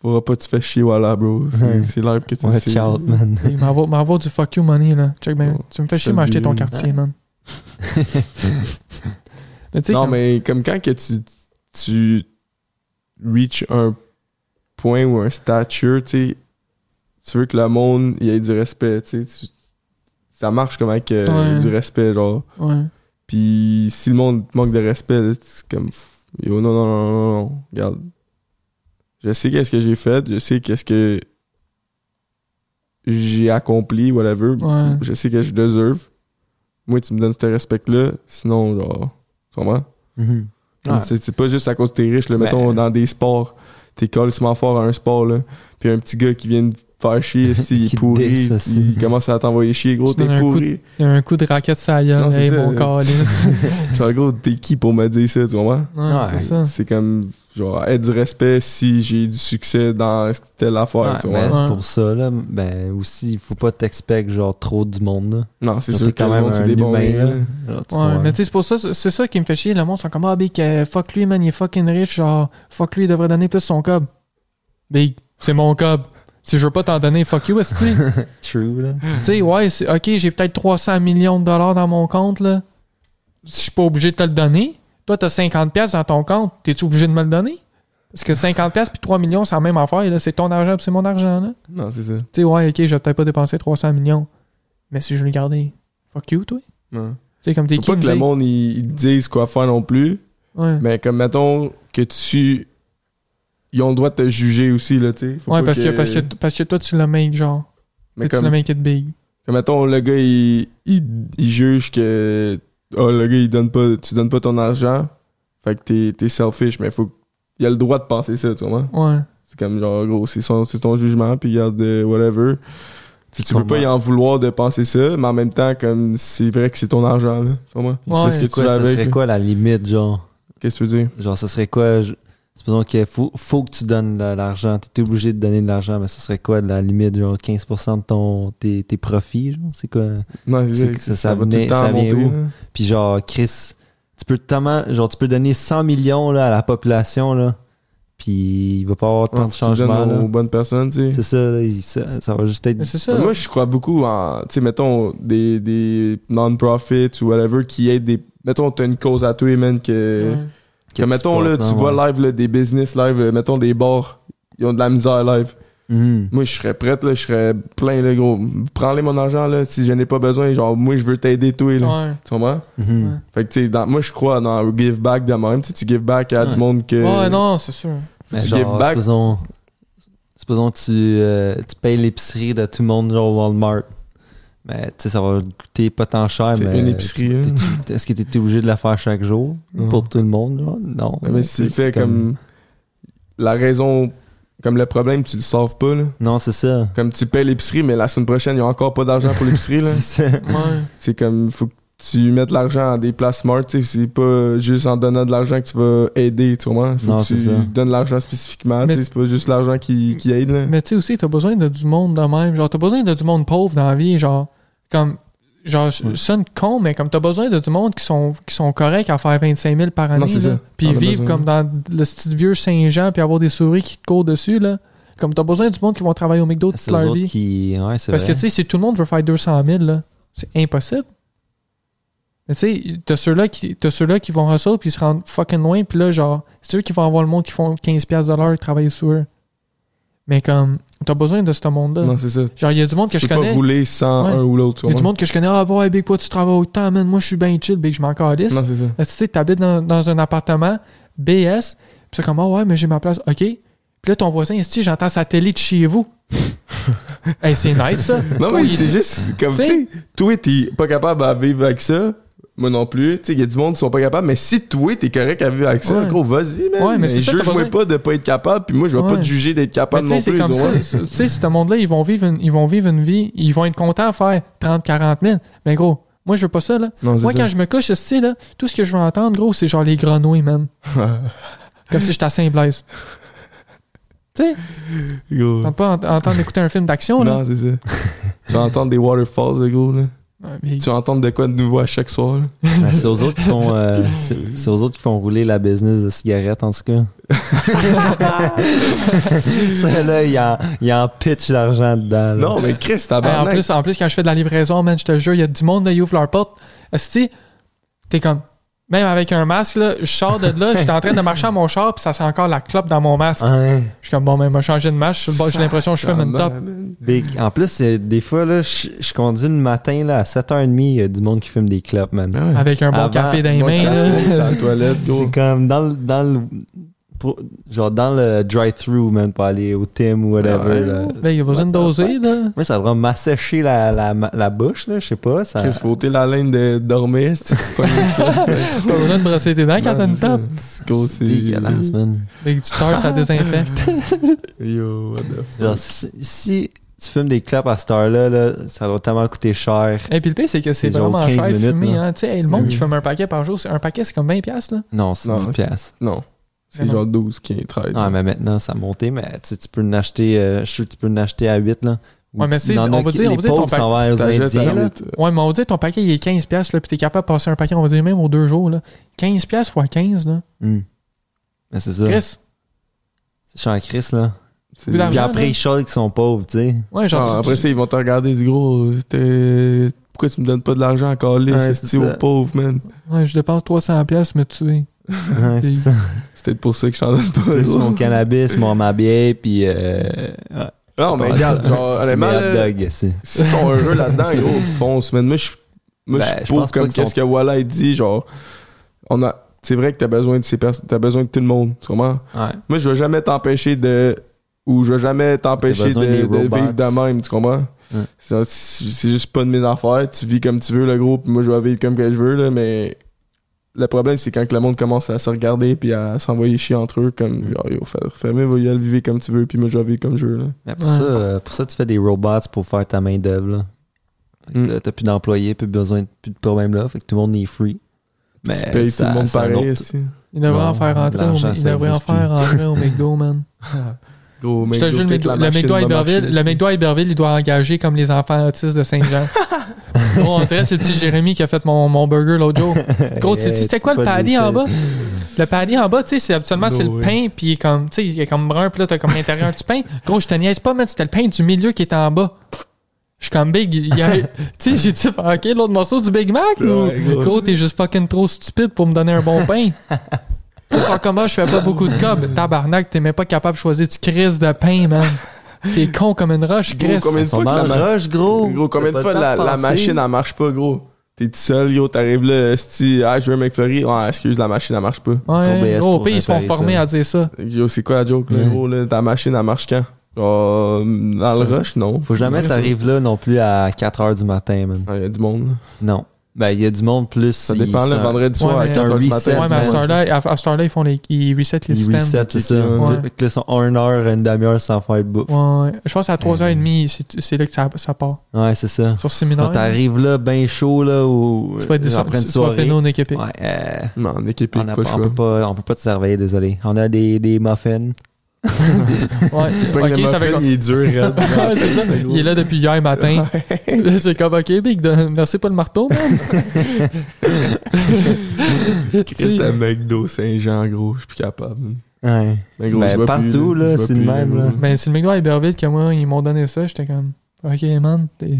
Speaker 1: Faudra pas que tu fais chier, voilà, bro. C'est- C'est l'air que tu
Speaker 2: Watch
Speaker 1: sais.
Speaker 2: out, man.
Speaker 3: Il m'envoie m'envoie du fuck you money, là. Check, ben,
Speaker 1: Oh,
Speaker 3: tu me fais
Speaker 1: ça
Speaker 3: chier m'acheter ton
Speaker 1: devient-
Speaker 3: quartier, man. mais tu sais,
Speaker 1: Non,
Speaker 3: comme-
Speaker 1: mais comme quand que tu, tu reach un point ou un stature, tu sais, tu veux que le monde y ait du respect, tu sais. tu- Ça marche comme avec euh,
Speaker 3: Ouais.
Speaker 1: du respect, genre.
Speaker 3: Ouais.
Speaker 1: Puis si le monde te manque de respect, là, c'est comme pff, yo non non non non non, regarde. Je sais qu'est-ce que j'ai fait, je sais qu'est-ce que j'ai accompli whatever.
Speaker 3: Ouais.
Speaker 1: Je sais que je deserve. Moi tu me donnes ce respect là, sinon genre tu comprends?
Speaker 2: Mhm.
Speaker 1: Comme
Speaker 2: Ouais.
Speaker 1: C'est c'est pas juste à cause que t'es riche, là,
Speaker 2: Ben-
Speaker 1: mettons dans des sports, t'es colissement fort à un sport là, puis un petit gars qui vient de faire chier, s'il
Speaker 2: Qui
Speaker 1: est
Speaker 2: te
Speaker 1: pourri,
Speaker 2: désosse.
Speaker 1: il commence à t'envoyer chier, gros,
Speaker 3: Tu donnes
Speaker 1: t'es
Speaker 3: un coup de-
Speaker 1: pourri.
Speaker 3: Il y a un coup de raquette ça
Speaker 1: Non, c'est
Speaker 3: hey,
Speaker 1: ça.
Speaker 3: mon calice.
Speaker 1: Genre gros, t'es qui pour me dire ça, tu comprends?
Speaker 3: Ouais,
Speaker 2: Ouais.
Speaker 3: c'est ça.
Speaker 1: C'est comme, genre, être du respect si j'ai du succès dans telle affaire,
Speaker 2: Ouais,
Speaker 1: tu
Speaker 2: ben,
Speaker 1: vois.
Speaker 2: c'est
Speaker 3: Ouais.
Speaker 2: pour ça, là. Ben, aussi, il faut pas t'expecter, genre, trop du monde, là.
Speaker 1: Non, c'est
Speaker 2: Genre,
Speaker 1: sûr
Speaker 2: t'es
Speaker 1: que le monde, c'est des bons
Speaker 2: humain,
Speaker 1: gars, là.
Speaker 2: là. Genre, tu
Speaker 3: Ouais,
Speaker 2: comprends.
Speaker 3: mais tu sais, c'est pour ça, c'est c'est ça qui me fait chier. Le monde sont comme, ah, Big, euh, fuck lui, man, il est fucking riche, genre, fuck lui, il devrait donner plus son cob. Big, c'est mon cob. Si je veux pas t'en donner, fuck you, esti.
Speaker 2: True, là.
Speaker 3: tu sais, ouais, c'est- ok, j'ai peut-être 300 millions de dollars dans mon compte, là. Je suis pas obligé de te le donner. Toi, t'as 50 pièces dans ton compte, t'es-tu obligé de me le donner? Parce que 50 pièces puis 3 millions, c'est la même affaire, là. C'est ton argent puis c'est mon argent, là.
Speaker 1: Non, c'est ça.
Speaker 3: Tu sais, ouais, ok, j'ai peut-être pas dépensé 300 millions. Mais si je le gardais, fuck you, toi.
Speaker 1: Ouais.
Speaker 3: Tu sais, comme t'es
Speaker 1: Faut
Speaker 3: qui,
Speaker 1: pas
Speaker 3: me
Speaker 1: que le
Speaker 3: dire?
Speaker 1: monde, ils ils te disent quoi faire non plus,
Speaker 3: Ouais.
Speaker 1: mais comme, mettons, que tu... Ils ont le droit de te juger aussi, là, tu sais. Faut
Speaker 3: ouais,
Speaker 1: pas
Speaker 3: parce que, parce, que, parce que toi, tu le make, genre.
Speaker 1: Mais
Speaker 3: Que Tu le
Speaker 1: comme,
Speaker 3: make it big.
Speaker 1: comme, mettons, le gars, il, il, il juge que... Oh, le gars, il donne pas... Tu donnes pas ton argent, fait que t'es- t'es selfish, mais faut... Il a le droit de penser ça, tu vois.
Speaker 3: Ouais.
Speaker 1: C'est comme genre, gros, c'est son- c'est ton jugement, puis regarde, euh, whatever. Tu, tu peux
Speaker 2: Sûrement.
Speaker 1: pas y en vouloir de penser ça, mais en même temps, comme c'est vrai que c'est ton argent, là. pour moi.
Speaker 3: Ouais.
Speaker 1: C'est ce
Speaker 2: C'est
Speaker 1: que tu
Speaker 2: quoi,
Speaker 1: veux
Speaker 2: ça
Speaker 1: avec.
Speaker 2: serait
Speaker 1: là.
Speaker 2: quoi la limite, genre?
Speaker 1: Qu'est-ce que tu veux dire?
Speaker 2: Genre, ça serait quoi? je- Supposons qu'il faut, faut que tu donnes de l'argent. T'es obligé de donner de l'argent, mais ça serait quoi la limite? Genre 15% de ton, tes, tes profits, genre? C'est quoi?
Speaker 1: Non,
Speaker 2: C'est
Speaker 1: vrai
Speaker 2: que
Speaker 1: que
Speaker 2: ça- ça venait- ça vient où? Puis genre, Chris, tu peux tellement, genre, tu peux donner 100 millions là, à la population, là, puis il va pas avoir tant de changements,
Speaker 1: changements
Speaker 2: là.
Speaker 1: aux bonnes personnes, tu sais.
Speaker 2: C'est ça, là, il- ça, ça va juste être...
Speaker 3: Mais c'est ça.
Speaker 1: Moi, je crois beaucoup en, tu sais, mettons, des, des non-profits ou whatever qui aident des. Mettons, t'as une cause à toi, man, que.
Speaker 3: Ouais.
Speaker 1: que mettons, là, tu vois live, là, des business live, euh, mettons, des bars, ils ont de la misère live.
Speaker 2: Mhm.
Speaker 1: Moi, je serais prête, là, je serais plein, là, gros. Prends-les mon argent, là, si je n'ai pas besoin. Genre, moi, je veux t'aider, toi, là.
Speaker 3: Ouais.
Speaker 1: Tu comprends?
Speaker 2: Mhm.
Speaker 3: Ouais.
Speaker 1: Fait que, tu sais, dans- moi, je crois dans le give back de même. Tu sais, tu give back à
Speaker 2: Ouais.
Speaker 1: du monde que.
Speaker 3: Ouais, non, c'est sûr.
Speaker 1: Faut que tu give back.
Speaker 2: supposons, supposons que tu, euh, tu payes l'épicerie de tout le monde, genre au Walmart, mais tu sais, ça va coûter pas tant cher,
Speaker 1: C'est
Speaker 2: mais...
Speaker 1: une épicerie, hein.
Speaker 2: t'es-tu- Est-ce que tu es obligé de la faire chaque jour
Speaker 1: Non.
Speaker 2: pour tout le monde, genre? Non.
Speaker 1: Mais si tu fais comme... La raison. Comme le problème, tu le sauves pas, là.
Speaker 2: Non, c'est ça.
Speaker 1: Comme tu payes l'épicerie, mais la semaine prochaine, il n'y a encore pas d'argent pour l'épicerie, là.
Speaker 2: C'est ça.
Speaker 3: Ouais.
Speaker 1: C'est comme. Faut que tu mettes l'argent à des places smart, tu sais. C'est pas juste en donnant de l'argent que tu vas aider, tu comprends? Faut
Speaker 2: Non,
Speaker 1: que tu
Speaker 2: c'est ça.
Speaker 1: donnes l'argent spécifiquement, tu
Speaker 3: Mais-
Speaker 1: sais. C'est pas juste l'argent qui, qui aide, là.
Speaker 3: Mais tu sais aussi, t'as besoin de du monde de même. Genre, t'as besoin de du monde pauvre dans la vie. Genre, comme. Genre, je
Speaker 2: Ouais.
Speaker 3: je sonne con, mais comme t'as besoin de du monde qui sont, qui sont corrects à faire 25 000 par année.
Speaker 1: Non, c'est
Speaker 3: là,
Speaker 1: ça.
Speaker 3: Puis
Speaker 1: T'en as
Speaker 3: vivre
Speaker 1: besoin.
Speaker 3: comme dans le petit vieux Saint-Jean, puis avoir des souris qui te courent dessus, là. Comme t'as besoin du monde qui vont travailler au
Speaker 1: Ah,
Speaker 3: McDo toute
Speaker 2: C'est eux
Speaker 3: leur
Speaker 2: autres
Speaker 3: vie.
Speaker 2: qui... Ouais, c'est
Speaker 3: Parce que,
Speaker 2: vrai.
Speaker 3: tu sais, si tout le monde veut faire 200 000, là, c'est impossible. Mais tu sais, t'as ceux-là qui, t'as ceux-là qui vont ressortir puis ils se rendent fucking loin, puis là, genre, c'est eux qui vont avoir le monde qui font 15$ piastres de l'heure et travailler sur eux. Mais comme, t'as besoin de ce monde-là.
Speaker 1: Non, c'est ça.
Speaker 3: Genre, il y a du monde que
Speaker 1: Tu
Speaker 3: je
Speaker 1: peux pas
Speaker 3: connais.
Speaker 1: rouler sans
Speaker 3: Ouais.
Speaker 1: un ou l'autre, tu
Speaker 3: Il y a du
Speaker 1: comprends?
Speaker 3: monde que je connais. Ah, ouais, Big, quoi, tu travailles autant, man. Moi, je suis bien chill, Big, je m'en calisse.
Speaker 1: Non, c'est ça.
Speaker 3: Parce que, tu sais, t'habites dans, dans un appartement BS, puis c'est comme, ah ouais, mais j'ai ma place, ok. Puis là, ton voisin, si j'entends sa télé de chez vous. hey, c'est nice, ça.
Speaker 1: Non,
Speaker 3: Toi,
Speaker 1: mais
Speaker 3: il-
Speaker 1: c'est juste comme, tu
Speaker 3: T'sais-
Speaker 1: sais, toi, t'es pas capable à vivre avec ça. Moi non plus. Tu sais, il y a du monde qui sont pas capables, mais si toi, t'es correct à vivre avec ça,
Speaker 3: Ouais.
Speaker 1: gros, vas-y, man.
Speaker 3: Ouais, mais c'est ça, t'as
Speaker 1: juge-moi
Speaker 3: besoin-
Speaker 1: pas de pas être capable, puis moi, je vais pas
Speaker 3: Ouais.
Speaker 1: te juger d'être
Speaker 3: Mais
Speaker 1: capable
Speaker 3: tu
Speaker 1: non
Speaker 3: sais,
Speaker 1: plus.
Speaker 3: c'est comme
Speaker 1: tu
Speaker 3: ça.
Speaker 1: vois.
Speaker 3: c'est- Tu sais, ce monde-là, ils vont vivre une, ils vont vivre une vie, ils vont être contents à faire 30, 40 000. Mais gros, moi, je veux pas ça, là.
Speaker 1: Non,
Speaker 3: Moi,
Speaker 1: c'est
Speaker 3: quand
Speaker 1: ça.
Speaker 3: je me couche, esti, là, tout ce que je veux entendre, gros, c'est genre les grenouilles, man. Comme si j'étais à Saint-Blaise. tu sais,
Speaker 1: Gros.
Speaker 3: t'entends pas en- entendre écouter un film d'action, là.
Speaker 1: Non, ah, c'est ça. tu vas entendre des waterfalls, le gros, là.
Speaker 3: Ouais, mais-
Speaker 1: Tu vas entendre de quoi de nouveau à chaque soir, là.
Speaker 2: Ah, c'est aux autres qui font euh, c'est c'est aux autres qui font rouler la business de cigarettes en tout cas. ça là, il en, il en pitch l'argent dedans. là.
Speaker 1: Non, mais Chris,
Speaker 3: Hey, en,
Speaker 1: tabarnak.
Speaker 3: plus, en plus, quand je fais de la livraison, man, je te jure, il y a du monde, là, ils ouvrent leur porte. Esti, t'es comme, Même avec un masque, là, je sors de là, j'étais en train de marcher à mon char, puis ça sent encore la clope dans mon
Speaker 1: Hein?
Speaker 3: masque.
Speaker 2: Ouais.
Speaker 3: Je suis comme, bon, ben, m'a changé de masque, sur le bord, j'ai l'impression que je fais une top.
Speaker 2: Big. En plus, c'est- des fois, là, je, je conduis le matin là, à 7h30, il y a du monde qui fume des clopes, man.
Speaker 1: Ah
Speaker 3: Avec un bon
Speaker 2: Avant,
Speaker 3: café dans les
Speaker 2: bon
Speaker 3: mains, là.
Speaker 2: café.
Speaker 1: C'est à la toilette, gros.
Speaker 2: C'est comme dans le. Dans le pour- genre dans le drive-through, man, pour aller au Tim ou whatever.
Speaker 1: Ah Ouais.
Speaker 2: là.
Speaker 3: Ben, il y a besoin de doser, là.
Speaker 2: Moi, ça devrait m'assécher la, la, la bouche, là, je sais pas. Ça...
Speaker 1: Chris, faut ôter la laine de dormir. C'est c'est pas une
Speaker 3: T'as besoin de brosser tes dents quand t'as une top.
Speaker 1: C'est gros,
Speaker 2: C'est dégueulasse, man.
Speaker 3: Avec du beurre, ça désinfecte.
Speaker 1: Yo, what the
Speaker 2: Genre, si, si tu fumes des clopes à cette heure-là, là, ça doit tellement coûter cher.
Speaker 3: Et puis le pire, c'est que c'est
Speaker 2: C'est genre
Speaker 3: vraiment
Speaker 2: 15
Speaker 3: cher de
Speaker 2: minutes, là.
Speaker 3: fumer.
Speaker 2: Mm.
Speaker 3: Hein. Tu sais, hey, le monde
Speaker 1: Oui.
Speaker 3: qui fume un paquet par jour, c'est- un paquet, c'est comme 20$. piastres, Là.
Speaker 2: Non, c'est
Speaker 1: Non,
Speaker 2: 10
Speaker 1: ok.
Speaker 2: piastres.
Speaker 1: Non, c'est
Speaker 3: Vraiment.
Speaker 1: genre 12, 15, 13.
Speaker 2: Ah, mais maintenant, ça a monté, mais tu sais, tu peux en acheter, euh, je suis sûr que tu peux en acheter à 8, là. Ou
Speaker 3: Ouais, mais
Speaker 2: tu-
Speaker 3: tu sais,
Speaker 2: dans
Speaker 3: on
Speaker 2: un
Speaker 3: va
Speaker 2: qui-
Speaker 3: dire- on
Speaker 2: les
Speaker 3: va dire ton
Speaker 2: pauvres s'en vont aux
Speaker 1: T'achètes euh,
Speaker 2: Indiens,
Speaker 1: la
Speaker 2: là.
Speaker 1: vite.
Speaker 3: Ouais, mais on dit ton paquet, il est 15$, piastres, là, puis t'es capable de passer un paquet, on va dire même aux deux jours. Là. 15$ fois 15$, là.
Speaker 2: Hum. Mais c'est ça.
Speaker 3: Chris,
Speaker 2: Je suis en Chris, là.
Speaker 1: C'est-
Speaker 3: Vu
Speaker 2: Puis
Speaker 3: l'argent,
Speaker 2: après,
Speaker 3: là.
Speaker 2: ils chialent qu'ils sont pauvres, tu sais.
Speaker 3: ouais, genre.
Speaker 1: Ah,
Speaker 3: tu-
Speaker 1: après
Speaker 3: tu-
Speaker 1: ça, ils vont te regarder, ils disent, gros, c'était- pourquoi tu me donnes pas de l'argent encore
Speaker 2: Ouais,
Speaker 1: là?
Speaker 2: c'est
Speaker 1: C'est
Speaker 2: ça.
Speaker 1: au pauvre, man.
Speaker 3: ouais, je dépense 300$, piastres, mais tu sais.
Speaker 2: Ouais, c'est ça.
Speaker 1: C'est peut-être pour ça que je t'en donne pas.
Speaker 2: Plus
Speaker 1: gros.
Speaker 2: mon cannabis, mon ma bière, puis euh, ouais,
Speaker 1: Non, mais
Speaker 2: Ouais,
Speaker 1: regarde,
Speaker 2: ça.
Speaker 1: genre, honnêtement,
Speaker 2: mes hot
Speaker 3: euh,
Speaker 1: là,
Speaker 2: dogs, c'est-
Speaker 1: s'ils sont heureux là-dedans, gros, fonce, man. Moi, je suis- moi,
Speaker 2: Ben,
Speaker 1: je suis
Speaker 2: je
Speaker 1: pour
Speaker 2: pense pas
Speaker 1: comme
Speaker 2: qu'ils
Speaker 1: qu'est-ce que
Speaker 2: sont-
Speaker 1: Walla il dit, genre, on a. C'est vrai que t'as besoin de ces personnes, t'as besoin de tout le monde, tu comprends?
Speaker 2: Ouais.
Speaker 1: Moi, je vais jamais t'empêcher de. Ou je vais jamais t'empêcher
Speaker 2: besoin des
Speaker 1: de, de
Speaker 2: robots.
Speaker 1: vivre de même, tu comprends?
Speaker 2: Ouais.
Speaker 1: C'est genre, C'est c'est juste pas de mes affaires. Tu vis comme tu veux, le gros, puis moi, je vais vivre comme que je veux, là, mais. Le problème, c'est quand que le monde commence à se regarder puis à s'envoyer chier entre eux, comme,
Speaker 2: Mm.
Speaker 1: genre, yo, fer- fermez, va y aller vivre comme tu veux, puis moi, je vais vivre comme je veux, là.
Speaker 2: Mais pour,
Speaker 3: Ouais.
Speaker 2: ça, euh, pour ça, tu fais des robots pour faire ta main d'œuvre. là. Fait que
Speaker 3: Hmm.
Speaker 1: Mm.
Speaker 2: là, T'as plus d'employés, plus besoin, de- plus de problèmes là. Fait que tout le monde est free. Mais
Speaker 1: tu payes
Speaker 2: ça-
Speaker 1: tout le monde
Speaker 2: ça
Speaker 1: pareil,
Speaker 2: monte.
Speaker 1: esti.
Speaker 3: Il devrait
Speaker 2: Non,
Speaker 3: en faire rentrer au,
Speaker 2: l'argent,
Speaker 3: il
Speaker 2: ça
Speaker 3: devrait en
Speaker 2: existe
Speaker 3: faire rentrer au McDo, man.
Speaker 1: Gros,
Speaker 3: Je te
Speaker 1: McDo,
Speaker 3: jure, le
Speaker 1: peut-être
Speaker 3: McDo,
Speaker 1: la
Speaker 3: le
Speaker 1: machine
Speaker 3: McDo à
Speaker 1: va
Speaker 3: Iberville,
Speaker 1: marcher,
Speaker 3: le
Speaker 1: esti.
Speaker 3: McDo à Iberville, il doit engager comme les enfants autistes de Saint-Jean. Gros, on dirait c'est le petit Jérémy qui a fait mon, mon burger l'autre jour. Gros, tu
Speaker 2: Hey,
Speaker 3: sais, c'était quoi
Speaker 2: peux
Speaker 3: le
Speaker 2: Ben, pas
Speaker 3: paddy
Speaker 2: dire
Speaker 3: en
Speaker 2: ça.
Speaker 3: bas? Le paddy en bas, tu sais, c'est habituellement c'est le
Speaker 1: Oui.
Speaker 3: pain, puis il est comme, tu sais, il est comme brun, puis là, t'as comme l'intérieur du pain. Gros, je te niaise pas, man, c'était le pain du milieu qui était en bas. Je suis comme big, il y a- tu sais, j'ai dit, ah, ok, l'autre morceau du Big Mac, ou?
Speaker 1: Ouais, gros.
Speaker 3: Gros, t'es juste fucking trop stupide pour me donner un bon pain. Ils sont comme moi, je fais pas beaucoup de cob. Tabarnak, t'es même pas capable de choisir du crise de pain, man. T'es con comme une roche,
Speaker 1: Gros,
Speaker 3: Chris.
Speaker 1: combien
Speaker 2: Ils
Speaker 1: de fois
Speaker 2: sont
Speaker 1: que
Speaker 2: dans
Speaker 1: la
Speaker 2: le
Speaker 1: ma-
Speaker 2: rush,
Speaker 3: Oh,
Speaker 2: gros.
Speaker 1: Gros, combien de
Speaker 2: T'as
Speaker 1: fois
Speaker 2: pas le
Speaker 1: la,
Speaker 2: temps de
Speaker 1: la
Speaker 2: penser.
Speaker 1: machine, elle marche pas, gros? T'es tout seul, gros, t'arrives là, esti, ah, je veux un McFlurry, ah, excuse, la machine, elle marche pas.
Speaker 3: Ouais,
Speaker 2: OBS
Speaker 3: gros,
Speaker 2: pour
Speaker 3: pis ils se font
Speaker 2: réparer
Speaker 3: former
Speaker 2: ça.
Speaker 3: à dire ça.
Speaker 1: Yo, c'est quoi la joke, là,
Speaker 2: Ouais.
Speaker 1: gros, là? Ta machine, elle marche quand? Genre, dans le rush, non.
Speaker 2: Faut jamais t'arrives là non plus à 4h du matin, man.
Speaker 1: Ah, y a du monde, là.
Speaker 2: Non. Ben, il y a du monde plus.
Speaker 1: Ça
Speaker 2: ils-
Speaker 1: dépend, le
Speaker 2: c'est un-
Speaker 1: vendredi soir,
Speaker 3: Ouais,
Speaker 1: à
Speaker 3: mais-
Speaker 1: 4 heures du
Speaker 2: reset,
Speaker 1: matin.
Speaker 3: Ouais, mais à ce heure-là, à- à cette heure-là, ils font les, ils reset les
Speaker 2: Ils
Speaker 3: systèmes.
Speaker 2: reset, c'est ça.
Speaker 1: Ouais.
Speaker 2: Fait que là, ils sont 1 heure, une demi-heure sans faire de bouffe.
Speaker 3: Ouais, je pense à 3h30, c'est- c'est là que ça, ça part.
Speaker 2: Ouais, c'est ça.
Speaker 3: Sur le
Speaker 2: Quand
Speaker 3: séminaire,
Speaker 2: t'arrives là, ben chaud, là, ou.
Speaker 3: tu vas être
Speaker 2: genre après
Speaker 3: déçu-
Speaker 2: une
Speaker 3: tu vas
Speaker 2: soirée.
Speaker 3: finir en équipé.
Speaker 2: Ouais, euh,
Speaker 1: Non, en équipe,
Speaker 2: on,
Speaker 1: pas
Speaker 2: a-
Speaker 1: le
Speaker 2: on
Speaker 1: choix.
Speaker 2: peut pas, on peut pas te surveiller, désolé. On a des, des muffins.
Speaker 3: Ouais,
Speaker 1: Pas que
Speaker 3: ok,
Speaker 1: le
Speaker 3: ça fait
Speaker 1: muffin,
Speaker 3: quoi?
Speaker 1: il est dur, hein. raide.
Speaker 3: Ouais, c'est ça. Il est là depuis hier matin. Là, c'est comme, ok, Big, donne- merci pas le marteau, man.
Speaker 1: Chris, le McDo Saint-Jean, gros, je suis plus capable. man.
Speaker 2: Ouais.
Speaker 1: Mais gros,
Speaker 2: Ben,
Speaker 1: je vois plus,
Speaker 2: partout, là,
Speaker 1: je vois
Speaker 2: c'est
Speaker 1: plus,
Speaker 2: le même,
Speaker 1: gros.
Speaker 2: là.
Speaker 3: Ben, c'est le McDo à Iberville que moi, ils m'ont donné ça. J'étais comme, ok, man, t'es-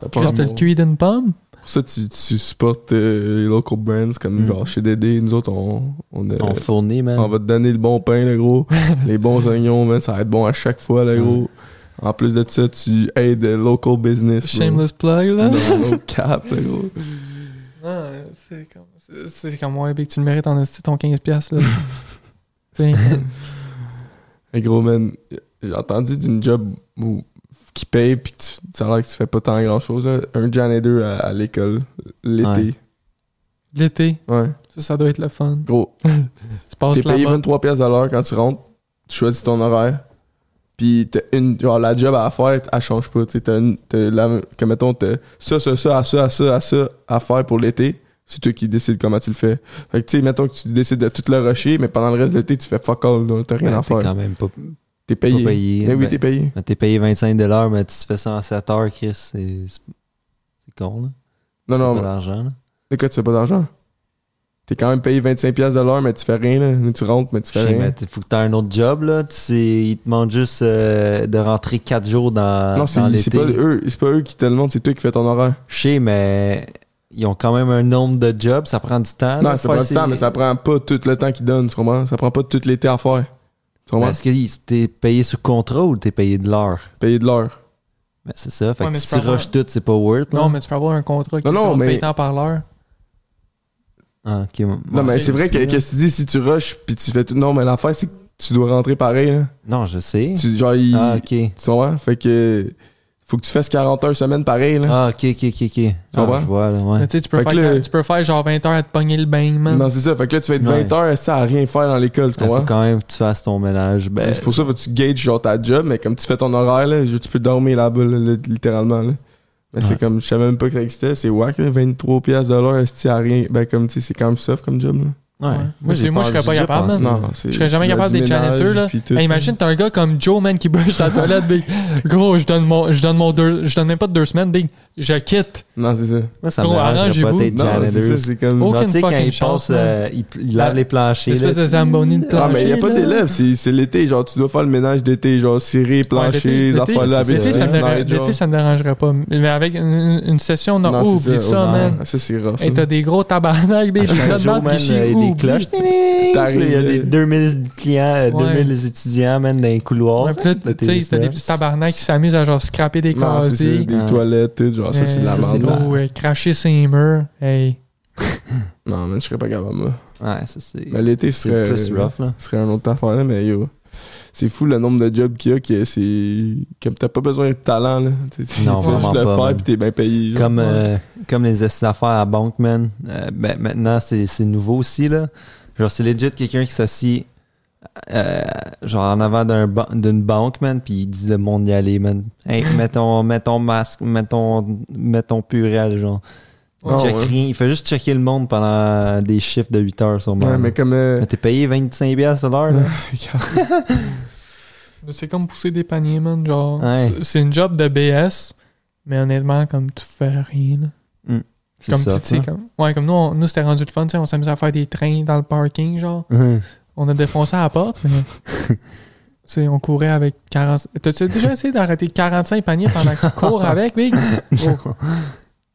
Speaker 1: T'as pas
Speaker 3: Chris, t'as le
Speaker 1: d'amour.
Speaker 3: cuit d'une pomme.
Speaker 1: Pour ça, tu, tu supportes euh, les local brands comme
Speaker 2: Mm.
Speaker 1: genre chez Dédé. Nous autres, on, on, a-
Speaker 2: On fournit, man.
Speaker 1: Euh, on va te donner le bon pain, le gros. les bons oignons, man, ça va être bon à chaque fois, le gros. En plus de ça, tu aides le local business. bro.
Speaker 3: Shameless plug, là.
Speaker 1: Non, no cap, le gros.
Speaker 3: Non, Ah, c'est comme, c'est- c'est comme, ouais, Big, tu le mérites en esti ton 15$, là. Tiens.
Speaker 1: Le gros, man, j'ai entendu d'une job où- qui paye puis que tu, ça a l'air que tu fais pas tant grand chose. Un janitor à, à l'école l'été.
Speaker 3: L'été,
Speaker 1: Ouais.
Speaker 3: ça, ça doit être le fun.
Speaker 1: Gros,
Speaker 3: Tu passes
Speaker 1: T'es payé
Speaker 3: là-bas.
Speaker 1: 23 pièces de l'heure quand tu rentres. Tu choisis ton horaire. Puis t'as une genre la job à faire, elle change pas. Tu sais, t'as une- t'as la- que mettons t'as ça ça ça à ça à ça à ça à faire pour l'été. C'est toi qui décides comment tu le fais. Fait que tu sais, mettons que tu décides de tout le rusher, mais pendant le reste de l'été, tu fais fuck all, là, t'as rien
Speaker 2: Ben,
Speaker 1: à
Speaker 2: t'es
Speaker 1: faire.
Speaker 2: quand même pas,
Speaker 1: T'es
Speaker 2: pas
Speaker 1: payé.
Speaker 2: payé.
Speaker 1: Mais oui,
Speaker 2: Ben,
Speaker 1: t'es payé.
Speaker 2: ben, t'es payé 25 mais tu te fais ça en 7 heures, Chris. C'est c'est- c'est con, là.
Speaker 1: Non,
Speaker 2: Tu fais
Speaker 1: non,
Speaker 2: Pas d'argent, là.
Speaker 1: mais quoi, tu fais pas d'argent. T'es quand même payé 25 pièces de l'heure, mais tu fais rien, là. Tu rentres, mais tu
Speaker 2: Je
Speaker 1: fais
Speaker 2: sais,
Speaker 1: rien.
Speaker 2: mais t- faut que t'aies un autre job, là. Tu sais, ils te demandent juste euh, de rentrer 4 jours dans,
Speaker 1: Non,
Speaker 2: dans
Speaker 1: c'est c'est
Speaker 2: l'été.
Speaker 1: pas eux, c'est pas eux qui te le demandent, c'est toi qui fais ton horaire.
Speaker 2: Je sais, mais ils ont quand même un nombre de jobs, ça prend du temps.
Speaker 1: Non,
Speaker 2: là,
Speaker 1: ça
Speaker 2: faire
Speaker 1: prend du
Speaker 2: ces-
Speaker 1: temps, mais ça prend pas tout le temps qu'ils donnent, tu comprends? Ça prend pas tout l'été à faire. Tu comprends?
Speaker 2: Est-ce que t'es payé sous contrat ou t'es payé de l'heure?
Speaker 1: Payer de l'heure.
Speaker 2: Ben, c'est ça. Fait
Speaker 3: Ouais,
Speaker 2: que
Speaker 3: mais
Speaker 2: si
Speaker 3: c'est
Speaker 2: tu
Speaker 3: pas
Speaker 2: rushes tout, c'est pas worth.
Speaker 3: Non,
Speaker 2: là.
Speaker 3: mais tu peux avoir un contrat qui
Speaker 1: Non,
Speaker 3: est
Speaker 1: non,
Speaker 3: sur
Speaker 1: mais-
Speaker 3: payé tant par l'heure.
Speaker 2: Ah, ok, moi-
Speaker 1: Non, mais
Speaker 3: Ouais,
Speaker 1: c'est vrai
Speaker 3: aussi,
Speaker 1: que,
Speaker 3: là.
Speaker 1: que tu dis, si tu rushes puis tu fais tout. Non, mais l'affaire, c'est que tu dois rentrer pareil. Là.
Speaker 2: non, je sais.
Speaker 1: Tu, genre, il-
Speaker 2: Ah, ok.
Speaker 1: tu comprends? Fait que. Faut que tu fasses 40 heures semaine pareil. Là.
Speaker 2: Ah, ok, ok, ok, ok. Ah,
Speaker 1: comprends?
Speaker 2: je vois, là, ouais.
Speaker 3: Mais tu sais, tu peux,
Speaker 1: Fait que
Speaker 3: faire,
Speaker 1: là-
Speaker 3: tu peux faire genre 20 heures à te pogner le bain, man.
Speaker 1: Non, c'est ça. Fait que là, tu vas être
Speaker 2: Ouais.
Speaker 1: 20 heures ça à rien faire dans l'école, tu
Speaker 2: Il faut
Speaker 1: comprends?
Speaker 2: quand même que tu fasses ton ménage. Ben,
Speaker 1: C'est pour ça que tu gages genre ta job, mais comme tu fais ton horaire, là, je- tu peux dormir là-bas, là, là, littéralement. Là. Mais
Speaker 2: Ouais.
Speaker 1: c'est comme, je savais même pas que ça existait, c'est whack, là, 23 piastres de l'heure, est-ce à rien? Ben, comme, tu sais, c'est quand même soft comme job, là.
Speaker 2: ouais.
Speaker 3: Ouais. Mais c'est- moi, je
Speaker 2: pensé-
Speaker 3: serais pas
Speaker 2: j'ai
Speaker 3: capable,
Speaker 2: pensé-
Speaker 1: Non, c'est-
Speaker 3: Je serais jamais
Speaker 1: c'est
Speaker 3: capable
Speaker 1: du
Speaker 3: d'être
Speaker 1: ménage,
Speaker 3: janiteur, là.
Speaker 1: puis tout,
Speaker 3: Hey, imagine, t'as un gars comme Joe, man, qui bouge la toilette, big. Gros, je donne mon, je donne mon deux, je donne même pas de deux semaines, big. Je quitte.
Speaker 1: Non, c'est ça.
Speaker 2: Moi, ça me
Speaker 3: Gros,
Speaker 2: dérange, j'ai pas
Speaker 3: arrangez-vous.
Speaker 2: d'être
Speaker 1: Non, c'est ça,
Speaker 2: janitor.
Speaker 1: c'est comme.
Speaker 3: Oh,
Speaker 2: Genre, Tu sais, quand
Speaker 3: Aucune
Speaker 2: ils
Speaker 3: fucking chance,
Speaker 2: passent, euh, ils ils lavent
Speaker 3: Ouais.
Speaker 2: les planchers.
Speaker 3: Espèce
Speaker 2: là,
Speaker 3: de Zamboni de
Speaker 1: Non, Ah, mais il n'y a
Speaker 3: plancher,
Speaker 1: pas
Speaker 3: là.
Speaker 1: d'élèves, c'est c'est l'été. Genre, tu dois faire le ménage d'été, genre cirer, plancher, les
Speaker 3: l'été-
Speaker 1: affaires là,
Speaker 2: l'été,
Speaker 1: avec
Speaker 3: L'été, ça, me
Speaker 1: dans
Speaker 3: déra-
Speaker 1: les jars.
Speaker 3: l'été, ça me dérangerait pas. Mais avec une, une session, non,
Speaker 1: Non, c'est
Speaker 3: oublie
Speaker 1: ça,
Speaker 3: ça,
Speaker 2: oh,
Speaker 3: man.
Speaker 1: Ah, Ça, c'est rough.
Speaker 3: Hey,
Speaker 1: ça.
Speaker 3: t'as des gros tabarnak, big.
Speaker 2: Chaque
Speaker 3: T'as de
Speaker 2: jour,
Speaker 3: bande
Speaker 2: man,
Speaker 3: qui chie,
Speaker 2: euh, il y a des
Speaker 3: oublie.
Speaker 2: cloches. Ding, ding. Là, Il y a
Speaker 1: T'arrives,
Speaker 2: des
Speaker 1: euh,
Speaker 2: 2000 clients, euh, 2000 étudiants, man, dans les couloirs.
Speaker 3: Ouais, puis là, tu sais, t'as des petits tabarnak qui s'amusent à genre scraper des
Speaker 1: Non, c'est ça,
Speaker 3: casiers. hein.
Speaker 1: des
Speaker 2: Ah.
Speaker 1: toilettes, tout, genre, ça, c'est de la
Speaker 2: ça, c'est
Speaker 1: merde.
Speaker 2: drôle.
Speaker 3: gros, euh, cracher ses murs. Hey.
Speaker 1: Non, mais je serais pas capable, moi.
Speaker 2: Ouais, ça, c'est
Speaker 1: Mais l'été, ce
Speaker 2: c'est
Speaker 1: serait.
Speaker 2: plus rough, là.
Speaker 1: Ce serait un autre affaire, là, mais yo. C'est fou le nombre de jobs qu'il y a que c'est. Comme t'as pas besoin de talent, là. Tu sais,
Speaker 2: Non,
Speaker 1: tu vas
Speaker 2: vraiment
Speaker 1: juste le
Speaker 2: pas,
Speaker 1: faire
Speaker 2: man.
Speaker 1: pis t'es bien payé. genre.
Speaker 2: Comme, euh, comme les essais d'affaires à banque, man. Euh, ben, maintenant, c'est c'est nouveau aussi, là. Genre, c'est legit quelqu'un qui s'assied euh, genre en avant d'un ban- d'une banque, man, puis il dit le monde y aller, man. Hey, mets ton, mets ton masque, mets ton, mets ton purel, genre. Il,
Speaker 1: Ah,
Speaker 2: check
Speaker 1: ouais.
Speaker 2: rien. il fait juste checker le monde pendant des chiffres de 8 heures, sûrement.
Speaker 1: Ouais,
Speaker 2: là.
Speaker 1: mais
Speaker 2: mais
Speaker 1: comme. euh,
Speaker 2: t'es payé 25$ piastres de l'heure, là.
Speaker 3: C'est comme pousser des paniers, man. Genre,
Speaker 2: Ouais.
Speaker 3: c'est- c'est une job de BS, mais honnêtement, comme tu fais rien. là.
Speaker 2: C'est
Speaker 3: Comme tu
Speaker 2: ça, hein.
Speaker 3: tu sais,
Speaker 2: là.
Speaker 3: comme, ouais, comme nous, on- nous c'était rendu le fun, tu sais, on s'amusait à faire des trains dans le parking, genre.
Speaker 2: Ouais.
Speaker 3: On a défoncé à la porte, mais. tu sais, on courait avec 40. T'as-tu déjà essayé d'arrêter 45 paniers pendant que tu cours avec, big? Oh.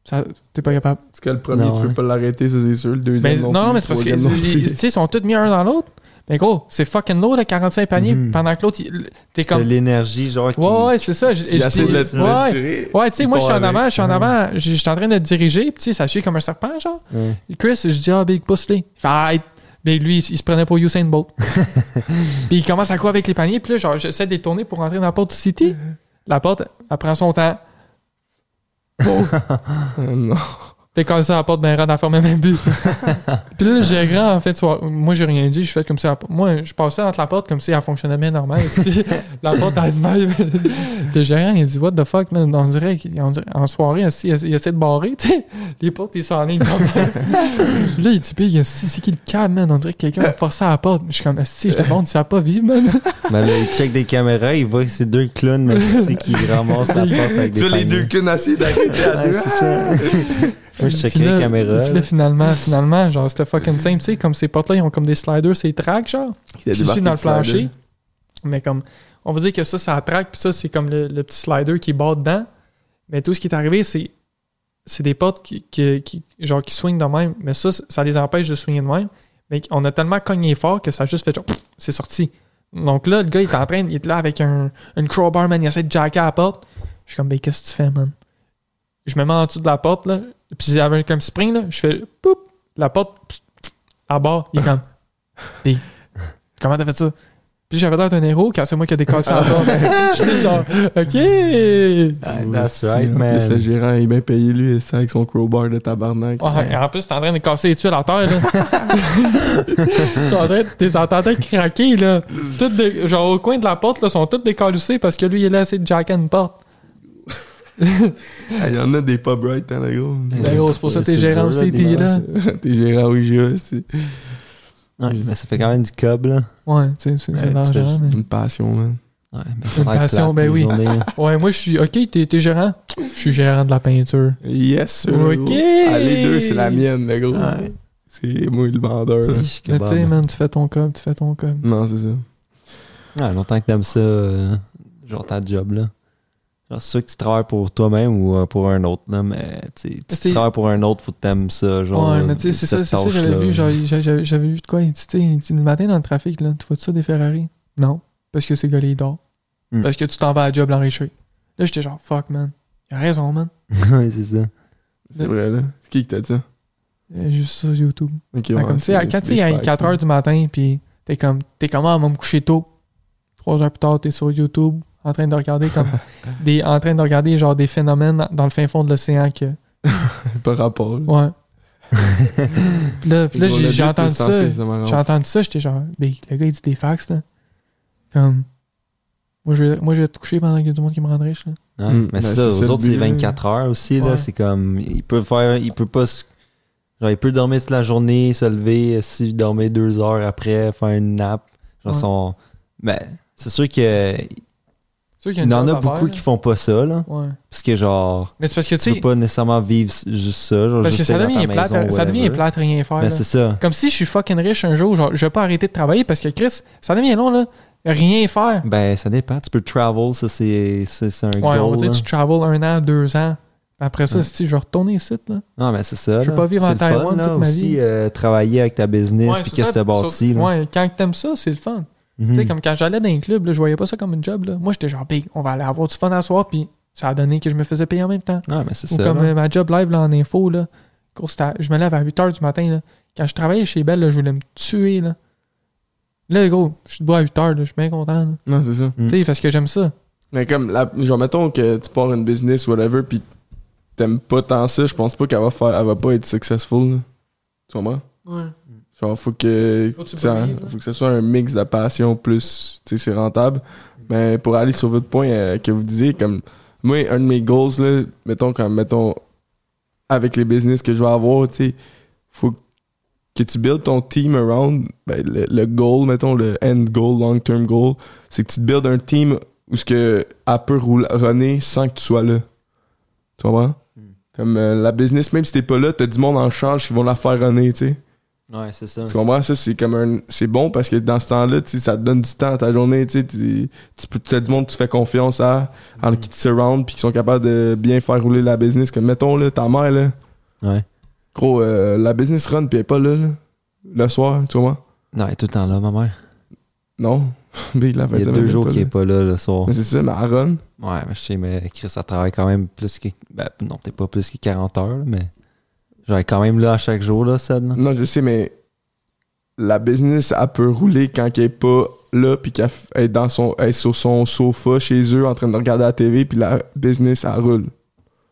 Speaker 3: Ça- T'es pas capable.
Speaker 1: Parce que le premier,
Speaker 2: Non,
Speaker 1: tu peux
Speaker 2: ouais.
Speaker 1: pas l'arrêter, ça, c'est sûr. Le
Speaker 3: Mais-
Speaker 1: deuxième.
Speaker 3: Ben, non,
Speaker 1: plus,
Speaker 3: non,
Speaker 1: le
Speaker 3: mais c'est parce que
Speaker 1: troisième non plus.
Speaker 3: ils- ils- tu sais, ils sont tous mis un dans l'autre. Mais gros, c'est fucking lourd, le 45 paniers,
Speaker 2: Mhm.
Speaker 3: pendant que l'autre, il- t'es
Speaker 2: T'as
Speaker 3: comme.
Speaker 2: l'énergie, genre, qui...
Speaker 3: Ouais, ouais, c'est ça. j-
Speaker 1: Il
Speaker 3: j-
Speaker 1: essaie de le, de le
Speaker 3: ouais.
Speaker 1: tirer.
Speaker 3: Ouais, tu sais,
Speaker 1: Il
Speaker 3: moi, je suis
Speaker 1: part
Speaker 3: en avant,
Speaker 1: avec.
Speaker 3: je suis en avant, je je suis en train de te diriger, puis tu sais, ça suit comme un serpent, genre.
Speaker 2: Ouais.
Speaker 3: Chris, je dis, ah, Big, pousse-les. Il fait, arrête. Ben, lui, il, il se prenait pour Usain Bolt. puis il commence à quoi avec les paniers, puis là, genre, j'essaie de les tourner pour rentrer dans la porte du City. La porte, elle prend son temps.
Speaker 1: Euh, non.
Speaker 3: T'es comme ça à la porte, ben, rentre dans la même but. puis là, j'ai grand, en fait, soir- moi, j'ai rien dit, je fais comme ça. Moi, je passais entre la porte comme si elle fonctionnait bien normal. Si la porte, elle de même. le gérant, il dit, what the fuck, man, on dirait qu'en en soirée, assis, il essaie de barrer, tu sais. Les portes, ils s'en lignent quand même. Puis là, il dit, Puis, c'est c'est qui le câble, man? On dirait que quelqu'un a forcé à la porte. Je suis comme, si, je te montre, ça va pas vivre, man.
Speaker 2: Mais là, il check des caméras, il voit que c'est deux clowns, mais c'est qui ramasse la porte avec des
Speaker 1: Tu vois les
Speaker 2: paniers.
Speaker 1: deux cunes assis d'arrêter à
Speaker 2: Ouais,
Speaker 1: deux.
Speaker 2: c'est ça. Moi, je
Speaker 3: Puis
Speaker 2: checkerais
Speaker 3: là,
Speaker 2: les caméras.
Speaker 3: puis là, finalement, finalement, genre, c'était fucking simple, tu sais, comme ces portes-là, ils ont comme des sliders, ces tracks, genre.
Speaker 1: Il a
Speaker 3: qui suit
Speaker 1: débarqué
Speaker 3: dans le
Speaker 1: du slider.
Speaker 3: plancher. Mais comme, on va dire que ça, ça attraque, puis ça, c'est comme le, le petit slider qui bat dedans. Mais tout ce qui est arrivé, c'est c'est des potes qui, qui, qui- genre, qui swingent de même. Mais ça, ça les empêche de swinguer de même. Mais on a tellement cogné fort que ça a juste fait genre, pff, c'est sorti. Donc là, le gars, il est en train, il est là avec un, une crowbar, man, il essaie de jacker à la porte. Je suis comme, ben, qu'est-ce que tu fais, man? Je me mets en dessous de la porte, là. Puis avec un spring, là, je fais, poup, la porte, pff, pff, à bord. Il est comme, ben, comment t'as fait ça? Puis j'avais l'air d'un héros quand c'est moi qui ai décassé la porte. J'étais genre, OK!
Speaker 2: Ah, that's
Speaker 1: Ouais, en
Speaker 2: right,
Speaker 1: plus,
Speaker 2: man.
Speaker 1: Le gérant est bien payé, lui, et ça, avec son crowbar de tabarnak.
Speaker 3: Ouais, Ah, En plus, t'es en train de casser les tuiles à terre, là. t'es en train de- t'es en train de craquer, là. Toutes des- genre, au coin de la porte, là, sont toutes décalussées parce que lui, il est là, c'est de jacker une porte.
Speaker 1: Ah, Il y en a des pas bright, hein, le gros.
Speaker 3: Ben, gros, c'est pour ça que t'es
Speaker 2: C'est
Speaker 3: gérant
Speaker 2: dur, là,
Speaker 3: aussi,
Speaker 2: des
Speaker 3: t'es là.
Speaker 1: T'es gérant, oui, j'ai aussi.
Speaker 2: Ouais, mais ça fait quand même du cob, là.
Speaker 3: Ouais, tu sais, c'est
Speaker 2: Ouais, tu
Speaker 3: c'est
Speaker 2: fais
Speaker 3: dangereux,
Speaker 2: juste
Speaker 3: mais.
Speaker 1: Une passion, man.
Speaker 2: Ouais, mais ça a
Speaker 3: Une
Speaker 2: l'air plate,
Speaker 3: passion, ben
Speaker 2: les
Speaker 3: oui.
Speaker 2: journées, là.
Speaker 3: Ouais, moi, je suis, OK, t'es t'es gérant? Je suis gérant de la peinture.
Speaker 1: Yes, sir.
Speaker 3: Ok.
Speaker 1: gros. Ah, les deux, c'est la mienne, le gros.
Speaker 2: Ouais.
Speaker 1: C'est moi le vendeur, là.
Speaker 2: Ish, que
Speaker 3: Mais tu
Speaker 2: barbe.
Speaker 3: sais, man, tu fais ton com, tu fais ton com.
Speaker 1: Non, c'est ça.
Speaker 2: Ouais, longtemps que t'aimes ça, euh, genre ta job, là. Genre, c'est sûr que tu travailles pour toi-même ou euh, pour un autre, là, mais tu sais, si
Speaker 3: c'est-
Speaker 2: tu travailles pour un autre, faut que t'aimes ça. Genre, euh,
Speaker 3: ouais, mais tu sais, c'est
Speaker 2: cette
Speaker 3: ça, c'est ça, j'avais
Speaker 2: tâche-là.
Speaker 3: vu, genre, j'a- j'a- j'avais vu de quoi, il dit, tu sais, il dit, le matin dans le trafic, là, tu vois ça des Ferrari? Non, parce que ces gars-là, ils dorment.
Speaker 2: Hmm.
Speaker 3: Parce que tu t'en vas à job l'enrichir. Là, j'étais genre, fuck, man. Il a raison, man.
Speaker 2: Ouais, c'est ça.
Speaker 1: C'est vrai, là. C'est qui qui t'a dit ça?
Speaker 3: Euh, Juste sur YouTube.
Speaker 1: Ok,
Speaker 3: Fait
Speaker 1: ouais,
Speaker 3: Ah, comme, tu sais,
Speaker 1: c'est-
Speaker 3: quand
Speaker 1: c'est
Speaker 3: tu sais,
Speaker 1: des
Speaker 3: à
Speaker 1: facts, hein.
Speaker 3: 4
Speaker 1: ça.
Speaker 3: h du matin, puis t'es comme, t'es comment, on va me coucher tôt. Trois heures plus tard, t'es sur YouTube, en train de regarder comme, des, en train de regarder, genre, des phénomènes dans le fin fond de l'océan que,
Speaker 1: Pas rapport. là.
Speaker 3: ouais. puis là, puis là,
Speaker 1: Ils vont
Speaker 3: j'ai
Speaker 1: le
Speaker 3: j'ai
Speaker 1: dire
Speaker 3: entendu
Speaker 1: plus
Speaker 3: ça.
Speaker 1: sensé, ça m'a
Speaker 3: J'ai entendu ça, j'étais genre, ben, le gars, il dit des fax, là. Comme, moi, je vais, moi, je vais te coucher pendant qu'il y a du monde qui me rend riche, là.
Speaker 2: Ouais,
Speaker 1: Mm.
Speaker 2: Hein? mais
Speaker 1: Ben,
Speaker 2: c'est
Speaker 1: c'est
Speaker 2: ça,
Speaker 1: ça,
Speaker 2: aux
Speaker 1: le
Speaker 2: autres,
Speaker 1: but,
Speaker 2: c'est
Speaker 1: là.
Speaker 2: 24 heures aussi.
Speaker 3: Ouais.
Speaker 2: là C'est comme. Il peut faire. Il peut pas. se- Genre, il peut dormir toute la journée, se lever, s'il dormait deux heures après, faire une nappe. Genre,
Speaker 3: Ouais.
Speaker 2: son. Ben, c'est sûr que.
Speaker 3: Ceux qui ont
Speaker 2: Il y en
Speaker 3: une
Speaker 2: a
Speaker 3: job à
Speaker 2: beaucoup
Speaker 3: faire,
Speaker 2: qui font pas ça, là.
Speaker 3: là. Ouais.
Speaker 2: Parce que, genre.
Speaker 3: Mais c'est parce que, tu
Speaker 2: Tu
Speaker 3: sais,
Speaker 2: peux pas nécessairement vivre s- juste ça. Genre,
Speaker 3: parce
Speaker 2: juste
Speaker 3: que ça
Speaker 2: être dans
Speaker 3: devient
Speaker 2: ta
Speaker 3: plate,
Speaker 2: maison,
Speaker 3: ça devient
Speaker 2: whatever.
Speaker 3: plate rien faire,
Speaker 2: Ben,
Speaker 3: là.
Speaker 2: c'est ça.
Speaker 3: Comme si je suis fucking riche un jour, genre, je vais pas arrêter de travailler parce que, Chris, ça devient long, là. Rien faire.
Speaker 2: Ben, ça dépend. Tu peux travel, ça, c'est c'est- c'est un
Speaker 3: Ouais, on va
Speaker 2: goal.
Speaker 3: dire,
Speaker 2: là.
Speaker 3: tu travel un an, deux ans. Après ça,
Speaker 2: Ouais.
Speaker 3: si je vais retourner ici, là.
Speaker 2: Non, mais c'est ça.
Speaker 3: Je veux
Speaker 2: là.
Speaker 3: pas vivre
Speaker 2: C'est
Speaker 3: en
Speaker 2: le fun,
Speaker 3: Taïwan
Speaker 2: là,
Speaker 3: toute ma
Speaker 2: aussi,
Speaker 3: vie.
Speaker 2: euh, travailler avec ta business,
Speaker 3: Ouais,
Speaker 2: puis
Speaker 3: c'est
Speaker 2: qu'est-ce
Speaker 3: ça,
Speaker 2: que t'as bâti.
Speaker 3: sur-
Speaker 2: là.
Speaker 3: Ouais, quand t'aimes ça, c'est le fun.
Speaker 2: Mhm.
Speaker 3: Tu sais, comme quand j'allais dans les clubs, là, je voyais pas ça comme une job. Là. Moi, j'étais genre, big, on va aller avoir du fun à soir, puis ça a donné que je me faisais payer en même temps.
Speaker 2: Ah, mais c'est
Speaker 3: Ou
Speaker 2: ça.
Speaker 3: comme
Speaker 2: là.
Speaker 3: euh, ma job live là, en info, là, course à- je me lève à 8 h du matin. Là. Quand je travaillais chez Belle, là, je voulais me tuer. Là, là gros, je suis debout à 8 h, je suis bien content. là.
Speaker 1: Non, c'est ça.
Speaker 2: Mm.
Speaker 3: Tu sais, parce que j'aime ça.
Speaker 1: Mais comme, la, genre, mettons que tu pars une business ou whatever, pis t'aimes pas tant ça, je pense pas qu'elle va faire, elle va pas être successful, là. Tu comprends? Genre, faut que,
Speaker 3: Faut que tu
Speaker 1: ça-
Speaker 3: brilles, là.
Speaker 1: faut que ce soit un mix de passion plus, tu sais, c'est rentable. Mais pour aller sur votre point euh, que vous disiez, comme, moi, un de mes goals, là, mettons, comme, mettons, avec les business que je vais avoir, tu sais, faut que tu builds ton team around, ben, le, le goal, mettons, le end goal, long-term goal, c'est que tu te builds un team où ce que elle peut rouler, runner sans que tu sois là. Tu comprends?
Speaker 2: Hmm.
Speaker 1: Comme euh, la business, même si t'es pas là, t'as du monde en charge qui vont la faire runner, tu sais.
Speaker 3: euh,
Speaker 2: Ouais, c'est ça.
Speaker 1: Tu comprends? Ça, c'est comme un. C'est bon parce que dans ce temps-là, tu sais, ça te donne du temps à ta journée. Tu sais, tu tu peux- tu as du monde que tu fais confiance à, en
Speaker 2: Hmm.
Speaker 1: qui te surround, puis qui sont capables de bien faire rouler la business. Comme, mettons, là, ta mère, là.
Speaker 2: Ouais.
Speaker 1: Gros, euh, la business run, puis elle est pas là, là. Le soir, tu vois.
Speaker 2: Non, elle est tout le temps là, ma mère.
Speaker 1: Non. Mais la fin
Speaker 2: Il
Speaker 1: de
Speaker 2: y
Speaker 1: semaine,
Speaker 2: a deux
Speaker 1: elle est
Speaker 2: jours
Speaker 1: pas
Speaker 2: qu'il
Speaker 1: là.
Speaker 2: est pas là le soir.
Speaker 1: Mais c'est ça, mais elle run.
Speaker 2: Ouais, mais je sais, mais Chris, ça travaille quand même plus que. Ben, non, peut-être pas plus que 40 heures, là, mais. Genre, elle est quand même là à chaque jour, là, Sed. là.
Speaker 1: Non, je sais, mais la business, elle peut rouler quand elle est pas là, puis qu'elle f- elle est, dans son, elle est sur son sofa chez eux en train de regarder la TV, puis la business, elle roule.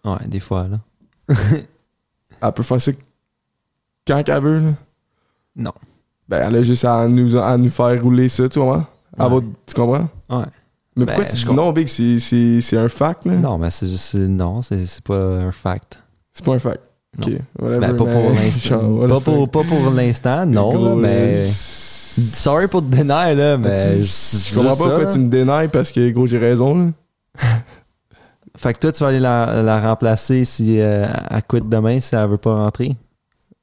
Speaker 2: Ouais, des fois, là.
Speaker 1: Elle peut faire ça quand qu'elle veut, là.
Speaker 2: Non.
Speaker 1: Ben, elle a juste à nous, à nous faire rouler ça, tu comprends? Elle va-
Speaker 2: Ouais.
Speaker 1: tu comprends?
Speaker 2: Ouais.
Speaker 1: Mais
Speaker 2: Ben,
Speaker 1: pourquoi tu
Speaker 2: je
Speaker 1: dis
Speaker 2: comprends.
Speaker 1: non, Big? C'est- C'est c'est un fact, là?
Speaker 2: Non, mais c'est juste. c'est- Non, c'est c'est pas un fact.
Speaker 1: C'est pas un fact. Ok, whatever,
Speaker 2: Ben, pas pour
Speaker 1: man. Genre,
Speaker 2: l'instant.
Speaker 1: what
Speaker 2: Pas
Speaker 1: the
Speaker 2: pour,
Speaker 1: fuck.
Speaker 2: pas pour l'instant, non,
Speaker 1: Gros,
Speaker 2: là, mais.
Speaker 1: je-
Speaker 2: Sorry pour te dénaire, là,
Speaker 1: Mais
Speaker 2: mais.
Speaker 1: Ben, Ah, tu-
Speaker 2: c'est
Speaker 1: je comprends
Speaker 2: juste
Speaker 1: pas
Speaker 2: ça,
Speaker 1: pourquoi
Speaker 2: là.
Speaker 1: tu me dénailles parce que, gros, j'ai raison, là.
Speaker 2: Fait que toi, tu vas aller la, la remplacer si euh, elle quitte demain, si elle veut pas rentrer.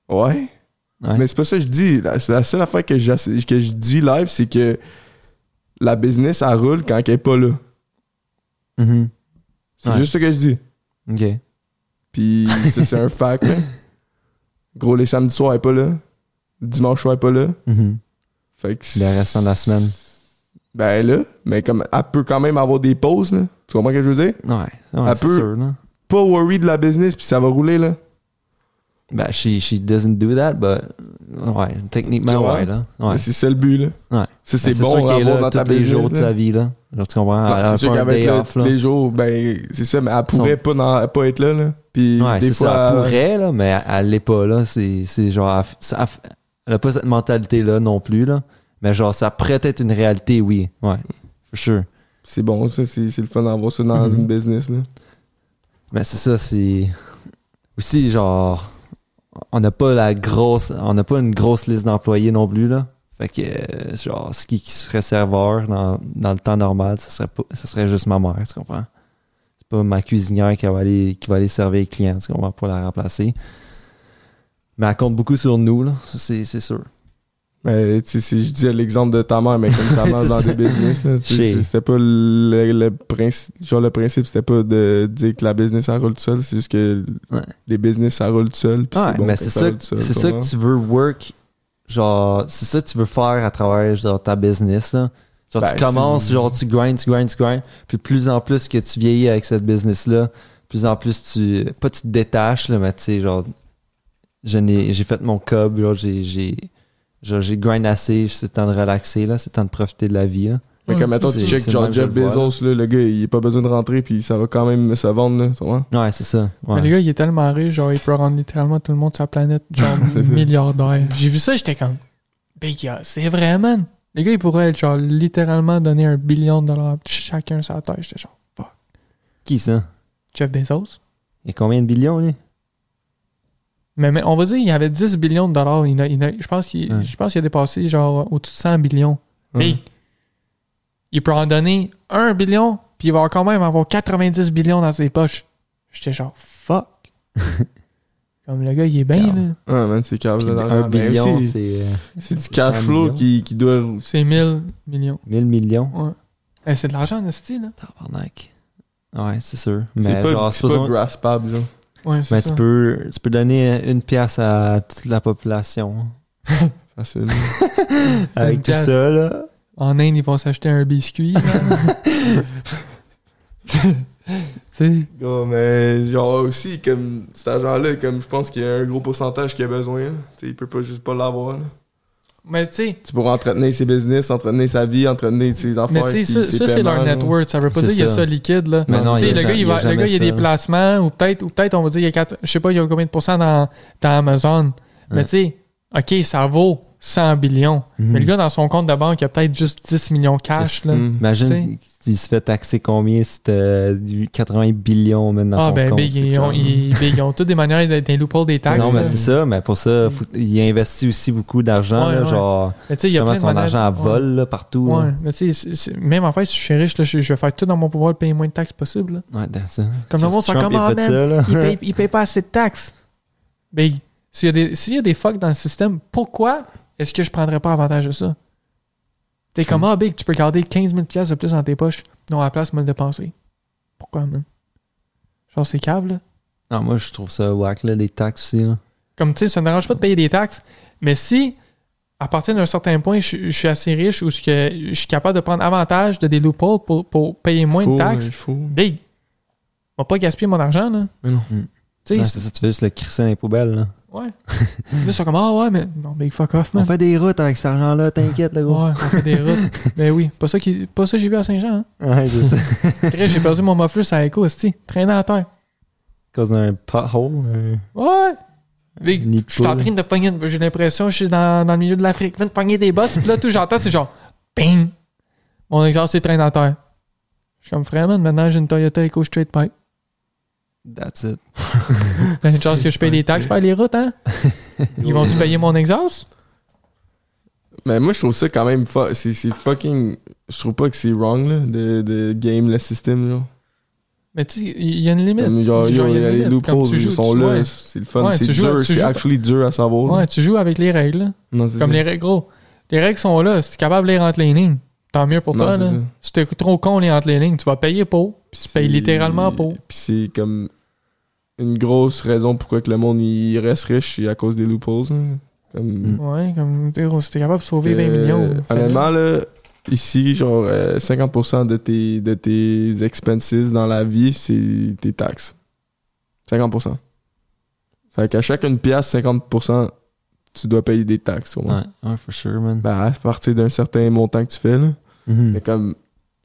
Speaker 1: Ouais.
Speaker 2: Ouais.
Speaker 1: Mais c'est pas ça que je dis. La, c'est la seule affaire que je, que je dis live, c'est que la business, elle roule quand elle est pas là.
Speaker 2: Mhm.
Speaker 1: C'est
Speaker 2: Ouais.
Speaker 1: juste ce que je dis.
Speaker 2: Ok.
Speaker 1: Puis ça, c'est un fact, là. Gros, les samedis soirs, elle est pas là. Le dimanche soir, elle est pas là.
Speaker 2: Mhm.
Speaker 1: Fait que
Speaker 2: Le restant de la semaine.
Speaker 1: Ben, elle est là. Mais comme, elle peut quand même avoir des pauses, là. Tu comprends ce que je veux dire?
Speaker 2: Ouais, ouais,
Speaker 1: Elle
Speaker 2: c'est
Speaker 1: peut-
Speaker 2: sûr, là.
Speaker 1: Pas worry de la business, puis ça va rouler, là.
Speaker 2: Ben, she, she doesn't do that, but ouais,
Speaker 1: Tu
Speaker 2: techniquement,
Speaker 1: vois?
Speaker 2: ouais, là. Ouais.
Speaker 1: Mais C'est ça le but, là.
Speaker 2: Ouais.
Speaker 1: Ça,
Speaker 2: Ben,
Speaker 1: c'est bon
Speaker 2: sûr
Speaker 1: à
Speaker 2: qu'elle est
Speaker 1: avoir
Speaker 2: là
Speaker 1: dans ta
Speaker 2: tous les
Speaker 1: business.
Speaker 2: jours de
Speaker 1: là.
Speaker 2: sa vie, Ah, là. Genre, tu comprends?
Speaker 1: Ben,
Speaker 2: Elle a
Speaker 1: c'est sûr
Speaker 2: pas un
Speaker 1: qu'avec
Speaker 2: day
Speaker 1: le-
Speaker 2: off,
Speaker 1: tous
Speaker 2: là.
Speaker 1: les jours, ben, c'est ça, mais elle pourrait pas, n'en- pas être là, là. Puis
Speaker 2: Ouais,
Speaker 1: des
Speaker 2: c'est
Speaker 1: fois, euh,
Speaker 2: ça, elle
Speaker 1: elle-
Speaker 2: pourrait, là, mais elle- elle l'est pas, là. C'est c'est genre, elle, f- ça- elle f- elle a pas cette mentalité-là non plus, là. Mais genre, ça pourrait être une réalité, oui. Ouais, for sure.
Speaker 1: c'est bon, ça, c'est c'est le fun d'avoir ça dans
Speaker 2: Mhm.
Speaker 1: une business, là.
Speaker 2: Mais c'est ça, c'est. Aussi, genre, on n'a pas la grosse. On n'a pas une grosse liste d'employés non plus, là. Fait que, euh, genre, ce qui, qui serait serveur dans, dans le temps normal, ce serait, pas, ce serait juste ma mère, tu comprends? C'est pas ma cuisinière qui va aller, qui va aller servir les clients, tu comprends, pour la remplacer. Mais elle compte beaucoup sur nous, là, ça, c'est c'est sûr.
Speaker 1: Mais tu sais, si je disais l'exemple de ta mère, mais comme ça
Speaker 2: Ouais,
Speaker 1: marche
Speaker 2: c'est
Speaker 1: dans
Speaker 2: ça.
Speaker 1: des business, là, tu sais,
Speaker 2: Shit.
Speaker 1: c'était pas le, le principe. Genre, le principe, c'était pas de dire que la business, ça roule tout seul. C'est juste que
Speaker 2: Ouais.
Speaker 1: les business, ça roule tout seul. puis
Speaker 2: Ouais,
Speaker 1: c'est bon
Speaker 2: mais
Speaker 1: quand
Speaker 2: c'est ça,
Speaker 1: roule tout seul,
Speaker 2: c'est ça
Speaker 1: vois.
Speaker 2: que tu veux work, genre, c'est ça que tu veux faire à travers genre, ta business, là. Genre,
Speaker 1: Ben,
Speaker 2: tu commences,
Speaker 1: tu-
Speaker 2: genre, tu grindes, tu grindes, tu grindes, puis plus en plus que tu vieillis avec cette business-là, plus en plus tu, pas tu te détaches, là, mais tu sais, genre, je n'ai- j'ai fait mon cob, genre, j'ai, j'ai, genre, j'ai grind assez, c'est le temps de relaxer, là, c'est le temps de profiter de la vie, là.
Speaker 1: Mais
Speaker 3: Ouais,
Speaker 1: comme, mettons,
Speaker 2: c'est-
Speaker 1: tu check
Speaker 2: c'est
Speaker 1: genre
Speaker 2: même, je
Speaker 1: Jeff
Speaker 2: le vois,
Speaker 1: Bezos, là, le gars, il a pas besoin de rentrer, puis ça va quand même se vendre, là, tu vois.
Speaker 2: Ouais, c'est ça. ouais.
Speaker 3: Mais le gars, il est tellement riche, genre, il peut rendre littéralement tout le monde sur la planète, genre, milliardaire. J'ai vu ça, j'étais comme, big yeah, c'est vrai, man. Le gars, il pourrait être, genre, littéralement donner un billion de dollars à chacun sur la terre. J'étais genre,
Speaker 2: Qui, ça?
Speaker 3: Jeff Bezos.
Speaker 2: Il y a combien de billions, lui?
Speaker 3: Mais, mais on va dire, il avait 10 billions de dollars. Il a- il a- je pense qu'il
Speaker 2: Ouais.
Speaker 3: je pense qu'il a dépassé, genre, au-dessus de 100 billions. Big. Il peut en donner 1 billion, puis il va quand même avoir 90 billions dans ses poches. J'étais genre, fuck. comme le gars, il est bien,
Speaker 2: Calme.
Speaker 3: là.
Speaker 1: Ouais, man, c'est carré.
Speaker 2: Puis
Speaker 1: là, dans
Speaker 2: un
Speaker 1: le- mais
Speaker 2: billion,
Speaker 1: aussi,
Speaker 2: c'est euh,
Speaker 1: C'est du cash
Speaker 2: 100
Speaker 1: flow
Speaker 2: millions.
Speaker 1: qui, qui doit.
Speaker 3: C'est 1000 millions.
Speaker 2: 1000 millions.
Speaker 3: Ouais. Eh, c'est de l'argent en esti, là.
Speaker 2: Tabarnak. Ouais, c'est sûr.
Speaker 1: C'est
Speaker 2: Mais
Speaker 1: pas,
Speaker 2: genre,
Speaker 1: c'est pas
Speaker 2: supposons-
Speaker 1: graspable, là.
Speaker 3: Ouais, c'est
Speaker 2: mais
Speaker 3: ça.
Speaker 2: Ben, tu peux, tu peux donner une pièce à toute la population.
Speaker 1: Facile.
Speaker 3: C'est une
Speaker 2: Avec tout
Speaker 3: pièce.
Speaker 2: ça, là.
Speaker 3: En Inde, ils vont s'acheter un biscuit. là. tu sais,
Speaker 1: Gros, mais genre aussi, comme cet agent-là, comme je pense qu'il y a un gros pourcentage qu'il a besoin. hein. Tu sais, il peut pas juste pas l'avoir. là.
Speaker 3: mais tu sais,
Speaker 1: Tu pourras entretenir ses business, entretenir sa vie, entretenir ses
Speaker 3: mais
Speaker 1: enfants.
Speaker 3: tu sais,
Speaker 1: puis
Speaker 3: ça,
Speaker 1: ses
Speaker 3: ça, c'est
Speaker 1: paiements,
Speaker 3: leur
Speaker 1: là.
Speaker 3: net worth. Ça veut pas
Speaker 2: C'est
Speaker 3: dire qu'il y a
Speaker 2: ça.
Speaker 3: ça liquide, là.
Speaker 2: Mais non,
Speaker 3: Tu sais,
Speaker 2: il y a
Speaker 3: le gars,
Speaker 2: jamais-
Speaker 3: il, va,
Speaker 2: il y a
Speaker 3: le gars, il y a
Speaker 2: jamais
Speaker 3: des
Speaker 2: ça, là.
Speaker 3: placements, ou peut-être, ou peut-être, on va dire, il y a quatre, je sais pas, il y a combien de pourcents dans, dans Amazon. Mais
Speaker 2: Ouais.
Speaker 3: tu sais, OK, ça vaut 100 billions. Mais
Speaker 2: Mhm. Hmm.
Speaker 3: le gars, dans son compte de banque, il y a peut-être juste 10 millions cash, là.
Speaker 1: Mm.
Speaker 2: Imagine qu'il se fait taxer combien si t'as du 80 billions maintenant.
Speaker 3: Ah, ben,
Speaker 2: compte,
Speaker 3: big,
Speaker 2: c'est
Speaker 3: ils ont,
Speaker 2: clair.
Speaker 3: ils, big, ils ont toutes des manières d'être des loopholes des taxes.
Speaker 2: Non, mais
Speaker 3: là.
Speaker 2: c'est ça. Mais pour ça, faut- il investit aussi beaucoup d'argent.
Speaker 3: Ouais,
Speaker 2: là,
Speaker 3: ouais.
Speaker 2: Genre,
Speaker 3: Mais tu sais, il y a
Speaker 2: justement,
Speaker 3: plein de
Speaker 2: son
Speaker 3: manières-
Speaker 2: argent à
Speaker 3: Ouais.
Speaker 2: vol là, partout.
Speaker 3: Ouais,
Speaker 2: là.
Speaker 3: mais tu sais, c'est- c'est- même en fait, si je suis riche, là, je, je vais faire tout dans mon pouvoir de payer moins de taxes possible. là.
Speaker 2: Ouais, dans ça.
Speaker 3: Comme le
Speaker 2: Si
Speaker 3: monde sont
Speaker 2: Trump,
Speaker 3: comme,
Speaker 2: il
Speaker 3: ah,
Speaker 2: fait
Speaker 3: man,
Speaker 2: ça, là.
Speaker 3: il paye, il paye pas assez de taxes. Big. S'il y, a des- s'il y a des fucks dans le système, pourquoi est-ce que je prendrais pas avantage de ça? T'es comme, ah, Big, tu peux garder 15 000 piastres de plus dans tes poches. Non, à la place, me le dépenser. Pourquoi, man? Genre, c'est cave, là.
Speaker 2: Non, moi, je trouve ça whack, là, les taxes aussi. Là.
Speaker 3: Comme, tu sais, ça ne me dérange pas de payer des taxes, mais si, à partir d'un certain point, je, je suis assez riche ou ce que je suis capable de prendre avantage de des loopholes pour, pour payer moins
Speaker 1: Faut,
Speaker 3: de taxes,
Speaker 1: ouais, faut.
Speaker 3: Big, m'a pas gaspillé mon argent, là.
Speaker 1: Mais non.
Speaker 2: Mm.
Speaker 3: Tu
Speaker 2: Non,
Speaker 3: sais,
Speaker 2: c'est ça, tu fais juste le crisser dans les poubelles. Là.
Speaker 3: ouais. Là, Ils sont comme, ah ouais, mais non, Big, fuck off,
Speaker 2: On
Speaker 3: man.
Speaker 2: fait des routes avec cet argent-là, t'inquiète, le gros.
Speaker 3: Ouais, on fait des routes. ben oui, pas ça, qui, pas ça que j'ai vu à Saint-Jean.
Speaker 2: Ouais, c'est ça. À
Speaker 3: Hein. Chris, j'ai perdu mon muffler à Echo, aussi, traînant à terre.
Speaker 2: cause d'un pothole. euh, un-
Speaker 3: Ouais. Big,
Speaker 2: Nid de
Speaker 3: je suis en
Speaker 2: poule.
Speaker 3: train de pogner, une- j'ai l'impression que je suis dans, dans le milieu de l'Afrique. Viens de pogner des bosses, puis là, tout j'entends, c'est genre, ping. Mon exhaust, c'est traîne à terre. Je suis comme, frère, man, maintenant, j'ai une Toyota Echo Straight Pipe.
Speaker 2: That's it.
Speaker 3: T'as une chance que je paye des taxes pour faire les routes, hein? Ils vont-tu payer mon exhaust?
Speaker 1: Mais moi, je trouve ça quand même. fu- c'est, c'est fucking. Je trouve pas que c'est wrong, là, de, de game le système, genre.
Speaker 3: Mais tu sais, il y a une limite.
Speaker 1: Comme, genre, yo,
Speaker 3: il
Speaker 1: il y a
Speaker 3: une
Speaker 1: les
Speaker 3: limite. Comme
Speaker 1: loopholes,
Speaker 3: tu
Speaker 1: ils
Speaker 3: joues-
Speaker 1: sont
Speaker 3: tu-
Speaker 1: là.
Speaker 3: ouais.
Speaker 1: C'est le fun.
Speaker 3: Ouais,
Speaker 1: c'est
Speaker 3: tu joues-
Speaker 1: dur,
Speaker 3: tu
Speaker 1: c'est
Speaker 3: joues-
Speaker 1: actually dur à savoir. là.
Speaker 3: Ouais, tu joues avec les règles. là.
Speaker 1: Non, c'est
Speaker 3: Comme
Speaker 1: ça.
Speaker 3: les règles, gros. Les règles sont là. Si t'es capable de les rentrer les lignes, tant mieux pour
Speaker 1: Non,
Speaker 3: toi.
Speaker 1: c'est
Speaker 3: Là.
Speaker 1: ça.
Speaker 3: Si t'es trop con, les rentrer les lignes, tu vas payer pour.
Speaker 1: Puis
Speaker 3: tu payes
Speaker 1: c'est-
Speaker 3: littéralement pour.
Speaker 1: Puis c'est comme une grosse raison pourquoi que le monde il reste riche c'est à cause des loopholes. hein. Comme,
Speaker 2: Mm.
Speaker 3: Ouais, comme tu sais, gros, si t'es capable de sauver 20
Speaker 1: Euh,
Speaker 3: millions. fais-le.
Speaker 1: Honnêtement, là, ici, genre euh, 50% de tes, de tes expenses dans la vie, c'est tes taxes. 50%. Fait qu'à chaque une pièce, 50%, tu dois payer des taxes. au moins.
Speaker 2: Ouais, Bah, ouais, for sure, man.
Speaker 1: Ben, à partir d'un certain montant que tu fais, là.
Speaker 2: Mhm.
Speaker 1: Mais comme,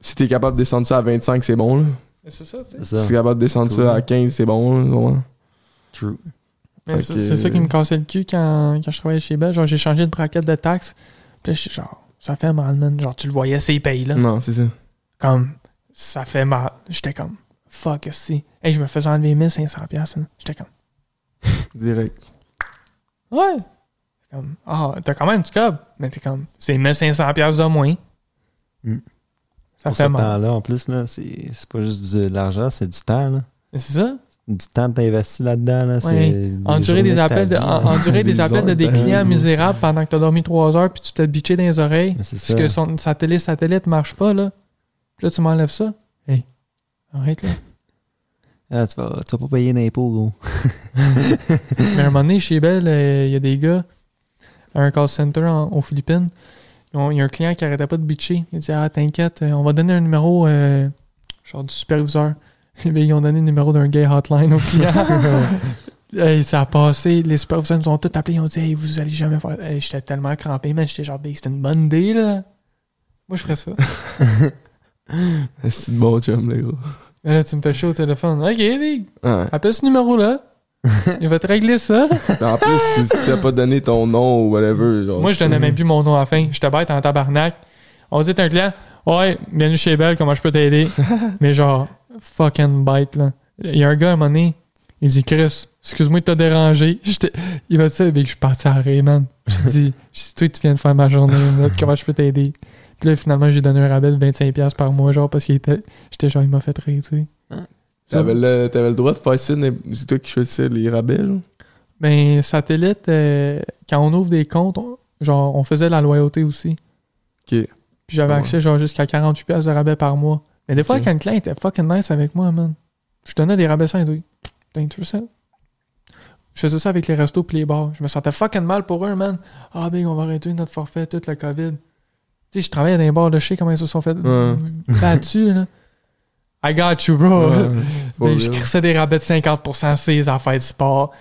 Speaker 1: si t'es capable de descendre ça à 25, c'est bon, là.
Speaker 3: Mais C'est ça, tu sais.
Speaker 2: C'est
Speaker 1: Si
Speaker 2: ça.
Speaker 1: t'es capable de descendre
Speaker 2: Cool.
Speaker 1: ça à 15, c'est bon, là. au moins.
Speaker 2: True.
Speaker 3: Mais
Speaker 1: Fait
Speaker 3: ça-
Speaker 1: que-
Speaker 3: C'est ça qui me cassait le cul quand, quand je travaillais chez Bell. Genre, j'ai changé de braquette de taxes. Puis là, j'étais genre, ça fait mal, man. Genre, tu le voyais, c'est paye,
Speaker 2: Hein?
Speaker 3: là.
Speaker 1: Non, c'est ça.
Speaker 3: Comme, ça fait mal. J'étais comme, fuck, si. Hey, je me faisais enlever 1500$. piastres, là. J'étais comme,
Speaker 1: Direct.
Speaker 3: Ouais. Comme, ah, t'as quand même du cob, mais t'es comme, c'est 1500$ piastres de moins.
Speaker 2: Mm.
Speaker 3: Ça
Speaker 2: Pour ce
Speaker 3: fait mal.
Speaker 2: temps-là, en plus, là, c'est c'est pas juste du- de l'argent, c'est du temps. là.
Speaker 3: Mais C'est ça?
Speaker 2: du temps que t'investis là-dedans. Là, c'est
Speaker 3: Ouais.
Speaker 2: des
Speaker 3: Endurer
Speaker 2: journées
Speaker 3: des
Speaker 2: ta
Speaker 3: appels de,
Speaker 2: vie,
Speaker 3: en-
Speaker 2: là.
Speaker 3: endurer des
Speaker 1: Des
Speaker 3: appels de
Speaker 1: heures,
Speaker 3: des
Speaker 1: t'as-
Speaker 3: clients misérables pendant que t'as dormi trois heures puis tu t'es bitché dans les oreilles
Speaker 2: Mais c'est ça.
Speaker 3: parce que son, sa télé satellite marche pas là. Puis là tu m'enlèves ça. Hey. Arrête là.
Speaker 2: Ah, tu, vas, tu vas pas payer d'impôts, gros.
Speaker 3: Mais à un moment donné, chez Bell, euh, il y a des gars à un call center en- aux Philippines. Ils ont- Il y a un client qui arrêtait pas de bitcher. Il dit Ah, t'inquiète, euh, on va donner un numéro euh, genre du superviseur. Eh bien, ils ont donné le numéro d'un gay hotline au client. Hey, ça a passé. Les superviseurs nous ont tous appelés. Ils ont dit Hey, vous allez jamais faire. Hey, j'étais tellement crampé, mais j'étais genre, Ben, c'était une bonne idée, là. Moi, je ferais ça.
Speaker 1: C'est bon, chum, les gars.
Speaker 3: Mais là, tu me fais chaud au téléphone. Ok, big,
Speaker 1: Ouais.
Speaker 3: appelle ce numéro-là. Il va te régler ça.
Speaker 1: En plus, si tu t'as pas donné ton nom ou whatever. genre,
Speaker 3: Moi, je donnais même plus mon nom à la fin. J'étais bête en tabarnak. On dit à un client Ouais, bienvenue chez Belle, comment je peux t'aider Mais genre, fucking bête, là. Il y a un gars à un moment donné, il dit Chris, excuse-moi de te déranger. J'étais- Il va dire Big, je suis parti à Ray, man. J'ai dit Je dis, Toi, tu viens de faire ma journée, là. comment je peux t'aider Puis là, finalement, j'ai donné un rabais de 25$ par mois, genre, parce qu'il était. J'étais genre, il m'a fait rire, tu sais.
Speaker 1: T'avais le, t'avais le droit de faire ça, mais c'est toi qui choisissais les rabais, genre.
Speaker 3: Ben, satellite, euh, quand on ouvre des comptes, on- genre, on faisait la loyauté aussi.
Speaker 1: Ok.
Speaker 3: Puis j'avais
Speaker 1: Ah ouais.
Speaker 3: accès genre jusqu'à 48 pièces de rabais par mois. Mais des fois,
Speaker 1: Ok.
Speaker 3: quand le client était fucking nice avec moi, man, je donnais des rabais sans douille. T'as tu veux ça? Je faisais ça avec les restos puis les bars. Je me sentais fucking mal pour eux, man. Ah, ben, on va réduire notre forfait, toute la COVID. Tu sais, je travaillais dans les bars de chez, comment ils se sont fait
Speaker 1: Ouais.
Speaker 3: battus, là. I got you, bro.
Speaker 1: Faut
Speaker 3: Ben,
Speaker 1: le
Speaker 3: je
Speaker 1: dire.
Speaker 3: crissais des rabais de 50% sur les affaires du sport.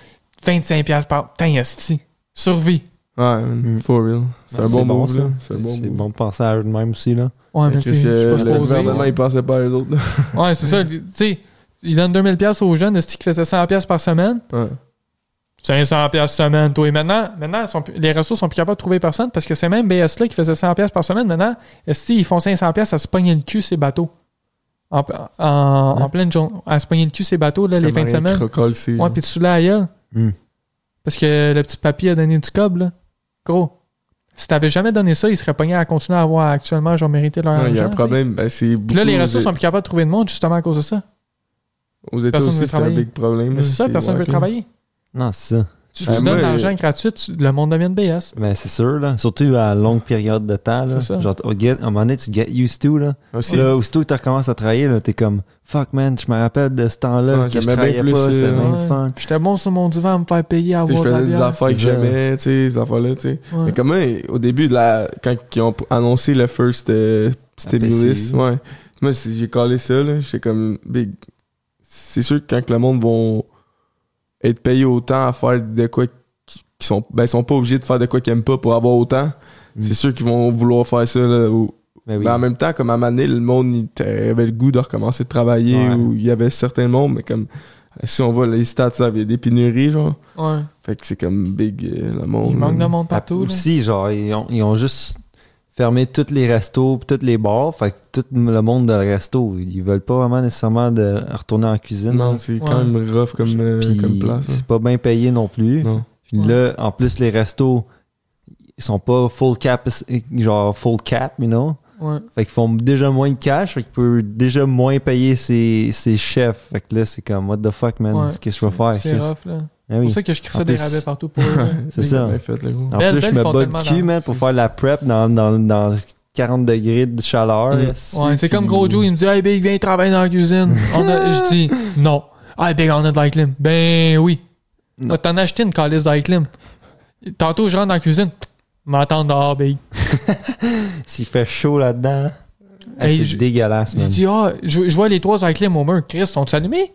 Speaker 3: 25$ par. Putain, esti. Survie.
Speaker 1: Ouais, man, for real. C'est
Speaker 2: Non,
Speaker 1: un bon move,
Speaker 2: ça.
Speaker 1: là. C'est un bon
Speaker 2: C'est
Speaker 1: move.
Speaker 2: bon de penser à eux-mêmes aussi, là.
Speaker 3: Ouais, mais
Speaker 1: Fait que
Speaker 3: tu sais, je suis
Speaker 1: c'est-
Speaker 3: pas
Speaker 1: le
Speaker 3: supposé. hein.
Speaker 1: gouvernement, il pensait pas à eux autres. là.
Speaker 3: Ouais, c'est ça. Tu sais, ils donnent 2000$ aux jeunes, est-ce qu'ils faisaient 100$ par semaine?
Speaker 1: Ouais.
Speaker 3: 500$ par semaine, toi. Et maintenant, maintenant ils sont plus- les ressources sont plus capables de trouver personne parce que c'est même BS-là qui faisait 100$ par semaine. Maintenant, est-ce qu'ils font 500$, ça se pognait le cul, ces bateaux. En, en,
Speaker 2: Ouais.
Speaker 3: en pleine journée. À se pogner le cul, ces bateaux, là, les fins de semaine.
Speaker 1: Crocole, c'est.
Speaker 3: Ouais, puis tu soulais la gueule.
Speaker 2: Hmm.
Speaker 3: Parce que le petit papy a donné du cob, là. Gros. Si t'avais jamais donné ça, ils seraient pognés à continuer à avoir actuellement, genre, mérité leur
Speaker 1: Non,
Speaker 3: argent.
Speaker 1: il y a un
Speaker 3: tu sais.
Speaker 1: problème. Ben, c'est
Speaker 3: Puis là,
Speaker 1: beaucoup
Speaker 3: les
Speaker 1: aux-
Speaker 3: ressources sont plus capables de trouver de monde justement à cause de ça.
Speaker 1: Aux États
Speaker 3: personne
Speaker 1: aussi,
Speaker 3: veut
Speaker 1: c'est un
Speaker 3: travailler.
Speaker 1: big problème.
Speaker 3: Mais c'est ça,
Speaker 1: c'est
Speaker 3: personne ne veut
Speaker 1: wack, là.
Speaker 3: travailler.
Speaker 2: Non, c'est ça.
Speaker 3: Tu, tu
Speaker 1: Ben,
Speaker 3: donnes
Speaker 1: moi,
Speaker 3: l'argent gratuit, tu- le monde devient de BS.
Speaker 2: Mais c'est sûr, là. Surtout à longue période de temps, là.
Speaker 3: C'est ça.
Speaker 2: Genre, au get- à un moment donné, tu get used to, là.
Speaker 1: Aussi,
Speaker 2: Là, aussitôt que tu recommences à travailler, là, t'es comme Fuck man, je me rappelle de ce temps-là
Speaker 1: Ouais,
Speaker 2: que je
Speaker 1: j'aimais
Speaker 2: travaillais
Speaker 1: bien plus,
Speaker 2: pas, c'était
Speaker 1: euh,
Speaker 2: bien
Speaker 3: ouais.
Speaker 2: fun.
Speaker 3: J'étais bon sur mon divan à me faire payer à
Speaker 1: tu sais, je
Speaker 3: avoir de la
Speaker 1: faisais des
Speaker 3: bière.
Speaker 1: affaires que
Speaker 2: C'est ça.
Speaker 1: j'aimais, tu sais, ces affaires-là, tu sais.
Speaker 3: Ouais.
Speaker 1: Mais comment, euh, au début, de la, quand ils ont annoncé le first euh, stimulus,
Speaker 2: PCU.
Speaker 1: ouais. Moi, c'est- j'ai collé ça, là. J'étais comme, big. C'est sûr que quand le monde vont être payé autant à faire de quoi qui qui sont, ben, ils sont pas obligés de faire de quoi qu'ils aiment pas pour avoir autant.
Speaker 2: Mm.
Speaker 1: C'est sûr qu'ils vont vouloir faire ça, là. au-
Speaker 2: Mais oui.
Speaker 1: Ben, en même temps, comme à Mané, le monde il t- avait le goût de recommencer de travailler
Speaker 2: Ouais.
Speaker 1: ou il y avait certains mondes, mais comme si on voit les stats, ça, il y a des pénuries, genre.
Speaker 3: Ouais.
Speaker 1: Fait que c'est comme big euh, le monde.
Speaker 3: Il manque de
Speaker 1: man.
Speaker 3: monde partout. là.
Speaker 2: Aussi, genre, ils ont, ils ont juste fermé tous les restos, pis tous les bars, fait que tout le monde de resto, ils veulent pas vraiment nécessairement de retourner en cuisine.
Speaker 1: Non,
Speaker 2: là.
Speaker 1: c'est
Speaker 3: Ouais.
Speaker 1: quand même rough comme, euh,
Speaker 2: Puis
Speaker 1: comme place.
Speaker 2: c'est pas bien payé non plus.
Speaker 1: hein. Non.
Speaker 2: Puis
Speaker 3: Ouais.
Speaker 2: là, en plus, les restos, ils sont pas full cap, genre full cap, you know?
Speaker 3: Ouais.
Speaker 2: Fait qu'ils font déjà moins de cash, fait qu'ils peuvent déjà moins payer ses, ses chefs. Fait que là, c'est comme, what the fuck, man?
Speaker 3: Ouais.
Speaker 2: Qu'est-ce que je vais faire?
Speaker 3: C'est
Speaker 2: Chris?
Speaker 3: rough, là.
Speaker 2: Ah
Speaker 3: C'est
Speaker 2: oui.
Speaker 3: pour ça que je crissais
Speaker 2: En
Speaker 3: des
Speaker 2: plus-
Speaker 3: rabais partout pour eux. là.
Speaker 2: C'est ça.
Speaker 1: Bien fait, le gros.
Speaker 2: En
Speaker 3: Belle,
Speaker 2: plus,
Speaker 3: belle,
Speaker 2: je me
Speaker 3: font
Speaker 2: bats
Speaker 3: tellement
Speaker 2: le cul,
Speaker 3: dans-
Speaker 2: man, pour faire la prep dans, dans, dans 40 degrés de chaleur.
Speaker 1: Mm.
Speaker 2: si,
Speaker 3: Ouais, c'est comme
Speaker 2: puis-
Speaker 3: Gros Joe, il me dit Hey Big, viens travailler dans la cuisine. On a- je dis Non. Hey Big, on a de l'iClim. Ben oui.
Speaker 2: Non.
Speaker 3: Va T'en acheter une calice d'iClim. Tantôt, je rentre dans la cuisine. M'attends dehors, Big.
Speaker 2: S'il fait chaud là-dedans, ah,
Speaker 3: Hey, je-
Speaker 2: c'est dégueulasse,
Speaker 3: Je
Speaker 2: man.
Speaker 3: dis Ah, je, je vois les trois iClim au mur. Chris, sont-ils allumés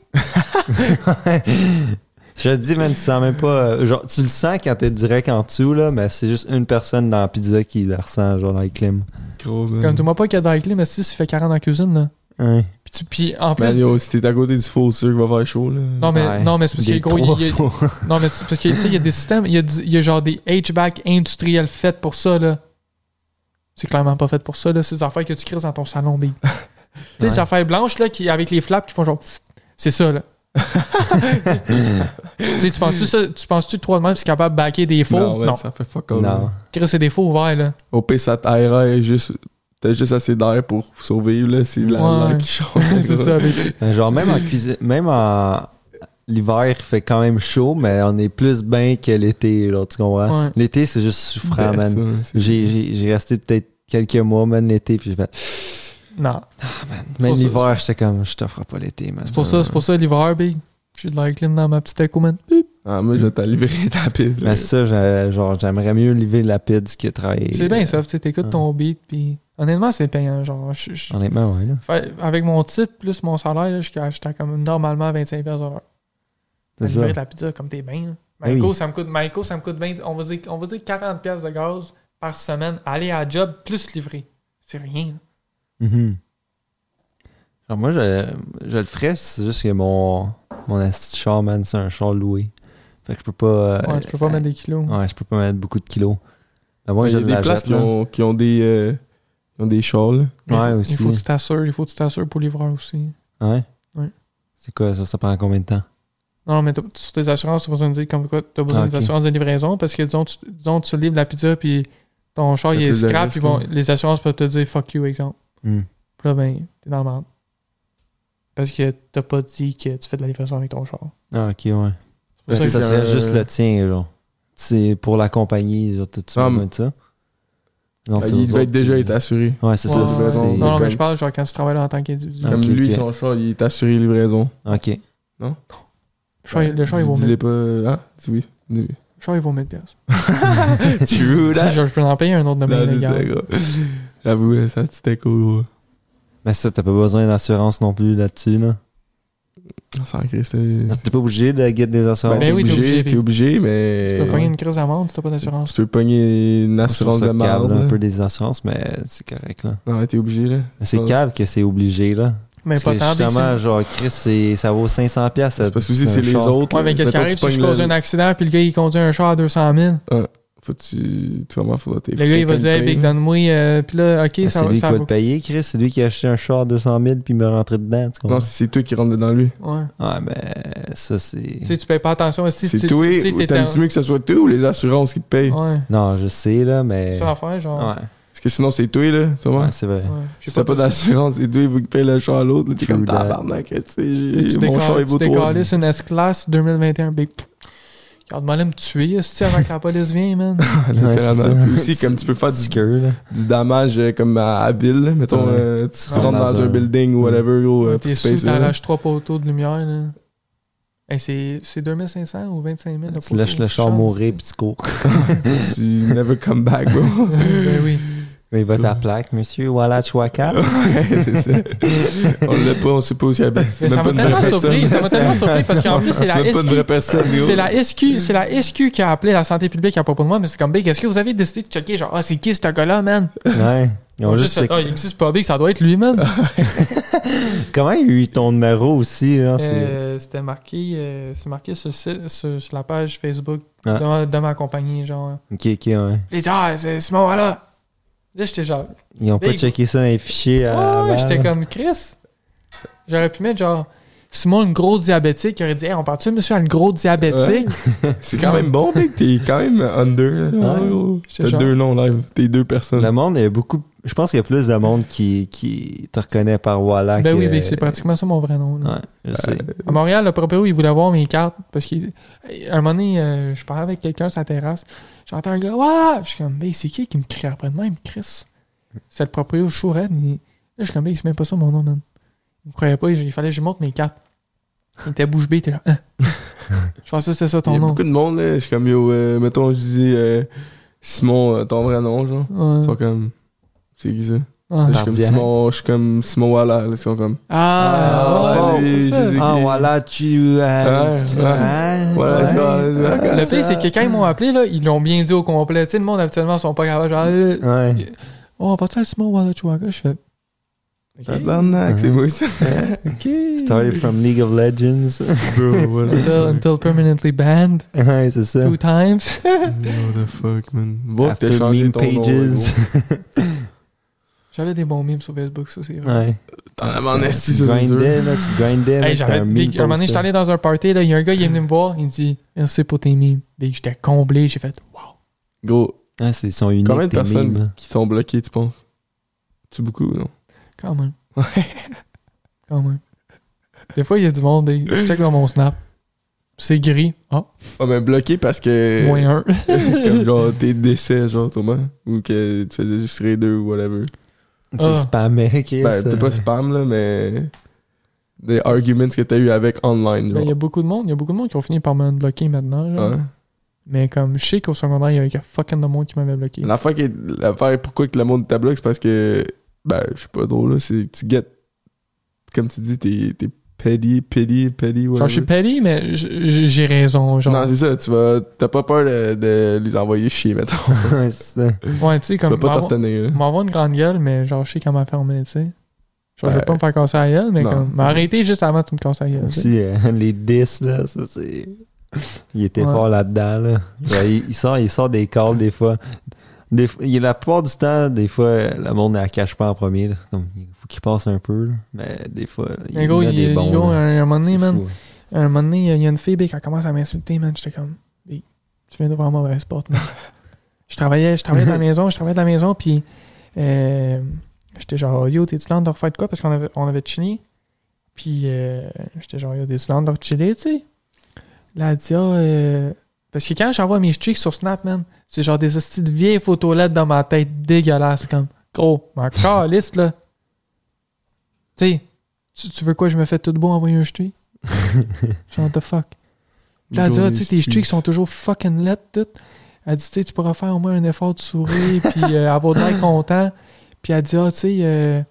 Speaker 2: Je te dis, man, tu sens même pas. euh, Genre, tu le sens quand t'es direct en dessous, là, mais c'est juste une personne dans la pizza qui le ressent, genre, dans les clim.
Speaker 1: Gros, man.
Speaker 3: Comme dis-moi pas qu'il y a d'iClim, mais si, ça fait 40 dans la cuisine. Là.
Speaker 2: Hein?
Speaker 3: Puis, tu- puis en plus.
Speaker 1: Man, yo, si t'es à côté du four, c'est sûr qu'il va faire chaud, là.
Speaker 3: non, mais,
Speaker 2: Ouais.
Speaker 3: non, mais c'est parce qu'il
Speaker 2: Des
Speaker 3: y a gros.
Speaker 2: trois
Speaker 3: il y a-
Speaker 2: fois.
Speaker 3: non, mais c'est parce que, tu sais, il y a des systèmes. Il y a, du- il y a genre des HVAC industriels faits pour ça, là. C'est clairement pas fait pour ça, là. C'est des affaires que tu crises dans ton salon, Big. tu sais, les
Speaker 2: Ouais.
Speaker 3: affaires blanches, là, qui, avec les flaps qui font genre. pfff. C'est ça, là. tu sais, tu penses-tu ça- tu penses-tu que toi-même, c'est capable de backer des faux?
Speaker 1: Non,
Speaker 3: Non.
Speaker 1: man, ça fait fuck all.
Speaker 2: Non.
Speaker 1: man.
Speaker 3: Chris, c'est des faux ouverts, là.
Speaker 1: Au pire, ça t'aérait juste. T'as juste assez d'air pour survivre, là. C'est de la
Speaker 3: Ouais.
Speaker 1: l'air qui chauffe.
Speaker 2: Euh,
Speaker 3: c'est ça, Big.
Speaker 2: Ben, Genre, même en cuisine, même en, l'hiver il fait quand même chaud, mais on est plus bien que l'été, là, tu comprends?
Speaker 3: Ouais.
Speaker 2: L'été, c'est juste souffrant,
Speaker 1: Ben,
Speaker 2: Ah, man.
Speaker 1: ça, c'est-
Speaker 2: J'ai- J'ai j'ai resté peut-être quelques mois, man, l'été, puis j'ai fait...
Speaker 3: Non.
Speaker 2: Même
Speaker 3: pour ça-
Speaker 2: l'hiver, j'étais comme, je t'offre pas l'été, man.
Speaker 3: C'est pour ça, c'est pour ça l'hiver, big. J'ai de l'air clean dans ma petite écho, man. Bip.
Speaker 1: Ah, moi, je vais t'en livrer ta piste. là.
Speaker 2: Mais ça, j'ai- genre, j'aimerais mieux lever la pide que travailler.
Speaker 3: C'est bien ça, tu sais,
Speaker 2: ouais.
Speaker 3: t'écoutes ton beat, puis honnêtement, c'est payant. Genre, je- je-
Speaker 2: Honnêtement, ouais, là.
Speaker 3: fait- avec mon type plus mon salaire, là, je cache t'as comme normalement 25$ à l'heure.
Speaker 2: C'est ça.
Speaker 3: Livrer de la pizza comme t'es bien. là.
Speaker 2: Ben oui.
Speaker 3: Maïko, ça me coûte, Maïko, ça me coûte 20, on va dire, on va dire 40$ de gaz par semaine, aller à job plus livrer. C'est rien. là.
Speaker 2: Mhm. Alors moi, je, je le ferais, c'est juste que mon, mon asti de char, man, c'est un char loué. Fait que je peux pas... euh,
Speaker 3: Ouais, tu peux pas mettre des kilos.
Speaker 2: ouais, je peux pas mettre beaucoup de kilos. À moins
Speaker 1: Il
Speaker 2: que
Speaker 1: y
Speaker 2: je
Speaker 1: a des
Speaker 2: la
Speaker 1: places
Speaker 2: jette,
Speaker 1: qui
Speaker 2: là.
Speaker 1: ont, qui ont des, euh, qui ont des châles.
Speaker 3: Il
Speaker 2: Ouais,
Speaker 3: faut-
Speaker 2: aussi.
Speaker 3: Il faut que tu t'assures, il faut que tu t'assures pour livreur aussi.
Speaker 2: Ouais?
Speaker 3: Ouais.
Speaker 2: C'est quoi ça? Ça prend combien de temps?
Speaker 3: Non, non, mais t'as- sur tes assurances, t'as besoin de dire comme quoi t'as besoin
Speaker 2: Ah,
Speaker 3: des
Speaker 2: ok.
Speaker 3: assurances de livraison parce que disons, tu, disons, tu livres la pizza puis ton char
Speaker 1: T'as
Speaker 3: il est
Speaker 1: plus de
Speaker 3: scrap,
Speaker 1: risques,
Speaker 3: ils vont,
Speaker 1: hein.
Speaker 3: les assurances peuvent te dire fuck you, exemple.
Speaker 2: Hmm.
Speaker 3: Puis là, ben, t'es dans le merde. Parce que t'as pas dit que tu fais de la livraison avec ton char.
Speaker 2: Ah, ok, ouais.
Speaker 3: C'est
Speaker 2: Ça,
Speaker 1: c'est
Speaker 3: pour ça que-
Speaker 1: que-
Speaker 2: serait
Speaker 1: euh,
Speaker 2: juste le tien, genre. C'est pour la compagnie, genre, t'as-tu
Speaker 1: Ah,
Speaker 2: besoin de ça? Non,
Speaker 1: Ah,
Speaker 2: c'est
Speaker 1: il
Speaker 2: aux
Speaker 1: devait
Speaker 2: autres,
Speaker 1: être déjà
Speaker 2: puis-
Speaker 1: être assuré.
Speaker 2: Ouais, c'est
Speaker 3: Ouais,
Speaker 2: ça. c'est-
Speaker 1: livraison.
Speaker 2: c'est-
Speaker 3: Non, non,
Speaker 1: comme-
Speaker 3: mais je parle genre quand tu travailles là en tant qu'individu.
Speaker 2: Ah.
Speaker 1: Comme
Speaker 2: Ok,
Speaker 1: lui,
Speaker 2: ok.
Speaker 1: son char, il est assuré livraison.
Speaker 2: Ok.
Speaker 3: Le char, il- le char, il vaut
Speaker 1: Dis-
Speaker 3: 1000
Speaker 1: Dis-les pas. euh, Hein? Dis oui. Dis oui.
Speaker 3: Le char, il vaut 1000 piastres.
Speaker 1: True,
Speaker 3: Tu sais, genre, je peux en payer un autre de mes
Speaker 1: Non,
Speaker 3: gars.
Speaker 1: c'est ça, gros. J'avoue, euh, ça, c'était cool,
Speaker 2: Mais ça, t'as pas besoin d'assurance non plus là-dessus, là.
Speaker 1: gros. Ça en crée, c'est.
Speaker 2: T'es pas obligé de guider des assurances.
Speaker 1: Ben, t'es
Speaker 3: oui, t'es
Speaker 1: obligé,
Speaker 3: obligé,
Speaker 1: t'es obligé, mais.
Speaker 3: Tu peux pogner une crise d'amende si t'as pas d'assurance.
Speaker 1: Tu peux pogner une
Speaker 2: Je trouve
Speaker 1: assurance
Speaker 2: ça
Speaker 1: de
Speaker 2: cave, là, un peu
Speaker 1: merde.
Speaker 2: des assurances, mais c'est correct, là.
Speaker 1: Non, ouais, t'es obligé, là.
Speaker 2: Mais C'est
Speaker 1: Ouais.
Speaker 2: cave que c'est obligé, là.
Speaker 3: Mais
Speaker 2: Parce
Speaker 3: pas
Speaker 2: que
Speaker 3: tant dès que
Speaker 2: justement,
Speaker 3: c'est-
Speaker 2: genre, Chris, c'est- ça vaut 500 pièces
Speaker 1: C'est parce que si c'est les autres.
Speaker 3: Ouais, mais qu'est-ce qui arrive si je cause un
Speaker 1: accident?
Speaker 3: accident puis le gars il conduit un char à 200 000
Speaker 1: Faut que tu. Tu vraiment, faut que
Speaker 3: Le gars, il va dire, hey, Big, donne-moi. euh, puis là, OK,
Speaker 2: Ah, Ben, C'est
Speaker 3: ça va.
Speaker 2: lui qui
Speaker 3: Ça
Speaker 2: va
Speaker 3: va.
Speaker 2: le payer, Chris. C'est lui qui a acheté un char à 200 000 puis il me rentré dedans, tu comprends?
Speaker 1: Non, c'est toi qui rentre dedans lui.
Speaker 3: Ouais.
Speaker 2: Ouais, mais ça, c'est...
Speaker 3: Tu sais, tu payes pas attention. Si tu-
Speaker 1: C'est
Speaker 3: tu-
Speaker 1: toi,
Speaker 3: tu sais, t'es
Speaker 1: t'aimes-tu mieux que ce soit toi ou les assurances qui te payent?
Speaker 3: dans- Ouais.
Speaker 2: Non, je sais, là, mais...
Speaker 3: C'est ça l'affaire, genre.
Speaker 2: Eh. Ouais,
Speaker 1: Parce que sinon, c'est toi, là. Tu vois?
Speaker 2: ouais, c'est vrai.
Speaker 3: Ouais. J'ai
Speaker 1: Si t'as pas
Speaker 3: de-
Speaker 1: d'assurance, c'est toi, il faut qu'il paye le char à l'autre. là, T'es
Speaker 2: True
Speaker 1: comme
Speaker 2: that.
Speaker 1: tabarnak, tu sais.
Speaker 3: Tu
Speaker 1: j'ai- Mon char est
Speaker 3: décolles- tu
Speaker 1: beau toi.
Speaker 3: décolles sur une S-Class 2021, Big. Regarde-moi là me tuer, si avant que la police vienne, man.
Speaker 1: Littéralement.
Speaker 2: Ouais,
Speaker 1: Puis
Speaker 2: c'est
Speaker 1: aussi,
Speaker 2: ça.
Speaker 1: comme tu peux faire du,
Speaker 2: Sticker, là.
Speaker 1: du dommage euh, comme à, à Ville, là. mettons,
Speaker 2: Ouais.
Speaker 1: euh, tu
Speaker 3: Ouais,
Speaker 1: rentres
Speaker 2: dans
Speaker 1: dans un
Speaker 2: un-
Speaker 1: building ou whatever, gros, euh, faut
Speaker 3: T'es
Speaker 1: que tu payes
Speaker 3: sous,
Speaker 1: ça.
Speaker 3: t'arraches trois poteaux de lumière, là. Hey, c'est c'est 2500 ou 25 000
Speaker 2: Ah, Tu lâches le char mourir puis tu cours.
Speaker 1: Tu never come back, bro.
Speaker 3: ben oui.
Speaker 2: Mais il va ta plaque, monsieur Walachuaka.
Speaker 1: ouais, c'est ça. On l'a pas, on sait pas où c'est.
Speaker 3: Mais ça m'a tellement surpris, ça m'a tellement surpris parce qu'en plus, c'est la
Speaker 1: même pas une
Speaker 3: SQ
Speaker 1: vraie personne, gros.
Speaker 3: C'est la SQ, c'est la SQ qui a appelé la santé publique à propos de moi, mais c'est comme Big, est-ce que vous avez décidé de checker genre ah c'est qui ce gars-là, man?
Speaker 2: Ouais. Ils ont
Speaker 3: Ils
Speaker 2: juste
Speaker 3: fait,
Speaker 2: checké.
Speaker 3: Ah, il existe pas Big, ça doit être lui, man.
Speaker 2: Comment il y a eu ton numéro aussi, genre, Ah, c'est...
Speaker 3: Euh, C'était marqué, euh, c'est marqué sur, le site- sur, sur la page Facebook
Speaker 2: Ah.
Speaker 3: de, ma- de ma compagnie, genre.
Speaker 2: Ok, ok, ouais.
Speaker 3: J'ai dit ah c'est ce moment-là. Là j'étais genre
Speaker 2: Ils ont pas
Speaker 3: Big.
Speaker 2: checké ça dans les fichiers
Speaker 3: ah,
Speaker 2: avant.
Speaker 3: ouais, j'étais comme Chris. J'aurais pu mettre genre Simon une gros diabétique, il aurait dit hey, on parle-tu de monsieur à une gros diabétique?
Speaker 1: C'est quand même bon, mec. T'es quand même under. là.
Speaker 2: Ouais.
Speaker 1: gros.
Speaker 3: J'étais
Speaker 1: T'as
Speaker 3: genre-
Speaker 1: deux noms live. T'es deux
Speaker 2: Le
Speaker 3: Hmm.
Speaker 1: personnes. Euh,
Speaker 2: monde, il y a beaucoup. Je pense qu'il y a plus de monde qui, qui te reconnaît par Wallach.
Speaker 3: Ben oui,
Speaker 2: euh,
Speaker 3: mais c'est Euh, pratiquement ça mon vrai nom. là.
Speaker 2: Ouais, je sais.
Speaker 3: À Montréal, le proprio, il voulait voir mes cartes parce qu'à un moment donné, euh, je parlais avec quelqu'un sur la terrasse. J'entends un gars, Voilà! Je suis comme, ben, c'est qui qui me crie après de même, Chris? C'est le proprio Chourette. Là, je suis comme, ben, c'est même pas ça mon nom, man. Il me croyait pas, il fallait que je lui montre mes cartes. Il était bouche bée, il était là. Hein? je pensais que c'était ça
Speaker 1: Il y
Speaker 3: ton
Speaker 1: a
Speaker 3: nom.
Speaker 1: beaucoup de monde, là. Je suis comme, yo, euh, mettons, je dis euh, Simon, euh, ton vrai nom,
Speaker 3: Mm.
Speaker 1: genre. Ils sont
Speaker 3: Ouais.
Speaker 1: comme. C'est qui ça?
Speaker 3: Ah,
Speaker 1: Là, Je suis comme
Speaker 2: Tardiaque.
Speaker 1: Simon, je suis comme Simon Walla. là, Ils sont comme.
Speaker 3: Ah,
Speaker 2: Ah,
Speaker 3: ouais,
Speaker 1: lui,
Speaker 3: c'est ça.
Speaker 1: je-
Speaker 2: Ah, Wallach, tu. hein?
Speaker 1: Ouais, ouais. Voilà, tu vois,
Speaker 2: Ouais.
Speaker 3: Le pire, c'est que quand ils m'ont appelé, là, ils l'ont bien dit au complet. Tu sais, le monde, habituellement, ils sont pas capables. Genre, Euh,
Speaker 2: Ouais.
Speaker 3: oh, on va-tu à Simon Walachuaga? Je fais. Ok.
Speaker 1: Ah, Tabarnak, c'est moi ça.
Speaker 2: Started from League of Legends.
Speaker 1: Bro, voilà.
Speaker 3: Until, until permanently banned,
Speaker 2: ouais, c'est ça.
Speaker 3: two times.
Speaker 1: What the fuck, man. Bon,
Speaker 2: After
Speaker 1: Oh, t'as changé
Speaker 2: meme
Speaker 1: ton nom. gros.
Speaker 2: pages.
Speaker 3: J'avais des bons mimes sur Facebook, ça, c'est vrai.
Speaker 2: ouais.
Speaker 1: T'en avais
Speaker 3: Eh,
Speaker 1: en esti,
Speaker 2: Tu
Speaker 1: ça, c'est sûr.
Speaker 2: grindais, là, tu grindais.
Speaker 3: Hey,
Speaker 2: mec, t'as
Speaker 3: j'avais
Speaker 2: un
Speaker 3: Big,
Speaker 2: meme
Speaker 3: un moment donné,
Speaker 2: poster.
Speaker 3: j'étais allé dans un party, là, il y a un gars, il est venu me voir, il me dit Merci pour tes mimes. Big, j'étais comblé, j'ai fait Wow.
Speaker 1: Gros,
Speaker 2: Ah, c'est son unique.
Speaker 1: combien de
Speaker 2: tes memes, là.
Speaker 1: personnes qui sont bloquées, tu penses Tu beaucoup, non
Speaker 3: Quand même. Quand même. Des fois, il y a du monde, Big. Je check dans mon snap. C'est gris. Ah,
Speaker 1: Ah, mais bloqué parce que.
Speaker 3: moins un.
Speaker 1: comme genre tes décès, genre, Thomas. Ou que tu faisais juste rire d'eux ou whatever.
Speaker 2: T'es
Speaker 3: Ah.
Speaker 2: spammé, Chris.
Speaker 1: Ben, t'es pas spam, là, mais. Des arguments que t'as eu avec online,
Speaker 3: Ben, Il
Speaker 1: genre.
Speaker 3: y a beaucoup de monde. Il y a beaucoup de monde qui ont fini par me bloquer maintenant. genre.
Speaker 1: Hein?
Speaker 3: Mais comme je sais qu'au secondaire, il y avait fucking de monde qui m'avait bloqué.
Speaker 1: L'affaire, qui est- l'affaire pourquoi que le monde te bloque, c'est parce que. Ben, je sais pas drôle, là. C'est tu get. Comme tu dis, t'es, t'es petty, petty, petty,
Speaker 3: Genre,
Speaker 1: whatever.
Speaker 3: je suis petty, mais j- j- j'ai raison. Genre,
Speaker 1: Non, c'est ça, tu vas. T'as pas peur de, de les envoyer chier, mettons.
Speaker 2: Ouais, c'est ça.
Speaker 3: ouais, tu sais,
Speaker 1: tu vas
Speaker 3: comme.
Speaker 1: pas
Speaker 3: m'avoir-
Speaker 1: t'obtenir,
Speaker 3: M'envoie une grande gueule, mais genre, je sais comment fermer, tu sais. Genre, je vais
Speaker 1: Ben,
Speaker 3: pas me faire casser la gueule, mais
Speaker 1: non,
Speaker 3: comme.
Speaker 1: c'est ça.
Speaker 3: M'arrêter juste avant que tu me casses la gueule. tu sais.
Speaker 2: Euh, Aussi, euh, les 10, là, ça, c'est. Il était
Speaker 3: Ouais.
Speaker 2: fort là-dedans, là. Genre, il, il sort, il sort des calls, des fois. Des, fois- il, la plupart du temps, des fois, le monde ne la cache pas en premier. là. Comme, il faut qu'il passe un peu, là. Mais des fois, il
Speaker 3: Mais gros,
Speaker 2: y a
Speaker 3: il
Speaker 2: des
Speaker 3: il-
Speaker 2: bons.
Speaker 3: gros,
Speaker 2: là.
Speaker 3: un, un moment donné,
Speaker 2: C'est
Speaker 3: man,
Speaker 2: fou.
Speaker 3: un moment donné, il y a- il y a une fille, ben, qui commence à m'insulter, man. J'étais comme, Hey, tu viens d'ouvrir un mauvais spot, man. je travaillais, je travaillais de la maison, je travaillais de la maison, puis euh, j'étais genre, yo, t'es-tu dans de refaire de quoi? Parce qu'on avait, on avait chillé. Puis euh, j'étais genre, yo, t'es-tu dans de chiller, tu sais? Là, elle dit, ah, euh, parce que quand j'envoie mes chicks sur Snap, man, c'est genre des hosties de vieilles photos LED dans ma tête dégueulasse, comme, gros, ma caliste, là. Tu sais, tu- tu veux quoi, je me fais tout beau envoyer un ch'ti? Genre, the fuck. Puis
Speaker 1: là.
Speaker 3: elle dit, ah, tu sais, tes chicks sont toujours fucking lettres, toutes. Elle dit, tu sais, tu pourras faire au moins un effort de sourire, puis euh, avoir de l'air content. Puis elle dit, ah, tu sais, euh,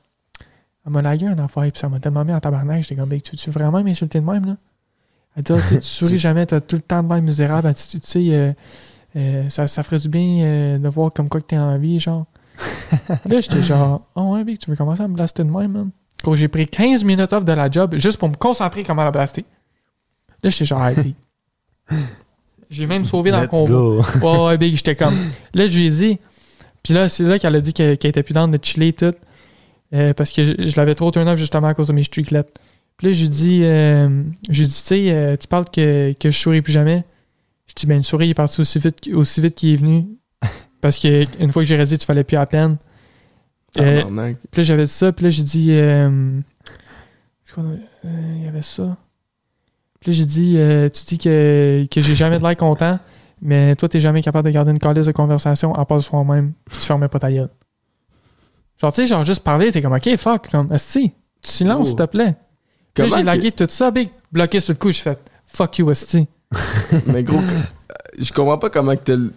Speaker 3: elle m'a lagué un affaire, puis ça m'a tellement mis en tabarnak. J'étais comme, ben, tu veux vraiment m'insulter de même, là? Elle dit, ah, tu sais, tu souris jamais, t'as tout le temps de l'air misérable. Elle dit, tu tu sais, euh, euh, ça, ça ferait du bien euh, de voir comme quoi que t'es en vie, genre. là, j'étais genre, oh ouais, Vic, tu veux commencer à me blaster de même, man? Quand j'ai pris 15 minutes off de la job juste pour me concentrer comment la blaster. Là, j'étais genre, hey, Vic. J'ai même sauvé dans le
Speaker 2: Let's
Speaker 3: combo.
Speaker 2: go.
Speaker 3: Ouais, ouais, big, j'étais comme. Là, je lui ai dit. Puis là, c'est là qu'elle a dit qu'elle qu'elle était plus dans de chiller et tout. euh, parce que je, je l'avais trop turn off justement à cause de mes streaklets. Puis là, je lui dis, euh, je lui dis, tu sais, euh, tu parles que, que je souris plus jamais. Je dis, ben, le sourire il est parti aussi vite, aussi vite qu'il est venu. Parce que une fois que j'ai réalisé, tu fallais plus à peine. Euh,
Speaker 1: Tabarnak.
Speaker 3: puis là, j'avais dit ça, puis là, j'ai dit. euh, c'est quoi, euh, il y avait ça. Puis là, j'ai dit, euh, tu dis que, que j'ai jamais de l'air content, mais toi, t'es jamais capable de garder une calice de conversation à part de soi-même, puis tu fermais pas ta gueule. Genre, tu sais, genre, juste parler, t'es comme, ok, fuck, comme, esti, tu silences,
Speaker 1: Oh.
Speaker 3: s'il te plaît. Puis
Speaker 1: Comment
Speaker 3: là, j'ai
Speaker 1: que-
Speaker 3: lagué tout ça, big, bloqué sur le coup, j'ai fait, fuck you, esti.
Speaker 1: Mais gros, que- je comprends pas comment que t'as le-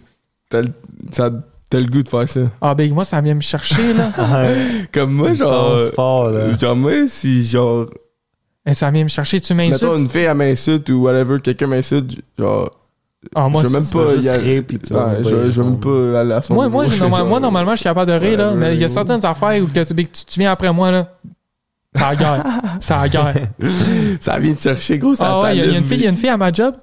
Speaker 1: t'as le- ça- t'as le goût de faire ça.
Speaker 3: Ah, big, moi, ça vient me chercher, là.
Speaker 2: Ouais,
Speaker 1: Comme moi,
Speaker 3: Ah,
Speaker 1: genre. euh,
Speaker 2: pense fort, là.
Speaker 1: Genre, moi, si genre.
Speaker 3: Et Eh, ça vient me chercher, tu
Speaker 1: Mettons une
Speaker 3: m'insultes.
Speaker 1: fille, elle m'insulte ou whatever, quelqu'un m'insulte, genre.
Speaker 3: Ah, moi,
Speaker 1: je vais
Speaker 3: c'est-
Speaker 1: même
Speaker 2: tu vas
Speaker 1: pas.
Speaker 2: juste
Speaker 1: y aller-
Speaker 2: rire, puis tu vas
Speaker 1: Ouais,
Speaker 2: même
Speaker 1: Ah, je,
Speaker 2: pas y
Speaker 1: je vais même
Speaker 2: répondre.
Speaker 1: pas aller à son
Speaker 3: Moi, moi,
Speaker 1: bureau,
Speaker 3: je- normal-
Speaker 1: genre.
Speaker 3: moi, normalement, je suis capable de rire, là,
Speaker 1: Ouais,
Speaker 3: mais il y a
Speaker 1: ouais.
Speaker 3: certaines affaires où que tu, tu, tu viens après moi, là. C'est la guerre. C'est la guerre.
Speaker 1: Ça vient de chercher, gros, ça
Speaker 3: Ah ouais, il y, a- il y a une
Speaker 1: t'allume,
Speaker 3: fille, il y a une fille à ma job.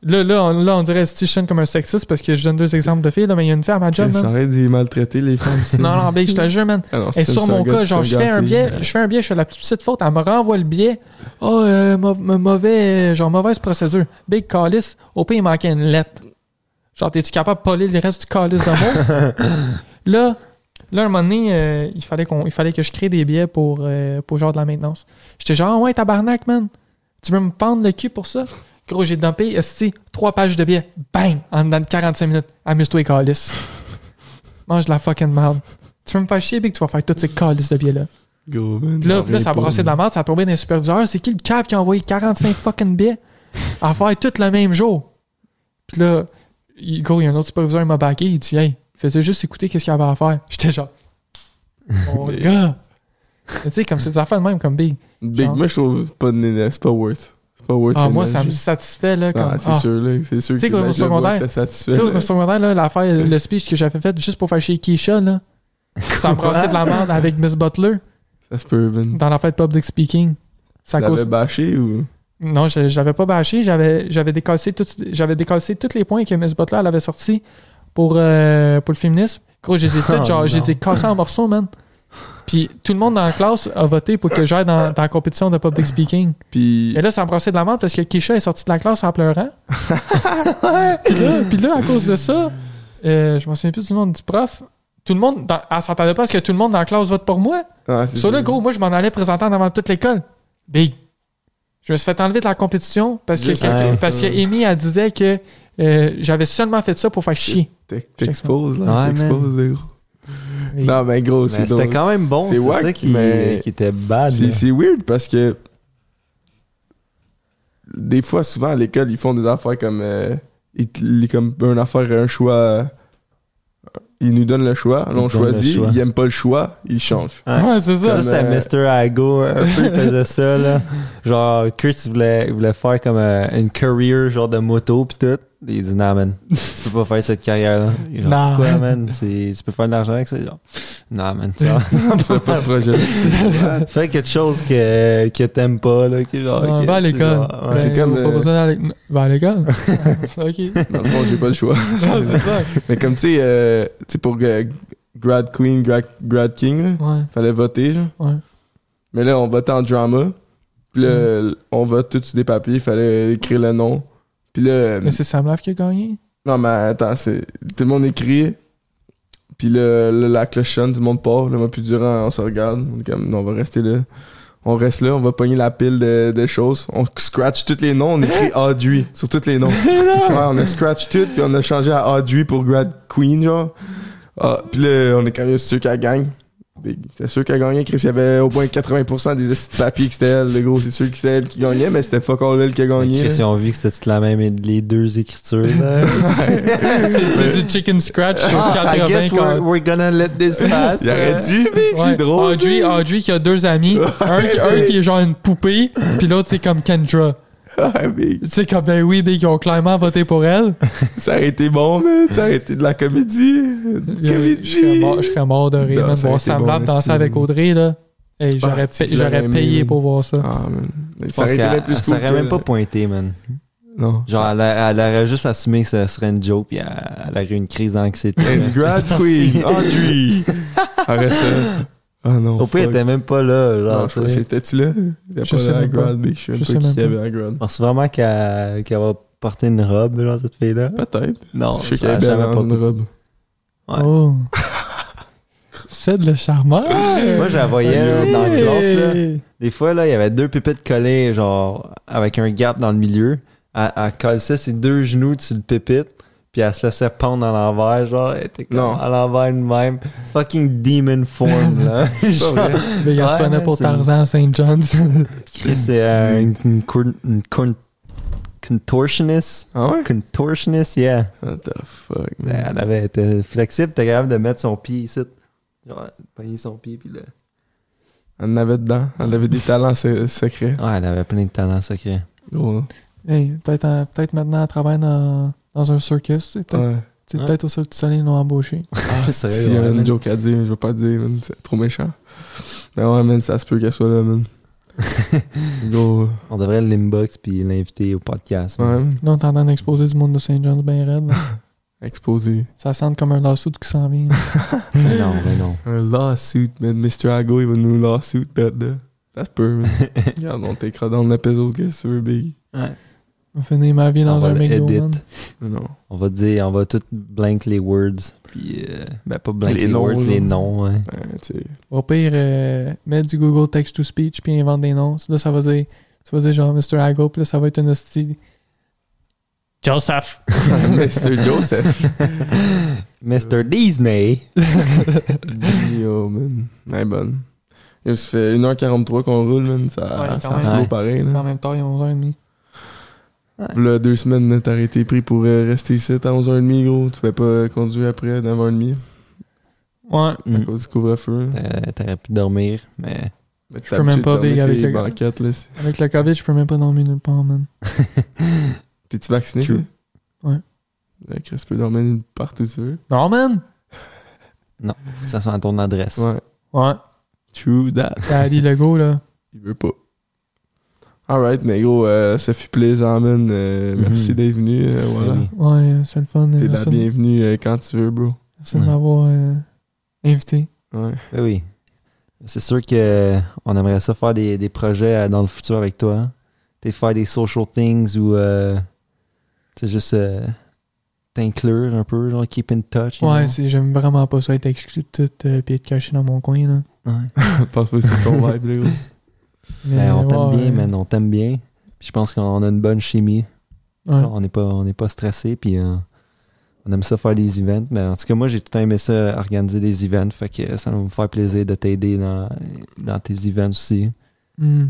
Speaker 3: Là, là, on, là, on dirait si je sonne comme un sexiste parce que je donne deux exemples de filles, là, mais il y a une fille à ma job,
Speaker 1: Ça
Speaker 3: man.
Speaker 1: arrête de les maltraiter, les femmes. ça.
Speaker 3: Non, non, big, je te le jure, man.
Speaker 1: Ah non,
Speaker 3: Et
Speaker 1: c'est ça,
Speaker 3: sur
Speaker 1: c'est
Speaker 3: mon
Speaker 1: gars-
Speaker 3: cas,
Speaker 1: c'est
Speaker 3: genre, je
Speaker 1: gars,
Speaker 3: fais un
Speaker 1: c'est-
Speaker 3: biais, je fais un biais, je fais la petite faute, elle me renvoie le biais. Oh, euh, mau- mau- mauvais, genre, mauvaise procédure. Big calice, au pire, il manquait une lettre. Genre, t'es-tu capable de polir le reste du calice de mots? là, là, un moment donné, euh, il, fallait qu'on, il fallait que je crée des biais pour, euh, pour genre de la maintenance. J'étais genre, Ah ouais, tabarnak, man. Tu veux me pendre le cul pour ça? Gros, j'ai dumpé, esti, trois pages de biais. Bang! En dedans de 45 minutes. Amuse-toi, calice. Mange de la fucking merde. Tu veux me faire chier, big, tu vas faire toutes ces calices de biais-là.
Speaker 1: Gros, man,
Speaker 3: Puis là,
Speaker 1: j'en
Speaker 3: puis là, ça a
Speaker 1: reviens pas,
Speaker 3: brassé de la merde, ça a tombé dans les superviseurs. C'est qui le cave qui a envoyé 45 fucking billets à faire tout le même jour? Puis là, il, gros, il y a un autre superviseur, il m'a backé, il dit, hey, faisais juste écouter qu'est-ce qu'il y avait à faire. J'étais genre, mon gars. Mais Tu sais, comme c'est des affaires de même, comme big.
Speaker 1: Big,
Speaker 3: Genre.
Speaker 1: moi, je trouve pas de nénesse, c'est pas worth. C'est pas worth.
Speaker 3: Ah, moi, ça me
Speaker 1: l'énergie.
Speaker 3: satisfait, là, comme.
Speaker 1: Ah, c'est
Speaker 3: ah.
Speaker 1: sûr, là. C'est sûr
Speaker 3: Tu sais,
Speaker 1: que
Speaker 3: qu'au
Speaker 1: ben, je vois
Speaker 3: secondaire-
Speaker 1: que ça
Speaker 3: Tu
Speaker 1: satisfait.
Speaker 3: sais,
Speaker 1: là.
Speaker 3: au secondaire, là, l'affaire, le speech que j'avais fait juste pour faire chez Keisha, là, ça a brassé de la merde avec Miss Butler
Speaker 1: Ça se peut, man.
Speaker 3: dans l'affaire de public speaking. Ça
Speaker 1: Ça
Speaker 3: cause.
Speaker 1: l'avait bâché ou.
Speaker 3: Non, je je l'avais pas bâché. J'avais j'avais décassé, tout, j'avais décassé tous les points que Miss Butler elle avait sortis pour, euh, pour le féminisme. Gros, j'ai dit,
Speaker 2: Oh
Speaker 3: genre, j'ai
Speaker 2: non.
Speaker 3: dit, cassé en morceaux, man. Puis tout le monde dans la classe a voté pour que j'aille dans, dans la compétition de public speaking.
Speaker 1: Puis.
Speaker 3: Et là, ça me brassait de la menthe parce que Keisha est sortie de la classe en pleurant. puis, là, puis là, à cause de ça, euh, je m'en souviens plus du nom du prof. Tout le monde, dans, elle s'entendait pas à ce que tout le monde dans la classe vote pour moi.
Speaker 1: Ah, c'est
Speaker 3: Sur le
Speaker 1: sûr.
Speaker 3: gros, moi, je m'en allais présenter en avant de toute l'école. Big. Je me suis fait enlever de la compétition parce que,
Speaker 1: Juste
Speaker 3: quelqu'un-
Speaker 2: ça.
Speaker 3: parce que Amy, elle disait que euh, j'avais seulement fait ça pour faire chier.
Speaker 1: T'ex- T'exposes, là.
Speaker 2: Ouais,
Speaker 1: T'exposes, gros.
Speaker 3: Et-
Speaker 1: Non, mais gros,
Speaker 2: Mais
Speaker 1: c'est
Speaker 2: C'était
Speaker 1: drôle.
Speaker 2: quand même bon, c'est
Speaker 1: wack,
Speaker 2: ça qui,
Speaker 1: mais
Speaker 2: qui était bad.
Speaker 1: C'est
Speaker 2: là.
Speaker 1: c'est weird parce que des fois, souvent à l'école, ils font des affaires comme. euh, ils te- ils- comme un affaire, un choix. euh, Ils nous donnent le choix,
Speaker 2: Ils
Speaker 1: là, on
Speaker 2: te donnent le
Speaker 1: choisit,
Speaker 2: choix.
Speaker 1: ils aiment pas le choix, ils changent.
Speaker 2: Ouais.
Speaker 3: Ouais, c'est ça.
Speaker 2: Ça, c'était
Speaker 1: euh,
Speaker 2: Mr. Ago, un peu, il faisait ça, là. Genre, Chris, il voulait, il voulait faire comme euh, une career, genre de moto, pis tout. Il dit, non, man, tu peux pas faire cette carrière-là. Il est genre,
Speaker 3: Non.
Speaker 2: Pourquoi, man? C'est- Tu peux faire de l'argent avec ça? Genre, non, man, ça,
Speaker 1: Tu fais pas de projet.
Speaker 2: fais quelque chose que, que t'aimes pas, là. Qui, genre,
Speaker 3: Ouais,
Speaker 2: que-
Speaker 3: va à
Speaker 2: tu sais,
Speaker 3: l'école.
Speaker 2: genre, ouais.
Speaker 1: C'est
Speaker 3: Ben,
Speaker 1: comme,
Speaker 3: Pas
Speaker 1: euh,
Speaker 3: besoin d'aller. Va à l'école. Ah, ok.
Speaker 1: Dans le fond, j'ai pas le choix.
Speaker 3: Non, c'est ça.
Speaker 1: Mais comme tu sais, euh, tu sais, pour euh, Grad Queen, Grad, Grad King, là,
Speaker 3: Ouais,
Speaker 1: fallait voter, genre.
Speaker 3: ouais.
Speaker 1: Mais là, on votait en drama. Puis là,
Speaker 2: Mm.
Speaker 1: on vote tout sur des papiers. Il fallait écrire le nom. Puis là,
Speaker 3: Mais c'est Sam Lave qui a gagné.
Speaker 1: non, mais attends, c'est tout le monde écrit. Puis là, là, la cloche sonne, tout le monde part. Là, moi, puis durant, on se regarde. On est comme, non, on va rester là. On reste là, on va pogner la pile de, de choses. On scratch tous les noms, on écrit Audrey sur tous les noms. ouais, on a scratch tout, puis on a changé à Audrey pour Grad Queen, genre. Ah, puis là, on est quand même sûr qu'elle gagne. Puis C'est sûr qu'elle gagnait, Chris. Il y avait au moins 80% des petits papiers que c'était elle. Le gros, c'est sûr que c'était elle qui gagnait, mais c'était fuck all elle qui a gagné.
Speaker 2: Chris, ils ont vu que c'était toute la même, les deux écritures, là.
Speaker 3: C'est du chicken scratch sur
Speaker 2: Ah, I
Speaker 3: 80
Speaker 2: guess we're,
Speaker 3: quand.
Speaker 2: we're gonna let this pass.
Speaker 1: Il aurait dû, mec,
Speaker 3: Ouais.
Speaker 1: c'est drôle.
Speaker 3: Audrey, Audrey qui a deux amis. un, qui- un qui est genre une poupée, puis l'autre c'est comme Kendra.
Speaker 1: Ah, mais
Speaker 3: Tu sais, comme ben oui, ben ils ont clairement voté pour elle.
Speaker 1: ça aurait été bon, man. Ça aurait été de la comédie.
Speaker 3: Je
Speaker 1: comédie.
Speaker 3: serais mort, je serais mort de rire,
Speaker 1: Non,
Speaker 3: man.
Speaker 1: ça
Speaker 3: Voir
Speaker 1: aurait été
Speaker 3: Sam
Speaker 1: bon,
Speaker 3: Lab danser
Speaker 1: esti.
Speaker 3: avec Audrey, là. Hey, j'aurais
Speaker 1: si
Speaker 3: pay-
Speaker 1: tu l'aurais
Speaker 3: j'aurais
Speaker 1: aimé,
Speaker 3: payé
Speaker 1: man.
Speaker 3: pour voir ça.
Speaker 1: Ah, man. Mais
Speaker 2: Je
Speaker 1: Ça
Speaker 2: pense
Speaker 1: aurait été bien
Speaker 2: qu'elle
Speaker 1: plus
Speaker 2: ça
Speaker 1: cool.
Speaker 2: aurait
Speaker 1: que-
Speaker 2: même pas pointé, man.
Speaker 1: Non.
Speaker 2: Genre, elle, a- elle aurait juste assumé que ce serait une joke, puis elle, elle aurait eu une crise d'anxiété.
Speaker 1: And grad queen, Audrey. Arrête ça. Ah non.
Speaker 2: Au pire, elle
Speaker 1: fuck.
Speaker 2: était même pas là. Genre,
Speaker 1: Non, je
Speaker 2: tu
Speaker 1: crois que
Speaker 2: sais.
Speaker 1: c'était-tu là? Il
Speaker 3: Je
Speaker 1: était pas
Speaker 3: sais
Speaker 1: là à
Speaker 3: même pas.
Speaker 1: Grad B. Je sais
Speaker 3: Je
Speaker 1: même
Speaker 3: sais
Speaker 1: pas qui
Speaker 3: même
Speaker 1: il y avait à Grad.
Speaker 2: Je pense vraiment qu'elle qu'elle va porter une robe, genre, cette fille-là.
Speaker 1: Peut-être.
Speaker 2: Non,
Speaker 1: Je sais qu'elle
Speaker 2: qu'elle
Speaker 1: est belle dans une robe.
Speaker 2: Ouais.
Speaker 3: Oh. C'est de le charmeur.
Speaker 2: Moi, je la voyais là, dans la classe, là.
Speaker 3: Hey.
Speaker 2: Des fois, là, il y avait deux pépites collées, genre, avec un gap dans le milieu. Elle, elle collait ses deux genoux sur le pépite, puis elle se laissait pendre à l'envers, genre, elle était comme
Speaker 1: Non.
Speaker 2: à l'envers de même. Fucking demon form, là. Genre,
Speaker 1: vrai.
Speaker 3: Mais il en se
Speaker 2: Ouais,
Speaker 3: prenait
Speaker 2: man,
Speaker 3: pour
Speaker 2: c'est-
Speaker 3: Tarzan à St. John's.
Speaker 2: Chris, c'est euh, une, une cour- une con- contortionist.
Speaker 1: Ah ouais?
Speaker 2: Contortionist, yeah.
Speaker 1: What the fuck,
Speaker 2: Ben,
Speaker 1: man.
Speaker 2: Elle avait été flexible, t'es capable de mettre son pied ici. Genre, pogner son pied, puis là.
Speaker 1: Elle en avait dedans. Elle avait des talents se- secrets.
Speaker 2: Ah, elle avait plein de talents secrets.
Speaker 1: Gros.
Speaker 3: Hey, peut-être euh, peut-être maintenant, elle travaille dans, dans un circus. tu sais, Peut-être
Speaker 1: Ouais.
Speaker 3: tu sais,
Speaker 2: Ouais.
Speaker 3: peut-être au Cirque du Soleil, ils l'ont embauché.
Speaker 2: Ah,
Speaker 1: S'il y avait une joke à dire, je vais pas dire, man. C'est trop méchant. Mais ouais, man, ça se peut qu'elle soit là, man. Gros.
Speaker 2: On devrait l'inbox puis l'inviter au podcast.
Speaker 1: Ouais,
Speaker 2: man.
Speaker 1: man.
Speaker 3: Là, on t'entend exposer du monde de St. John's bien raide. là.
Speaker 1: Exposé.
Speaker 3: Ça sent comme un lawsuit qui s'en vient. là.
Speaker 2: Mais non, mais non.
Speaker 1: Un lawsuit, man. Mr. Ago, il va nous lawsuit, that, that. Ça se peut, man. Regarde, on t'écrase dans l'épisode, qu'est-ce que tu veux, Big?
Speaker 3: On finit ma vie
Speaker 2: On
Speaker 3: dans
Speaker 2: va
Speaker 3: un
Speaker 2: le
Speaker 3: McDo.
Speaker 2: edit.
Speaker 3: man.
Speaker 1: Non.
Speaker 2: On va dire, on va tout blank les words. Puis, euh, ben pas blank
Speaker 1: Les
Speaker 2: les,
Speaker 1: noms,
Speaker 2: words,
Speaker 1: là.
Speaker 2: les noms. ouais.
Speaker 1: Ouais, tu sais.
Speaker 3: Au pire, euh, mettre du Google Text to Speech puis invente des noms. Là, ça va dire, ça va dire genre Mr. Ago, puis là, ça va être un hostie. Joseph.
Speaker 1: Mr. Joseph.
Speaker 2: Mr. Disney.
Speaker 1: Yo, man. Elle est bonne. Yo, ça fait 1h43 qu'on roule, man. Ça,
Speaker 3: Ouais,
Speaker 1: ça
Speaker 3: quand même.
Speaker 1: flow
Speaker 2: Ouais.
Speaker 1: pareil, là.
Speaker 3: En même temps, ils ont 11h30.
Speaker 1: Là, deux semaines, t'aurais été pris pour euh, rester ici à 11h30, gros. Tu pouvais pas conduire après, 9h30,
Speaker 3: Ouais.
Speaker 2: Mm-hmm.
Speaker 1: à cause du couvre-feu.
Speaker 2: Mm. Euh, T'aurais pu dormir, mais.
Speaker 1: Mais
Speaker 3: Je peux même pas big avec le gars.
Speaker 1: banquettes, là. c'est-
Speaker 3: Avec le COVID, je peux même pas nommer nulle part, man.
Speaker 1: T'es-tu vacciné,
Speaker 2: True.
Speaker 1: ça?
Speaker 3: Ouais.
Speaker 1: Là, Chris peut dormir partout où tu veux.
Speaker 3: Non, man!
Speaker 2: Faut que ça soit à ton adresse.
Speaker 1: Ouais.
Speaker 3: Ouais.
Speaker 1: True that.
Speaker 3: T'as Ali Legault, là.
Speaker 1: Il veut pas. Alright, mais gros, euh, ça fut plaisant, man. Euh,
Speaker 2: Mhm.
Speaker 1: Merci d'être venu. euh,
Speaker 2: Ben
Speaker 1: voilà.
Speaker 2: oui.
Speaker 3: Ouais, euh, c'est le fun.
Speaker 1: T'es la
Speaker 3: merci, de-
Speaker 1: bienvenue euh, quand tu veux, bro.
Speaker 3: merci de m'avoir euh, invité.
Speaker 1: Ouais.
Speaker 2: Ben oui. C'est sûr que on aimerait ça faire des, des projets euh, dans le futur avec toi. hein. Peut-être faire des social things ou euh, tu sais, juste euh, t'inclure un peu, genre keep in touch. you
Speaker 3: Ouais,
Speaker 2: know.
Speaker 3: c'est- j'aime vraiment pas ça être exclu de tout euh, puis être caché dans mon coin, là.
Speaker 2: Ouais.
Speaker 1: Je pense pas que c'est ton vibe, là, gros.
Speaker 3: Mais,
Speaker 2: Ben, on t'aime
Speaker 3: ouais, euh,
Speaker 2: bien, man, on t'aime bien. Puis je pense qu'on a une bonne chimie.
Speaker 3: Ouais.
Speaker 2: On n'est pas, on n'est pas stressé, puis euh, on aime ça faire des events. Mais en tout cas, moi, j'ai tout le temps aimé ça, organiser des events. Fait que ça va me faire plaisir de t'aider dans, dans tes events aussi.
Speaker 3: Hmm.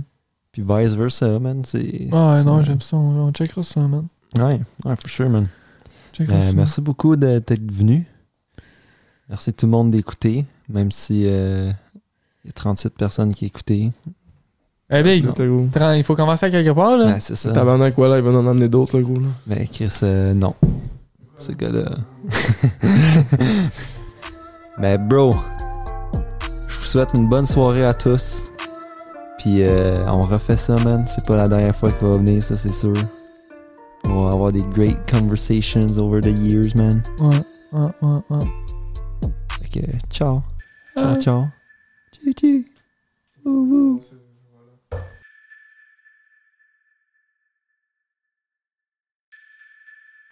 Speaker 2: Puis vice versa, man. c'est-
Speaker 3: Ah ouais,
Speaker 2: c'est-
Speaker 3: non, j'aime ça. On, on checkera ça, man.
Speaker 2: Ouais, ouais, for sure, man.
Speaker 3: Checkera
Speaker 2: Ben,
Speaker 3: ça.
Speaker 2: merci beaucoup de- d'être venu. Merci tout le monde d'écouter, même si euh, il y a 38 personnes qui écoutaient.
Speaker 3: Eh ben,
Speaker 1: C'est le gros.
Speaker 3: tra- il faut commencer à quelque part, là.
Speaker 2: Ben, c'est ça.
Speaker 1: Tabarnak, voilà, il va en emmener d'autres, le gros. Là.
Speaker 2: Mais Chris, euh, non. Ce gars-là. Mais bro, je vous souhaite une bonne soirée à tous. Puis euh, on refait ça, man. C'est pas la dernière fois qu'il va venir, ça c'est sûr. On va avoir des great conversations over the years, man.
Speaker 3: Ouais, ouais, ouais, ouais.
Speaker 2: 아, Fait que, ciao. Ciao, ciao. Tchou, tchou. Wouh, wouh.